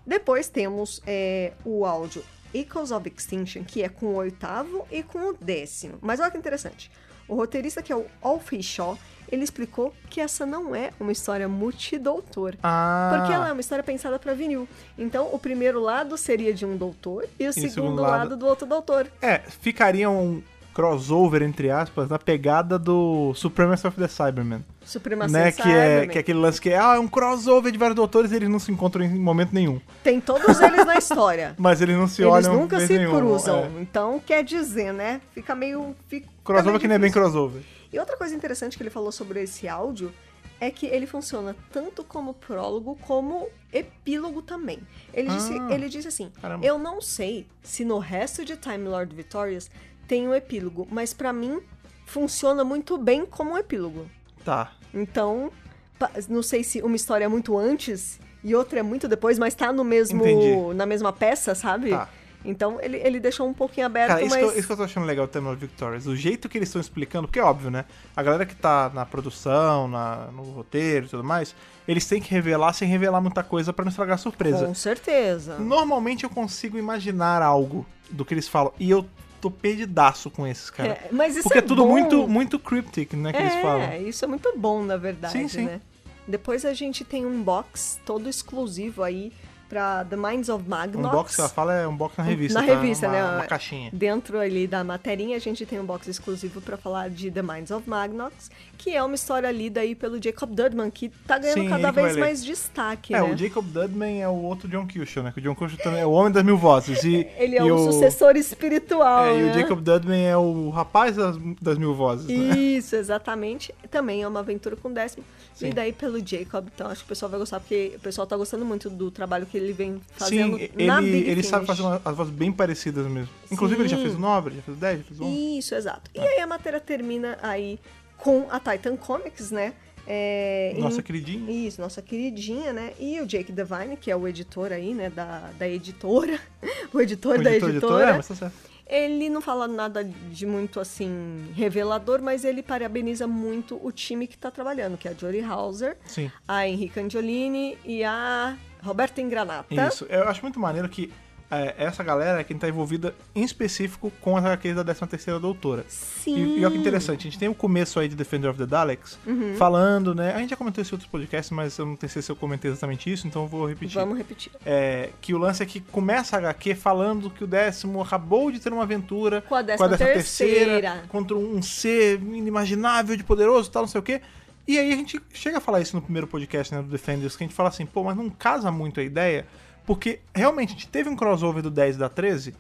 [SPEAKER 2] Depois temos é, o áudio Echoes of Extinction, que é com o oitavo e com o décimo. Mas olha que interessante. O roteirista, que é o Alfie Shaw, ele explicou que essa não é uma história multidoutor.
[SPEAKER 1] Ah,
[SPEAKER 2] Porque ela é uma história pensada para vinil. Então, o primeiro lado seria de um doutor e o segundo, lado...
[SPEAKER 1] lado
[SPEAKER 2] do outro doutor.
[SPEAKER 1] é, ficaria um crossover, entre aspas, na pegada do Supremacy of the Cybermen.
[SPEAKER 2] Supremacia
[SPEAKER 1] né? Que é,
[SPEAKER 2] Cybermen.
[SPEAKER 1] que é aquele lance que é, ah, é um crossover de vários doutores e eles não se encontram em momento nenhum.
[SPEAKER 2] Tem todos eles na história.
[SPEAKER 1] Mas eles não é- (laughs) se
[SPEAKER 2] Eles
[SPEAKER 1] olham.
[SPEAKER 2] nunca
[SPEAKER 1] vez
[SPEAKER 2] se
[SPEAKER 1] nenhuma,
[SPEAKER 2] cruzam.
[SPEAKER 1] é.
[SPEAKER 2] Então, quer dizer, né? Fica meio. Fica
[SPEAKER 1] Crossover
[SPEAKER 2] meio
[SPEAKER 1] que não é bem
[SPEAKER 2] difícil.
[SPEAKER 1] crossover.
[SPEAKER 2] E outra coisa interessante que ele falou sobre esse áudio é que ele funciona tanto como prólogo como epílogo também. Ele,
[SPEAKER 1] Ah.
[SPEAKER 2] disse, ele disse assim:
[SPEAKER 1] Caramba.
[SPEAKER 2] Eu não sei se no resto de Time Lord Victorious tem um epílogo, mas pra mim funciona muito bem como um epílogo.
[SPEAKER 1] Tá.
[SPEAKER 2] Então, pa- não sei se uma história é muito antes e outra é muito depois, mas tá no mesmo
[SPEAKER 1] Entendi.
[SPEAKER 2] na mesma peça, sabe?
[SPEAKER 1] Tá.
[SPEAKER 2] Então ele, ele deixou um pouquinho aberto,
[SPEAKER 1] Cara, isso,
[SPEAKER 2] mas
[SPEAKER 1] que eu, isso que eu tô achando legal do Terminal Victorious. O jeito que eles estão explicando, porque é óbvio, né? A galera que tá na produção, na- no roteiro e tudo mais, eles têm que revelar sem revelar muita coisa pra não estragar a surpresa.
[SPEAKER 2] com certeza.
[SPEAKER 1] Hum, Normalmente eu consigo imaginar algo do que eles falam. E eu tô perdidaço com esses, cara.
[SPEAKER 2] É, mas isso
[SPEAKER 1] Porque é
[SPEAKER 2] é
[SPEAKER 1] tudo
[SPEAKER 2] bom.
[SPEAKER 1] muito, muito cryptic, né? Que eles falam.
[SPEAKER 2] É, isso é muito bom, na verdade,
[SPEAKER 1] Sim, sim.
[SPEAKER 2] né? Depois a gente tem um box todo exclusivo aí pra The Minds of
[SPEAKER 1] Um
[SPEAKER 2] Magnox.
[SPEAKER 1] box que ela fala é um box na revista.
[SPEAKER 2] Na
[SPEAKER 1] tá?
[SPEAKER 2] revista,
[SPEAKER 1] Uma-
[SPEAKER 2] né?
[SPEAKER 1] Uma caixinha.
[SPEAKER 2] Dentro ali da materinha, a gente tem um box exclusivo pra falar de The Minds of Magnox, que é uma história lida aí pelo Jacob Dudman, que tá ganhando
[SPEAKER 1] Sim, ele
[SPEAKER 2] cada
[SPEAKER 1] que vai
[SPEAKER 2] vez
[SPEAKER 1] ler.
[SPEAKER 2] mais destaque,
[SPEAKER 1] É,
[SPEAKER 2] né?
[SPEAKER 1] o Jacob Dudman é o outro John Cushel, né? Que o John Cushel também é o homem das mil vozes. E,
[SPEAKER 2] Ele é
[SPEAKER 1] e
[SPEAKER 2] um
[SPEAKER 1] o-
[SPEAKER 2] sucessor espiritual,
[SPEAKER 1] É, e
[SPEAKER 2] né?
[SPEAKER 1] o Jacob Dudman é o rapaz das, das mil vozes, né?
[SPEAKER 2] Isso, exatamente. Também é uma aventura com décimo.
[SPEAKER 1] Sim.
[SPEAKER 2] E daí pelo Jacob, então acho que o pessoal vai gostar, porque o pessoal tá gostando muito do trabalho que ele vem fazendo
[SPEAKER 1] Sim,
[SPEAKER 2] na
[SPEAKER 1] ele,
[SPEAKER 2] Big
[SPEAKER 1] ele sabe
[SPEAKER 2] Finish.
[SPEAKER 1] fazer uma- as vozes bem parecidas mesmo. Inclusive, ele já
[SPEAKER 2] Sim.
[SPEAKER 1] fez o 9, ele já fez o 10, já fez o 11.
[SPEAKER 2] Isso, exato.
[SPEAKER 1] É.
[SPEAKER 2] E aí a matéria termina aí com a Titan Comics, né? É,
[SPEAKER 1] Nossa
[SPEAKER 2] em-
[SPEAKER 1] queridinha.
[SPEAKER 2] Isso, nossa queridinha, né? E o Jake Devine, que é o editor aí, né? Da, da editora. (laughs) o editor
[SPEAKER 1] O
[SPEAKER 2] da
[SPEAKER 1] editor,
[SPEAKER 2] editora.
[SPEAKER 1] editor, é, mas tá certo.
[SPEAKER 2] Ele não fala nada de muito assim revelador, mas ele parabeniza muito o time que tá trabalhando, que é a Jodie Hauser,
[SPEAKER 1] Sim.
[SPEAKER 2] a Henrique Angiolini e a Roberta Ingranata.
[SPEAKER 1] Isso. Eu acho muito maneiro que é, essa galera é quem tá envolvida em específico com as HQs da 13 terceira doutora.
[SPEAKER 2] Sim. Uhum.
[SPEAKER 1] E, e olha que interessante, a gente tem o começo aí de Defender of the Daleks, falando, né? A gente já comentou isso em outros podcasts, mas eu não sei se eu comentei exatamente isso, então eu vou repetir.
[SPEAKER 2] Vamos repetir.
[SPEAKER 1] É, que o lance é que começa a HQ falando que o décimo acabou de ter uma aventura
[SPEAKER 2] Com a décima terceira.
[SPEAKER 1] contra um ser inimaginável de poderoso e tal, não sei o quê. E aí a gente chega a falar isso no primeiro podcast né, do Defenders, que a gente fala assim, pô, mas não casa muito a ideia, porque realmente a gente teve um crossover do 10 e da 13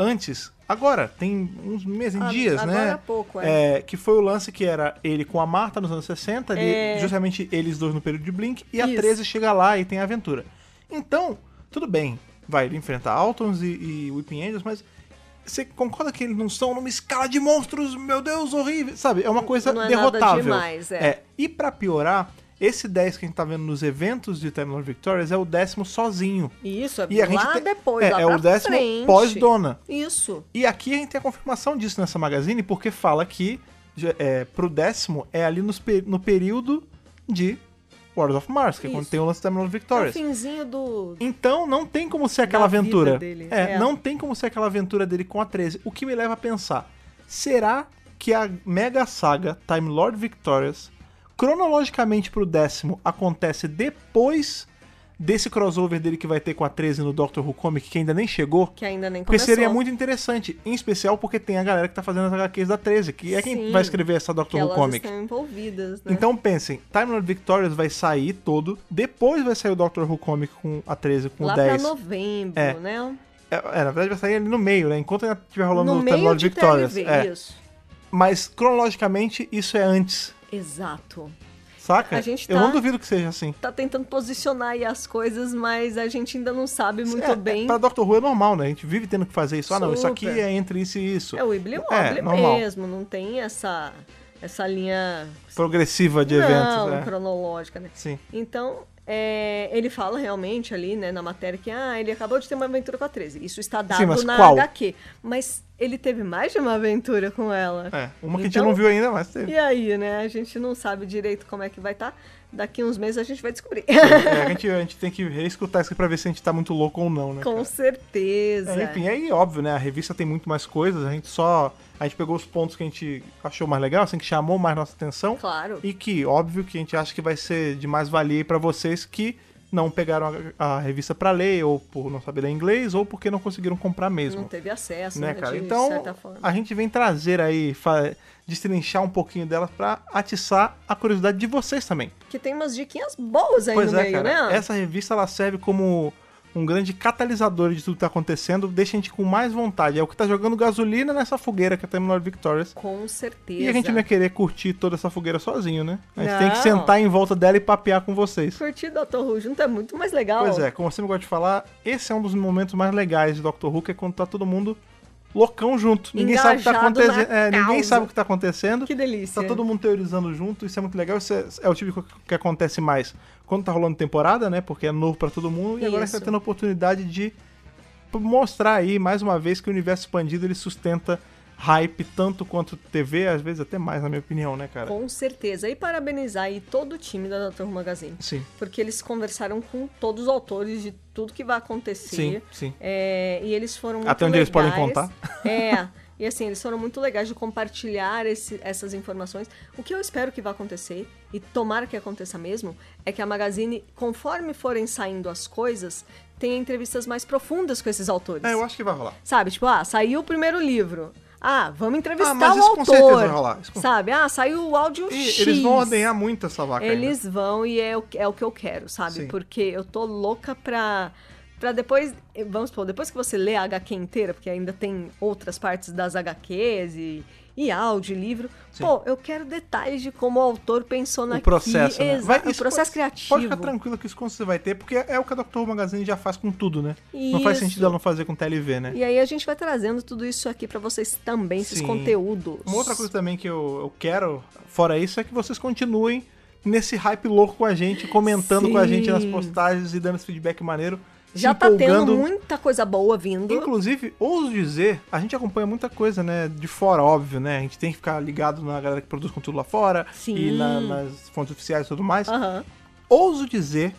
[SPEAKER 1] antes, agora, tem uns meses, em
[SPEAKER 2] Ah,
[SPEAKER 1] dias,
[SPEAKER 2] agora
[SPEAKER 1] né?
[SPEAKER 2] há pouco, é.
[SPEAKER 1] é. Que foi o lance que era ele com a Marta nos anos 60, ali, justamente eles dois no período de Blink, e a
[SPEAKER 2] É. Isso.
[SPEAKER 1] 13 chega lá e tem a aventura. Então, tudo bem, vai ele enfrentar Altons e, e Weeping Angels, mas você concorda que eles não são numa escala de monstros, meu Deus, horrível, sabe? É uma coisa
[SPEAKER 2] Não é nada
[SPEAKER 1] derrotável.
[SPEAKER 2] demais, é.
[SPEAKER 1] E pra piorar, Esse 10 que a gente tá vendo nos eventos de Time Lord Victorious é o décimo sozinho.
[SPEAKER 2] Isso, é
[SPEAKER 1] E a gente
[SPEAKER 2] lá
[SPEAKER 1] tem-
[SPEAKER 2] depois,
[SPEAKER 1] é,
[SPEAKER 2] lá
[SPEAKER 1] é
[SPEAKER 2] pra
[SPEAKER 1] o décimo
[SPEAKER 2] frente.
[SPEAKER 1] pós-dona.
[SPEAKER 2] Isso.
[SPEAKER 1] E aqui a gente tem a confirmação disso nessa magazine, porque fala que já- é, pro décimo é ali nos pe- no período de Wars of Mars, que é quando
[SPEAKER 2] Isso.
[SPEAKER 1] tem o lance da Melon
[SPEAKER 2] É o
[SPEAKER 1] Victorious.
[SPEAKER 2] finzinho do...
[SPEAKER 1] Então não tem como ser aquela
[SPEAKER 2] Da vida
[SPEAKER 1] aventura.
[SPEAKER 2] dele,
[SPEAKER 1] É,
[SPEAKER 2] é.
[SPEAKER 1] não tem como ser aquela aventura dele com a 13. O que me leva a pensar: será que a mega saga Time Lord Victorious, cronologicamente pro décimo, acontece depois desse crossover dele que vai ter com a 13 no Doctor Who Comic, que ainda nem chegou?
[SPEAKER 2] Que ainda nem
[SPEAKER 1] Porque
[SPEAKER 2] começou.
[SPEAKER 1] seria muito interessante, em especial porque tem a galera que tá fazendo as HQs da 13, que é quem
[SPEAKER 2] Sim.
[SPEAKER 1] vai escrever essa
[SPEAKER 2] Que
[SPEAKER 1] Doctor Who
[SPEAKER 2] elas
[SPEAKER 1] Comic.
[SPEAKER 2] estão envolvidas, né?
[SPEAKER 1] Então pensem, Time Lord Victorious vai sair todo, depois vai sair o Doctor Who Comic com a 13, com
[SPEAKER 2] lá
[SPEAKER 1] o 10.
[SPEAKER 2] pra novembro,
[SPEAKER 1] É.
[SPEAKER 2] né?
[SPEAKER 1] É, é, na verdade vai sair ali no meio, né? Enquanto ainda estiver rolando
[SPEAKER 2] no
[SPEAKER 1] o Time
[SPEAKER 2] meio
[SPEAKER 1] Lord
[SPEAKER 2] de
[SPEAKER 1] Victorious.
[SPEAKER 2] TLV,
[SPEAKER 1] é.
[SPEAKER 2] isso.
[SPEAKER 1] Mas cronologicamente isso é antes,
[SPEAKER 2] Exato.
[SPEAKER 1] saca?
[SPEAKER 2] A gente
[SPEAKER 1] Eu
[SPEAKER 2] tá-
[SPEAKER 1] não duvido que seja assim.
[SPEAKER 2] Tá tentando posicionar aí as coisas, mas a gente ainda não sabe muito
[SPEAKER 1] É, é,
[SPEAKER 2] bem.
[SPEAKER 1] pra Doctor Who é normal, né? A gente vive tendo que fazer isso. Ah, não, isso aqui
[SPEAKER 2] Super.
[SPEAKER 1] é entre isso e isso.
[SPEAKER 2] É o Wibbly
[SPEAKER 1] É,
[SPEAKER 2] Wobbly
[SPEAKER 1] normal.
[SPEAKER 2] mesmo, não tem essa, essa linha
[SPEAKER 1] Progressiva de
[SPEAKER 2] não,
[SPEAKER 1] eventos. É.
[SPEAKER 2] cronológica, né?
[SPEAKER 1] Sim.
[SPEAKER 2] Então, é, ele fala realmente ali, né, na matéria que ah, ele acabou de ter uma aventura com a 13. Isso está dado
[SPEAKER 1] mas
[SPEAKER 2] na
[SPEAKER 1] qual?
[SPEAKER 2] HQ. Mas ele teve mais de uma aventura com ela.
[SPEAKER 1] É, uma que a gente
[SPEAKER 2] Então,
[SPEAKER 1] não viu ainda, mas teve.
[SPEAKER 2] (laughs) E aí, né? A gente não sabe direito como é que vai estar. Daqui uns meses a gente vai descobrir.
[SPEAKER 1] É, a, gente, a gente tem que reescutar isso aqui pra ver se a gente tá muito louco ou não, né?
[SPEAKER 2] (laughs) Com
[SPEAKER 1] cara?
[SPEAKER 2] certeza.
[SPEAKER 1] É, enfim, aí óbvio, né? A revista tem muito mais coisas, a gente só. A gente pegou os pontos que a gente achou mais legal, assim, que chamou mais nossa atenção.
[SPEAKER 2] Claro.
[SPEAKER 1] E que, óbvio, que a gente acha que vai ser de mais valia aí pra vocês que não pegaram a, a revista pra ler, ou por não saber ler inglês, ou porque não conseguiram comprar mesmo.
[SPEAKER 2] Não teve acesso,
[SPEAKER 1] né,
[SPEAKER 2] né,
[SPEAKER 1] cara?
[SPEAKER 2] De
[SPEAKER 1] Então,
[SPEAKER 2] certa forma.
[SPEAKER 1] a gente vem trazer aí, fa- destrinchar um pouquinho delas pra atiçar a curiosidade de vocês também.
[SPEAKER 2] Que tem umas diquinhas boas aí
[SPEAKER 1] Pois
[SPEAKER 2] no
[SPEAKER 1] é,
[SPEAKER 2] meio,
[SPEAKER 1] cara.
[SPEAKER 2] né?
[SPEAKER 1] Essa revista ela serve como um grande catalisador de tudo que tá acontecendo, deixa a gente com mais vontade. É o que tá jogando gasolina nessa fogueira que é a Terminal Victorious.
[SPEAKER 2] Com certeza.
[SPEAKER 1] E a gente não ia querer curtir toda essa fogueira sozinho, né? A gente
[SPEAKER 2] Não.
[SPEAKER 1] tem que sentar em volta dela e papear com vocês.
[SPEAKER 2] Curtir Dr. Who junto é muito mais legal.
[SPEAKER 1] Pois é, como eu sempre gosto de falar, esse é um dos momentos mais legais de Doctor Who, que é quando tá todo mundo loucão junto. Ninguém sabe o que tá
[SPEAKER 2] Engajado na
[SPEAKER 1] acontecendo. É, ninguém
[SPEAKER 2] causa.
[SPEAKER 1] sabe o que tá acontecendo.
[SPEAKER 2] Que delícia.
[SPEAKER 1] Tá todo mundo teorizando junto, isso é muito legal. Isso é, é o tipo que- que acontece mais quando tá rolando temporada, né? Porque é novo pra todo mundo. E agora
[SPEAKER 2] Isso.
[SPEAKER 1] você tá tendo a oportunidade de p- mostrar aí, mais uma vez, que o universo expandido ele sustenta hype tanto quanto TV, às vezes até mais, na minha opinião, né, cara?
[SPEAKER 2] Com certeza. E parabenizar aí todo o time da Dr. Who Magazine.
[SPEAKER 1] Sim,
[SPEAKER 2] Porque eles conversaram com todos os autores de tudo que vai acontecer.
[SPEAKER 1] sim, sim.
[SPEAKER 2] É, e eles foram muito
[SPEAKER 1] Até onde eles podem
[SPEAKER 2] legais.
[SPEAKER 1] contar.
[SPEAKER 2] (laughs) É. E assim, eles foram muito legais de compartilhar esse- essas informações. O que eu espero que vá acontecer, e tomara que aconteça mesmo, é que a Magazine, conforme forem saindo as coisas, tenha entrevistas mais profundas com esses autores.
[SPEAKER 1] É, eu acho que vai rolar.
[SPEAKER 2] Sabe, tipo, ah, saiu o primeiro livro. Ah, vamos entrevistar
[SPEAKER 1] Ah, mas
[SPEAKER 2] o
[SPEAKER 1] isso com
[SPEAKER 2] autor.
[SPEAKER 1] certeza vai rolar. Isso com-
[SPEAKER 2] Sabe? Ah, saiu o áudio
[SPEAKER 1] E
[SPEAKER 2] X.
[SPEAKER 1] eles vão ordenhar muito essa vaca ainda.
[SPEAKER 2] Eles vão e é o, é o que eu quero, sabe?
[SPEAKER 1] Sim.
[SPEAKER 2] Porque eu tô louca pra. Pra depois, vamos supor, depois que você lê a HQ inteira, porque ainda tem outras partes das HQs e, e áudio, e livro,
[SPEAKER 1] Sim.
[SPEAKER 2] pô, eu quero detalhes de como o autor pensou
[SPEAKER 1] O
[SPEAKER 2] naquilo.
[SPEAKER 1] processo, né?
[SPEAKER 2] Exato, o
[SPEAKER 1] isso pode-
[SPEAKER 2] processo criativo.
[SPEAKER 1] Pode ficar tranquilo que isso com você vai ter, porque é o que a Dr. Who Magazine já faz com tudo, né? Não faz
[SPEAKER 2] Isso.
[SPEAKER 1] sentido ela não fazer com TLV, né?
[SPEAKER 2] E aí a gente vai trazendo tudo isso aqui pra vocês também, esses
[SPEAKER 1] Sim.
[SPEAKER 2] conteúdos.
[SPEAKER 1] Uma outra coisa também que eu, eu quero, fora isso, é que vocês continuem nesse hype louco com a gente, comentando com a
[SPEAKER 2] Sim.
[SPEAKER 1] gente nas postagens e dando esse feedback maneiro. se
[SPEAKER 2] Já tá tendo
[SPEAKER 1] empolgando.
[SPEAKER 2] muita coisa boa vindo.
[SPEAKER 1] Inclusive, ouso dizer, a gente acompanha muita coisa, né? De fora, óbvio, né? A gente tem que ficar ligado na galera que produz conteúdo lá fora
[SPEAKER 2] Sim. Ah.
[SPEAKER 1] e na- nas fontes oficiais e tudo mais.
[SPEAKER 2] Aham.
[SPEAKER 1] Ouso dizer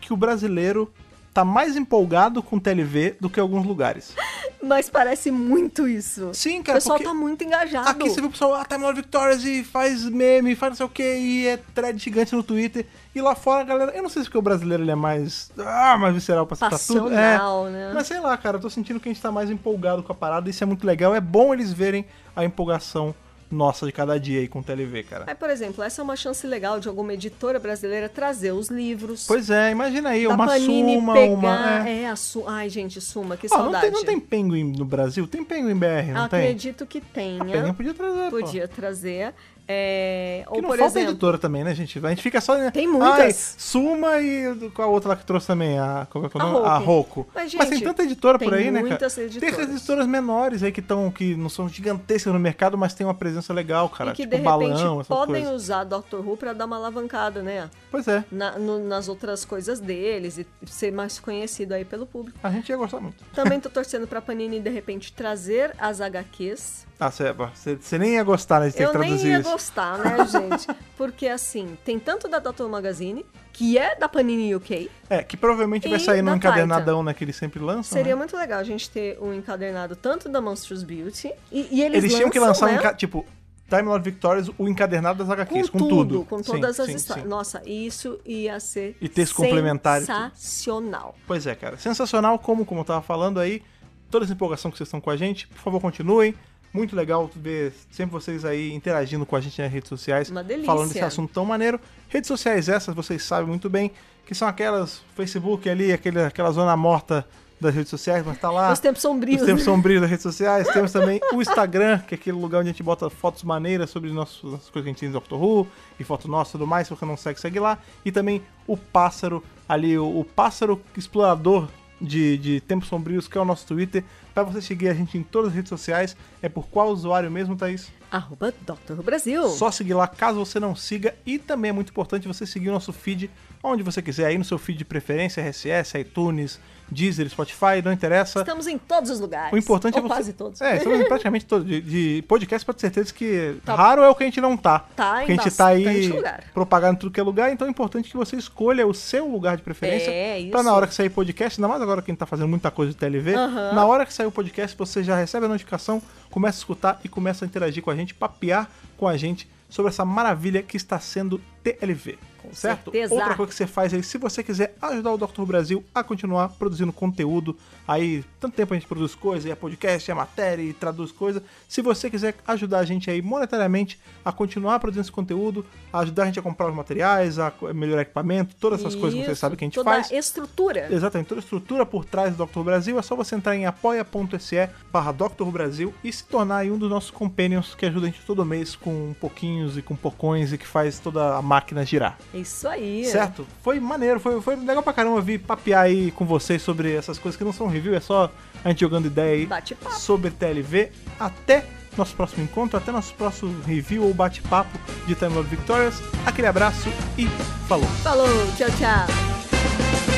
[SPEAKER 1] que o brasileiro tá mais empolgado com TLV do que alguns lugares.
[SPEAKER 2] Mas parece muito isso.
[SPEAKER 1] Sim,
[SPEAKER 2] o
[SPEAKER 1] cara,
[SPEAKER 2] pessoal
[SPEAKER 1] porque...
[SPEAKER 2] tá muito engajado.
[SPEAKER 1] Aqui você viu o pessoal, ah, Time Lord Victorious e faz meme, faz não sei o que, e é thread gigante no Twitter. E lá fora, a galera, eu não sei se porque o brasileiro ele é mais. Ah, mais visceral pra citar tudo. É.
[SPEAKER 2] Passional, né?
[SPEAKER 1] Mas sei lá, cara, eu tô sentindo que a gente tá mais empolgado com a parada, isso é muito legal. É bom eles verem a empolgação nossa de cada dia aí com o TLV, cara.
[SPEAKER 2] Aí, por exemplo, essa é uma chance legal de alguma editora brasileira trazer os livros.
[SPEAKER 1] Pois é, imagina aí,
[SPEAKER 2] da
[SPEAKER 1] uma
[SPEAKER 2] Panini
[SPEAKER 1] suma,
[SPEAKER 2] pegar...
[SPEAKER 1] uma. é.
[SPEAKER 2] É, a su... Ai, gente, Suma, que
[SPEAKER 1] Ó, não,
[SPEAKER 2] saudade.
[SPEAKER 1] tem,
[SPEAKER 2] Ah,
[SPEAKER 1] não tem Penguin no Brasil? Tem Penguin BR, não tem?
[SPEAKER 2] Acredito que
[SPEAKER 1] A Penguin
[SPEAKER 2] tenha.
[SPEAKER 1] podia trazer, pô.
[SPEAKER 2] Podia trazer. É,
[SPEAKER 1] Que
[SPEAKER 2] ou,
[SPEAKER 1] não
[SPEAKER 2] por
[SPEAKER 1] falta
[SPEAKER 2] exemplo.
[SPEAKER 1] editora também, né, gente? A gente fica só. Né?
[SPEAKER 2] Tem muitas.
[SPEAKER 1] Ai, Suma e do- qual a outra lá que trouxe também? A, qual é que é o
[SPEAKER 2] A
[SPEAKER 1] nome? A
[SPEAKER 2] Roku.
[SPEAKER 1] Roku.
[SPEAKER 2] Mas,
[SPEAKER 1] tem
[SPEAKER 2] gente,
[SPEAKER 1] tanta editora por
[SPEAKER 2] tem
[SPEAKER 1] aí, né, cara?
[SPEAKER 2] muitas
[SPEAKER 1] Tem essas
[SPEAKER 2] editoras.
[SPEAKER 1] editoras menores aí que estão, que não são gigantescas no mercado, mas tem uma presença legal, cara.
[SPEAKER 2] e que
[SPEAKER 1] tipo
[SPEAKER 2] de repente
[SPEAKER 1] balão, essas
[SPEAKER 2] podem
[SPEAKER 1] coisas.
[SPEAKER 2] usar Doctor Who pra dar uma alavancada, né?
[SPEAKER 1] Pois é,
[SPEAKER 2] Na- no- nas outras coisas deles e ser mais conhecido aí pelo público.
[SPEAKER 1] a gente ia gostar muito.
[SPEAKER 2] Também tô torcendo pra Panini, de repente, trazer as HQs.
[SPEAKER 1] Ah, Seba, você você nem ia gostar, né? De ter
[SPEAKER 2] Eu
[SPEAKER 1] que
[SPEAKER 2] nem
[SPEAKER 1] traduzir
[SPEAKER 2] ia
[SPEAKER 1] isso.
[SPEAKER 2] gostar,
[SPEAKER 1] (laughs)
[SPEAKER 2] né, gente? Porque, assim, tem tanto da Doctor Magazine, que é da Panini UK.
[SPEAKER 1] É, que provavelmente vai
[SPEAKER 2] E
[SPEAKER 1] sair num
[SPEAKER 2] da
[SPEAKER 1] encadernadão, né? Que eles sempre lançam.
[SPEAKER 2] Seria
[SPEAKER 1] né?
[SPEAKER 2] muito legal a gente ter um encadernado tanto da Monstrous Beauty, e, e eles,
[SPEAKER 1] Eles tinham que lançar
[SPEAKER 2] lançam,
[SPEAKER 1] um.
[SPEAKER 2] né?
[SPEAKER 1] enca- Tipo, Time Lord Victorious, o encadernado das
[SPEAKER 2] com
[SPEAKER 1] HQs, com,
[SPEAKER 2] tudo,
[SPEAKER 1] tudo.
[SPEAKER 2] com
[SPEAKER 1] Sim,
[SPEAKER 2] todas as
[SPEAKER 1] sim,
[SPEAKER 2] histórias.
[SPEAKER 1] sim.
[SPEAKER 2] Nossa, isso ia ser
[SPEAKER 1] E texto complementar e tudo.
[SPEAKER 2] sensacional.
[SPEAKER 1] Pois é, cara. Sensacional como, como eu tava falando aí, toda essa empolgação que vocês estão com a gente, por favor, continuem. Muito legal ver sempre vocês aí interagindo com a gente nas redes sociais.
[SPEAKER 2] Uma delícia.
[SPEAKER 1] Falando desse assunto tão maneiro. Redes sociais essas, vocês sabem muito bem, que são aquelas, Facebook ali, aquele, aquela zona morta das redes sociais, mas tá lá.
[SPEAKER 2] Os tempos sombrios.
[SPEAKER 1] Os tempos sombrios das redes sociais. Temos também o Instagram, que é aquele lugar onde a gente bota fotos maneiras sobre os nossos- as coisas que a gente tem do Doctor Who, e foto nossa e tudo mais. Se você não segue, segue lá. E também o Pássaro, ali, o, o Pássaro Explorador de, de Tempos Sombrios, que é o nosso Twitter. Pra você seguir a gente em todas as redes sociais. É por qual usuário mesmo, Thaís?
[SPEAKER 2] (laughs) Arroba Dr. Brasil.
[SPEAKER 1] Só seguir lá caso você não siga. E também é muito importante você seguir o nosso feed onde você quiser, aí no seu feed de preferência, RSS, iTunes, Deezer, Spotify, não interessa.
[SPEAKER 2] Estamos em todos os lugares.
[SPEAKER 1] O importante
[SPEAKER 2] Ou
[SPEAKER 1] é você.
[SPEAKER 2] quase todos.
[SPEAKER 1] É,
[SPEAKER 2] (laughs)
[SPEAKER 1] estamos em praticamente todos. De, de podcast, pode ter certeza que raro é o que a gente não tá.
[SPEAKER 2] Tá em
[SPEAKER 1] Porque a gente tá aí
[SPEAKER 2] bastante lugar.
[SPEAKER 1] propagando em tudo que é lugar, então é importante que você escolha o seu lugar de preferência.
[SPEAKER 2] É, isso.
[SPEAKER 1] Pra na hora que sair podcast, ainda mais agora que a gente tá fazendo muita coisa de TLV, na hora que sair o podcast, você já recebe a notificação, começa a escutar e começa a interagir com a gente, papear com a gente sobre essa maravilha que está sendo TLV. certo?
[SPEAKER 2] certeza.
[SPEAKER 1] Outra coisa que você faz aí, se você quiser ajudar o Dr. Brasil a continuar produzindo conteúdo, aí tanto tempo a gente produz coisa, e é podcast, e é matéria, e traduz coisa. Se você quiser ajudar a gente aí monetariamente a continuar produzindo esse conteúdo, a ajudar a gente a comprar os materiais, a co- melhorar equipamento, todas essas coisas que você
[SPEAKER 2] Isso,
[SPEAKER 1] sabe que a gente
[SPEAKER 2] toda
[SPEAKER 1] faz.
[SPEAKER 2] a estrutura.
[SPEAKER 1] Exatamente, toda a estrutura por trás do Dr. Brasil, é só você entrar em apoia.se barra Dr. Brasil e se tornar aí um dos nossos companions que ajuda a gente todo mês com pouquinhos e com pocões e que faz toda a máquina girar.
[SPEAKER 2] Isso aí.
[SPEAKER 1] Certo? Foi maneiro, foi, foi legal pra caramba vir papear aí com vocês sobre essas coisas que não são review, é só a gente jogando ideia aí
[SPEAKER 2] Bate-papo.
[SPEAKER 1] sobre TLV. Até nosso próximo encontro, até nosso próximo review ou bate-papo de Time Lord Victorious. Aquele abraço e falou!
[SPEAKER 2] Falou, tchau, tchau.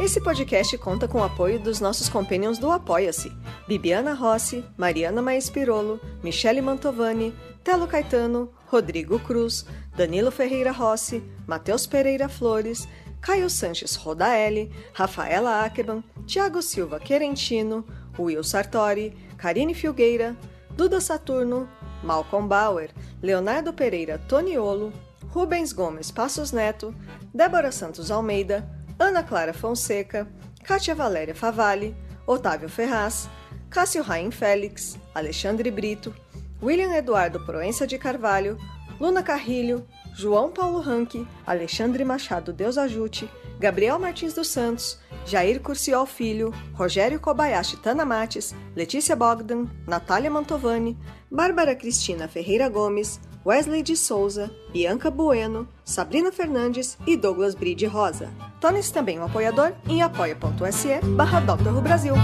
[SPEAKER 2] Esse podcast conta com o apoio dos nossos companions do Apoia-se: Bibiana Rossi, Mariana Maes Pirolo, Michele Mantovani, Telo Caetano, Rodrigo Cruz, Danilo Ferreira Rossi, Matheus Pereira Flores, Caio Sanches Rodaelli, Rafaela Ackerman, Tiago Silva Querentino, Will Sartori, Karine Filgueira, Duda Saturno, Malcolm Bauer, Leonardo Pereira Toniolo, Rubens Gomes Passos Neto, Débora Santos Almeida, Ana Clara Fonseca, Kátia Valéria Favalli, Otávio Ferraz, Cássio Raim Félix, Alexandre Brito, William Eduardo Proença de Carvalho, Luna Carrilho, João Paulo Ranque, Alexandre Machado Deus Ajute, Gabriel Martins dos Santos, Jair Curciol Filho, Rogério Kobayashi Tanamates, Letícia Bogdan, Natália Mantovani, Bárbara Cristina Ferreira Gomes, Wesley de Souza, Bianca Bueno, Sabrina Fernandes e Douglas Bride Rosa. Torne-se também um apoiador em apoia.se barra Dr. Who Brasil.